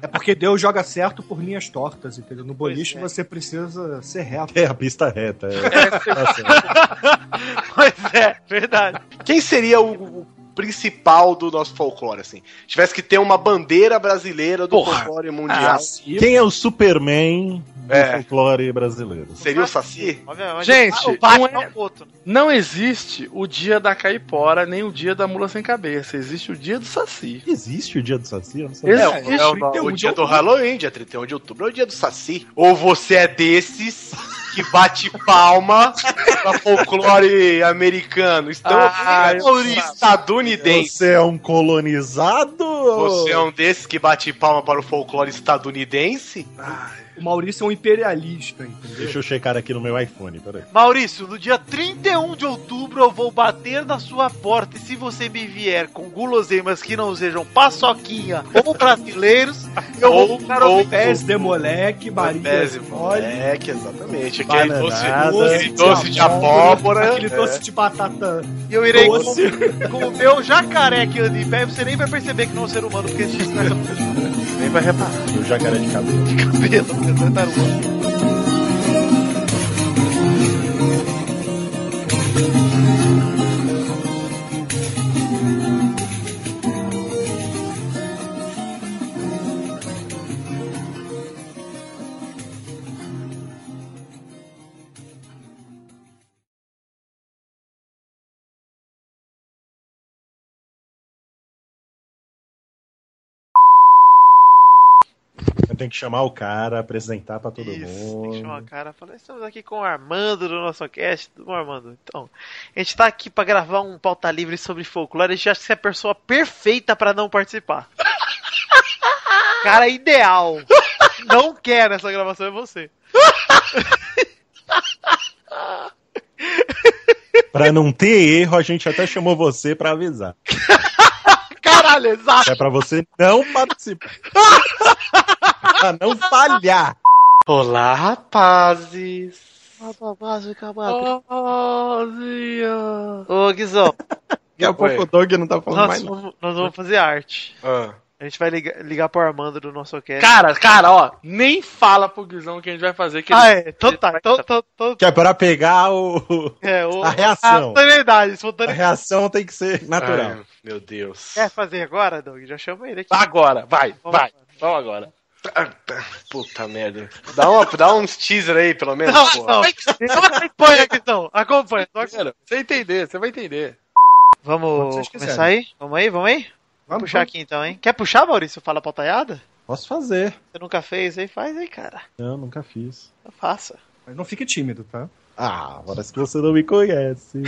Speaker 7: É porque Deus joga certo por linhas tortas, entendeu? No boliche
Speaker 1: é.
Speaker 7: você precisa ser reto.
Speaker 5: *laughs* É a pista reta. É. Tá certo.
Speaker 1: pois é, verdade.
Speaker 4: Quem seria o, o principal do nosso folclore, assim? Tivesse que ter uma bandeira brasileira do
Speaker 5: Porra.
Speaker 4: folclore mundial.
Speaker 7: Ah,
Speaker 5: Quem é o Superman do
Speaker 4: É.
Speaker 5: folclore brasileiro?
Speaker 4: Seria o Saci?
Speaker 1: Obviamente,
Speaker 3: Gente,
Speaker 1: o Batman
Speaker 3: não é-
Speaker 1: é um outro.
Speaker 3: Não existe o dia da caipora nem o dia da mula sem cabeça. Existe o dia do saci.
Speaker 5: Existe o dia do Saci? Eu não sabia.
Speaker 4: É, o-
Speaker 3: Existe.
Speaker 4: é o, o dia do Halloween, dia 31 de outubro, é o dia do Saci. Ou você é desses que bate palma pra folclore americano. Estão
Speaker 3: Ah, eu
Speaker 4: folclore estadunidense.
Speaker 5: Você é um colonizado?
Speaker 4: Você é um desses que bate palma para o folclore estadunidense?
Speaker 7: O Maurício é um imperialista,
Speaker 4: um-
Speaker 7: entendeu?
Speaker 5: Deixa eu checar aqui no meu iPhone, peraí.
Speaker 1: Maurício, no dia 31 de outubro eu vou bater na sua porta e se você me vier com guloseimas que não sejam paçoquinha ou brasileiros, eu vou ficar
Speaker 4: ou-
Speaker 7: Pés de moleque, Maria.
Speaker 4: Pés de
Speaker 7: Olha,
Speaker 4: Moleque, É, exatamente. Aquele doce,
Speaker 5: Bananada,
Speaker 4: aquele doce de abóbora.
Speaker 7: aquele doce de batata.
Speaker 1: e eu irei
Speaker 7: Doce.
Speaker 1: com, com o meu jacaré que anda em pé, você nem vai perceber que não é um ser humano, porque existe nessa
Speaker 3: Nem vai reparar.
Speaker 5: O jacaré de cabelo.
Speaker 1: cabelo, porque é tartaruga.
Speaker 5: Tem que chamar o cara, apresentar pra todo
Speaker 1: Isso, tem que chamar o
Speaker 5: mundo.
Speaker 1: cara e falar, estamos aqui com o Armando do nosso cast. Tudo bom, Armando? Então, a gente tá aqui pra gravar um pauta livre sobre folclore. A gente acha que você é a pessoa perfeita pra não participar. *laughs* cara ideal. Não quer essa gravação, é você.
Speaker 5: Pra não ter erro, a gente até chamou você pra avisar.
Speaker 1: Caralho, exato.
Speaker 5: É pra você não participar. *laughs* pra não falhar.
Speaker 1: Olá, rapazes. Ô, Guizão.
Speaker 5: Daqui a pouco o Doug não tá falando
Speaker 1: nós
Speaker 5: mais nada.
Speaker 1: vamos, nós vamos fazer arte.
Speaker 4: Ah,
Speaker 1: A gente vai ligar, ligar pro Armando do nosso cast.
Speaker 3: Cara, cara, ó, nem fala pro Guizão que a gente vai fazer. Que
Speaker 1: Ah,
Speaker 3: ele-
Speaker 1: é. Então tá. Então, então, então,
Speaker 5: Que é pra pegar o.
Speaker 1: é, o-
Speaker 5: A reação.
Speaker 1: espontaneidade,
Speaker 5: A
Speaker 1: espontaneidade.
Speaker 5: reação tem que ser natural.
Speaker 4: Ai, meu Deus.
Speaker 1: Quer fazer agora, Doug? Já chama ele aqui.
Speaker 3: É, Agora, vai, vai. Vamos agora.
Speaker 4: Puta merda. Dá, uma, dá uns teaser aí, pelo menos,
Speaker 1: Não,
Speaker 4: pô.
Speaker 1: não. Então acompanha aqui, então. Acompanha. Só que-
Speaker 3: Você entender, você vai entender.
Speaker 1: Vamos
Speaker 3: vocês
Speaker 1: começar aí? Vamos aí, vamos aí? Vamos puxar
Speaker 5: vamos.
Speaker 1: aqui então, hein? Quer puxar, Maurício? Fala pautaiada?
Speaker 5: Posso fazer.
Speaker 1: Você nunca fez aí? Faz aí, cara.
Speaker 5: Não, nunca fiz.
Speaker 1: Faça.
Speaker 7: Mas não fique tímido, tá?
Speaker 5: Ah, parece que você não me conhece.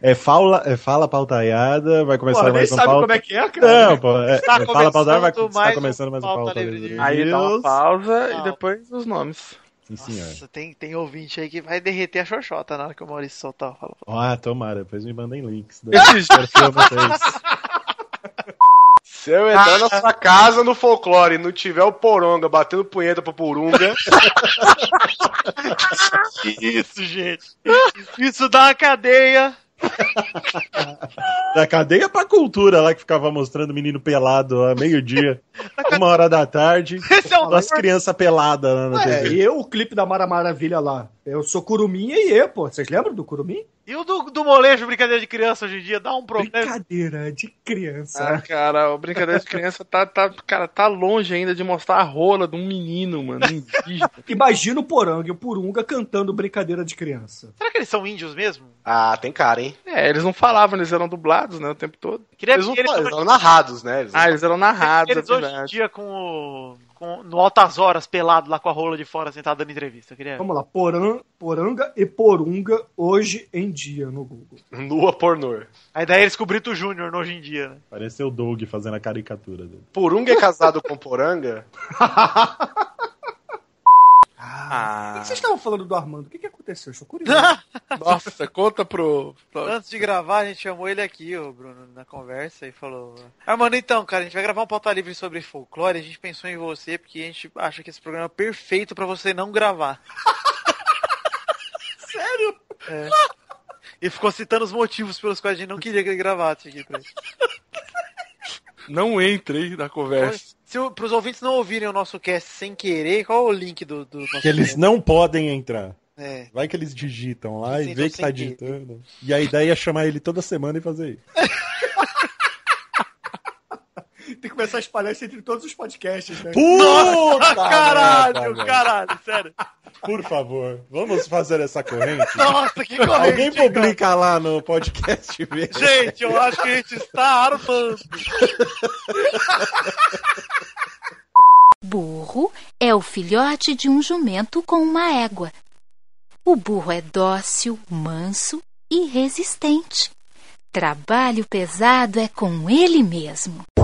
Speaker 5: é fala, é fala pautaiada, vai começar
Speaker 7: Porra, nem
Speaker 5: mais um
Speaker 7: sabe
Speaker 5: pauta.
Speaker 7: como é que é, cara.
Speaker 5: Não, pô, é,
Speaker 1: Está
Speaker 5: é fala pautaiada, vai
Speaker 1: começando
Speaker 5: estar
Speaker 1: mais
Speaker 5: começando
Speaker 1: um
Speaker 5: mais um
Speaker 1: Pauta
Speaker 5: pauta.
Speaker 1: Livre
Speaker 5: livre
Speaker 1: de-
Speaker 5: de
Speaker 3: Aí dá uma
Speaker 5: Deus.
Speaker 3: pausa
Speaker 1: Não.
Speaker 3: e depois os nomes.
Speaker 5: Sim, senhor.
Speaker 1: Nossa, tem, tem ouvinte aí que vai derreter a xoxota na hora que o Maurício soltar. o Fala,
Speaker 5: Ah, tomara, depois me mandem links. Daí
Speaker 3: Esses-
Speaker 5: eu perfil pra vocês.
Speaker 4: Se eu entrar na sua casa no folclore e não tiver o poronga batendo punheta pro porunga,
Speaker 1: Isso, gente. Isso dá uma cadeia. *laughs*
Speaker 5: Da cadeia pra cultura lá que ficava mostrando o menino pelado lá, meio-dia, uma hora da tarde.
Speaker 1: Esse é o
Speaker 5: As crianças peladas lá na
Speaker 7: É,
Speaker 5: TV.
Speaker 7: e eu, o clipe da Mara Maravilha lá. Eu sou Curuminha e eu, pô. Vocês lembram do Curumim?
Speaker 1: E o do, do molejo, brincadeira de criança hoje em dia, dá um problema.
Speaker 7: Brincadeira de criança.
Speaker 3: Ah, cara, o Brincadeira de Criança tá, tá, cara, tá longe ainda de mostrar a rola de um menino, mano. indígena.
Speaker 7: Ah. Imagina o Poranga e o Purunga cantando brincadeira de criança.
Speaker 1: Será que eles são índios mesmo?
Speaker 4: Ah, tem cara, hein?
Speaker 3: *laughs* É, eles não falavam, eles eram dublados, né, o tempo todo.
Speaker 1: Queria
Speaker 4: Eles não
Speaker 1: eles,
Speaker 4: falam, eles são narrados, né? Eles-
Speaker 3: Ah, eles eram narrados,
Speaker 1: eles
Speaker 3: é
Speaker 1: hoje em
Speaker 3: verdade.
Speaker 1: dia com o. com- no altas horas, pelado lá com a rola de fora, sentado dando entrevista. Eu Queria...
Speaker 7: Vamos lá, Poran, Poranga e Porunga hoje em dia no Google.
Speaker 4: Nua pornor.
Speaker 1: Aí daí é eles com o Brito Júnior no hoje em dia, né?
Speaker 5: Pareceu o Doug fazendo a caricatura dele.
Speaker 4: Porunga é casado com poranga?
Speaker 7: Por
Speaker 3: *laughs* Ah,
Speaker 7: que vocês estavam falando do Armando? O que, que aconteceu? Eu
Speaker 1: *laughs*
Speaker 7: Estou curioso.
Speaker 3: nossa, conta pro. pro-
Speaker 1: *laughs* Antes de gravar, a gente chamou ele aqui, o Bruno, na conversa e falou: Ah, mano, então, cara, a gente vai gravar um pauta livre sobre folclore. A gente pensou em você porque a gente acha que esse programa é perfeito pra você não gravar.
Speaker 7: Sério?
Speaker 1: É. E ficou citando os motivos pelos quais a gente não queria que ele gravasse aqui pra gente.
Speaker 3: Não entre na conversa.
Speaker 1: Se o- pros ouvintes não ouvirem o nosso cast sem querer, qual é o link do, do nosso
Speaker 5: Que eles
Speaker 1: cast?
Speaker 5: não podem entrar.
Speaker 1: É.
Speaker 5: Vai que eles digitam lá
Speaker 1: Sim,
Speaker 5: e vê
Speaker 1: então
Speaker 5: que tá
Speaker 1: sem que-
Speaker 5: digitando. E a ideia é chamar ele toda semana e fazer isso.
Speaker 7: Tem que começar a espalhar isso entre todos os podcasts, né?
Speaker 5: Puta!
Speaker 1: Ah,
Speaker 5: merda,
Speaker 1: Caralho,
Speaker 5: velho.
Speaker 1: caralho, sério.
Speaker 5: Por favor, vamos fazer essa corrente?
Speaker 1: Nossa, que corrente.
Speaker 5: Alguém publica lá no podcast *laughs* mesmo.
Speaker 1: Gente, eu acho que a gente está armando.
Speaker 14: Burro é o filhote de um jumento com uma égua. O burro é dócil, manso e resistente. Trabalho pesado é com ele mesmo.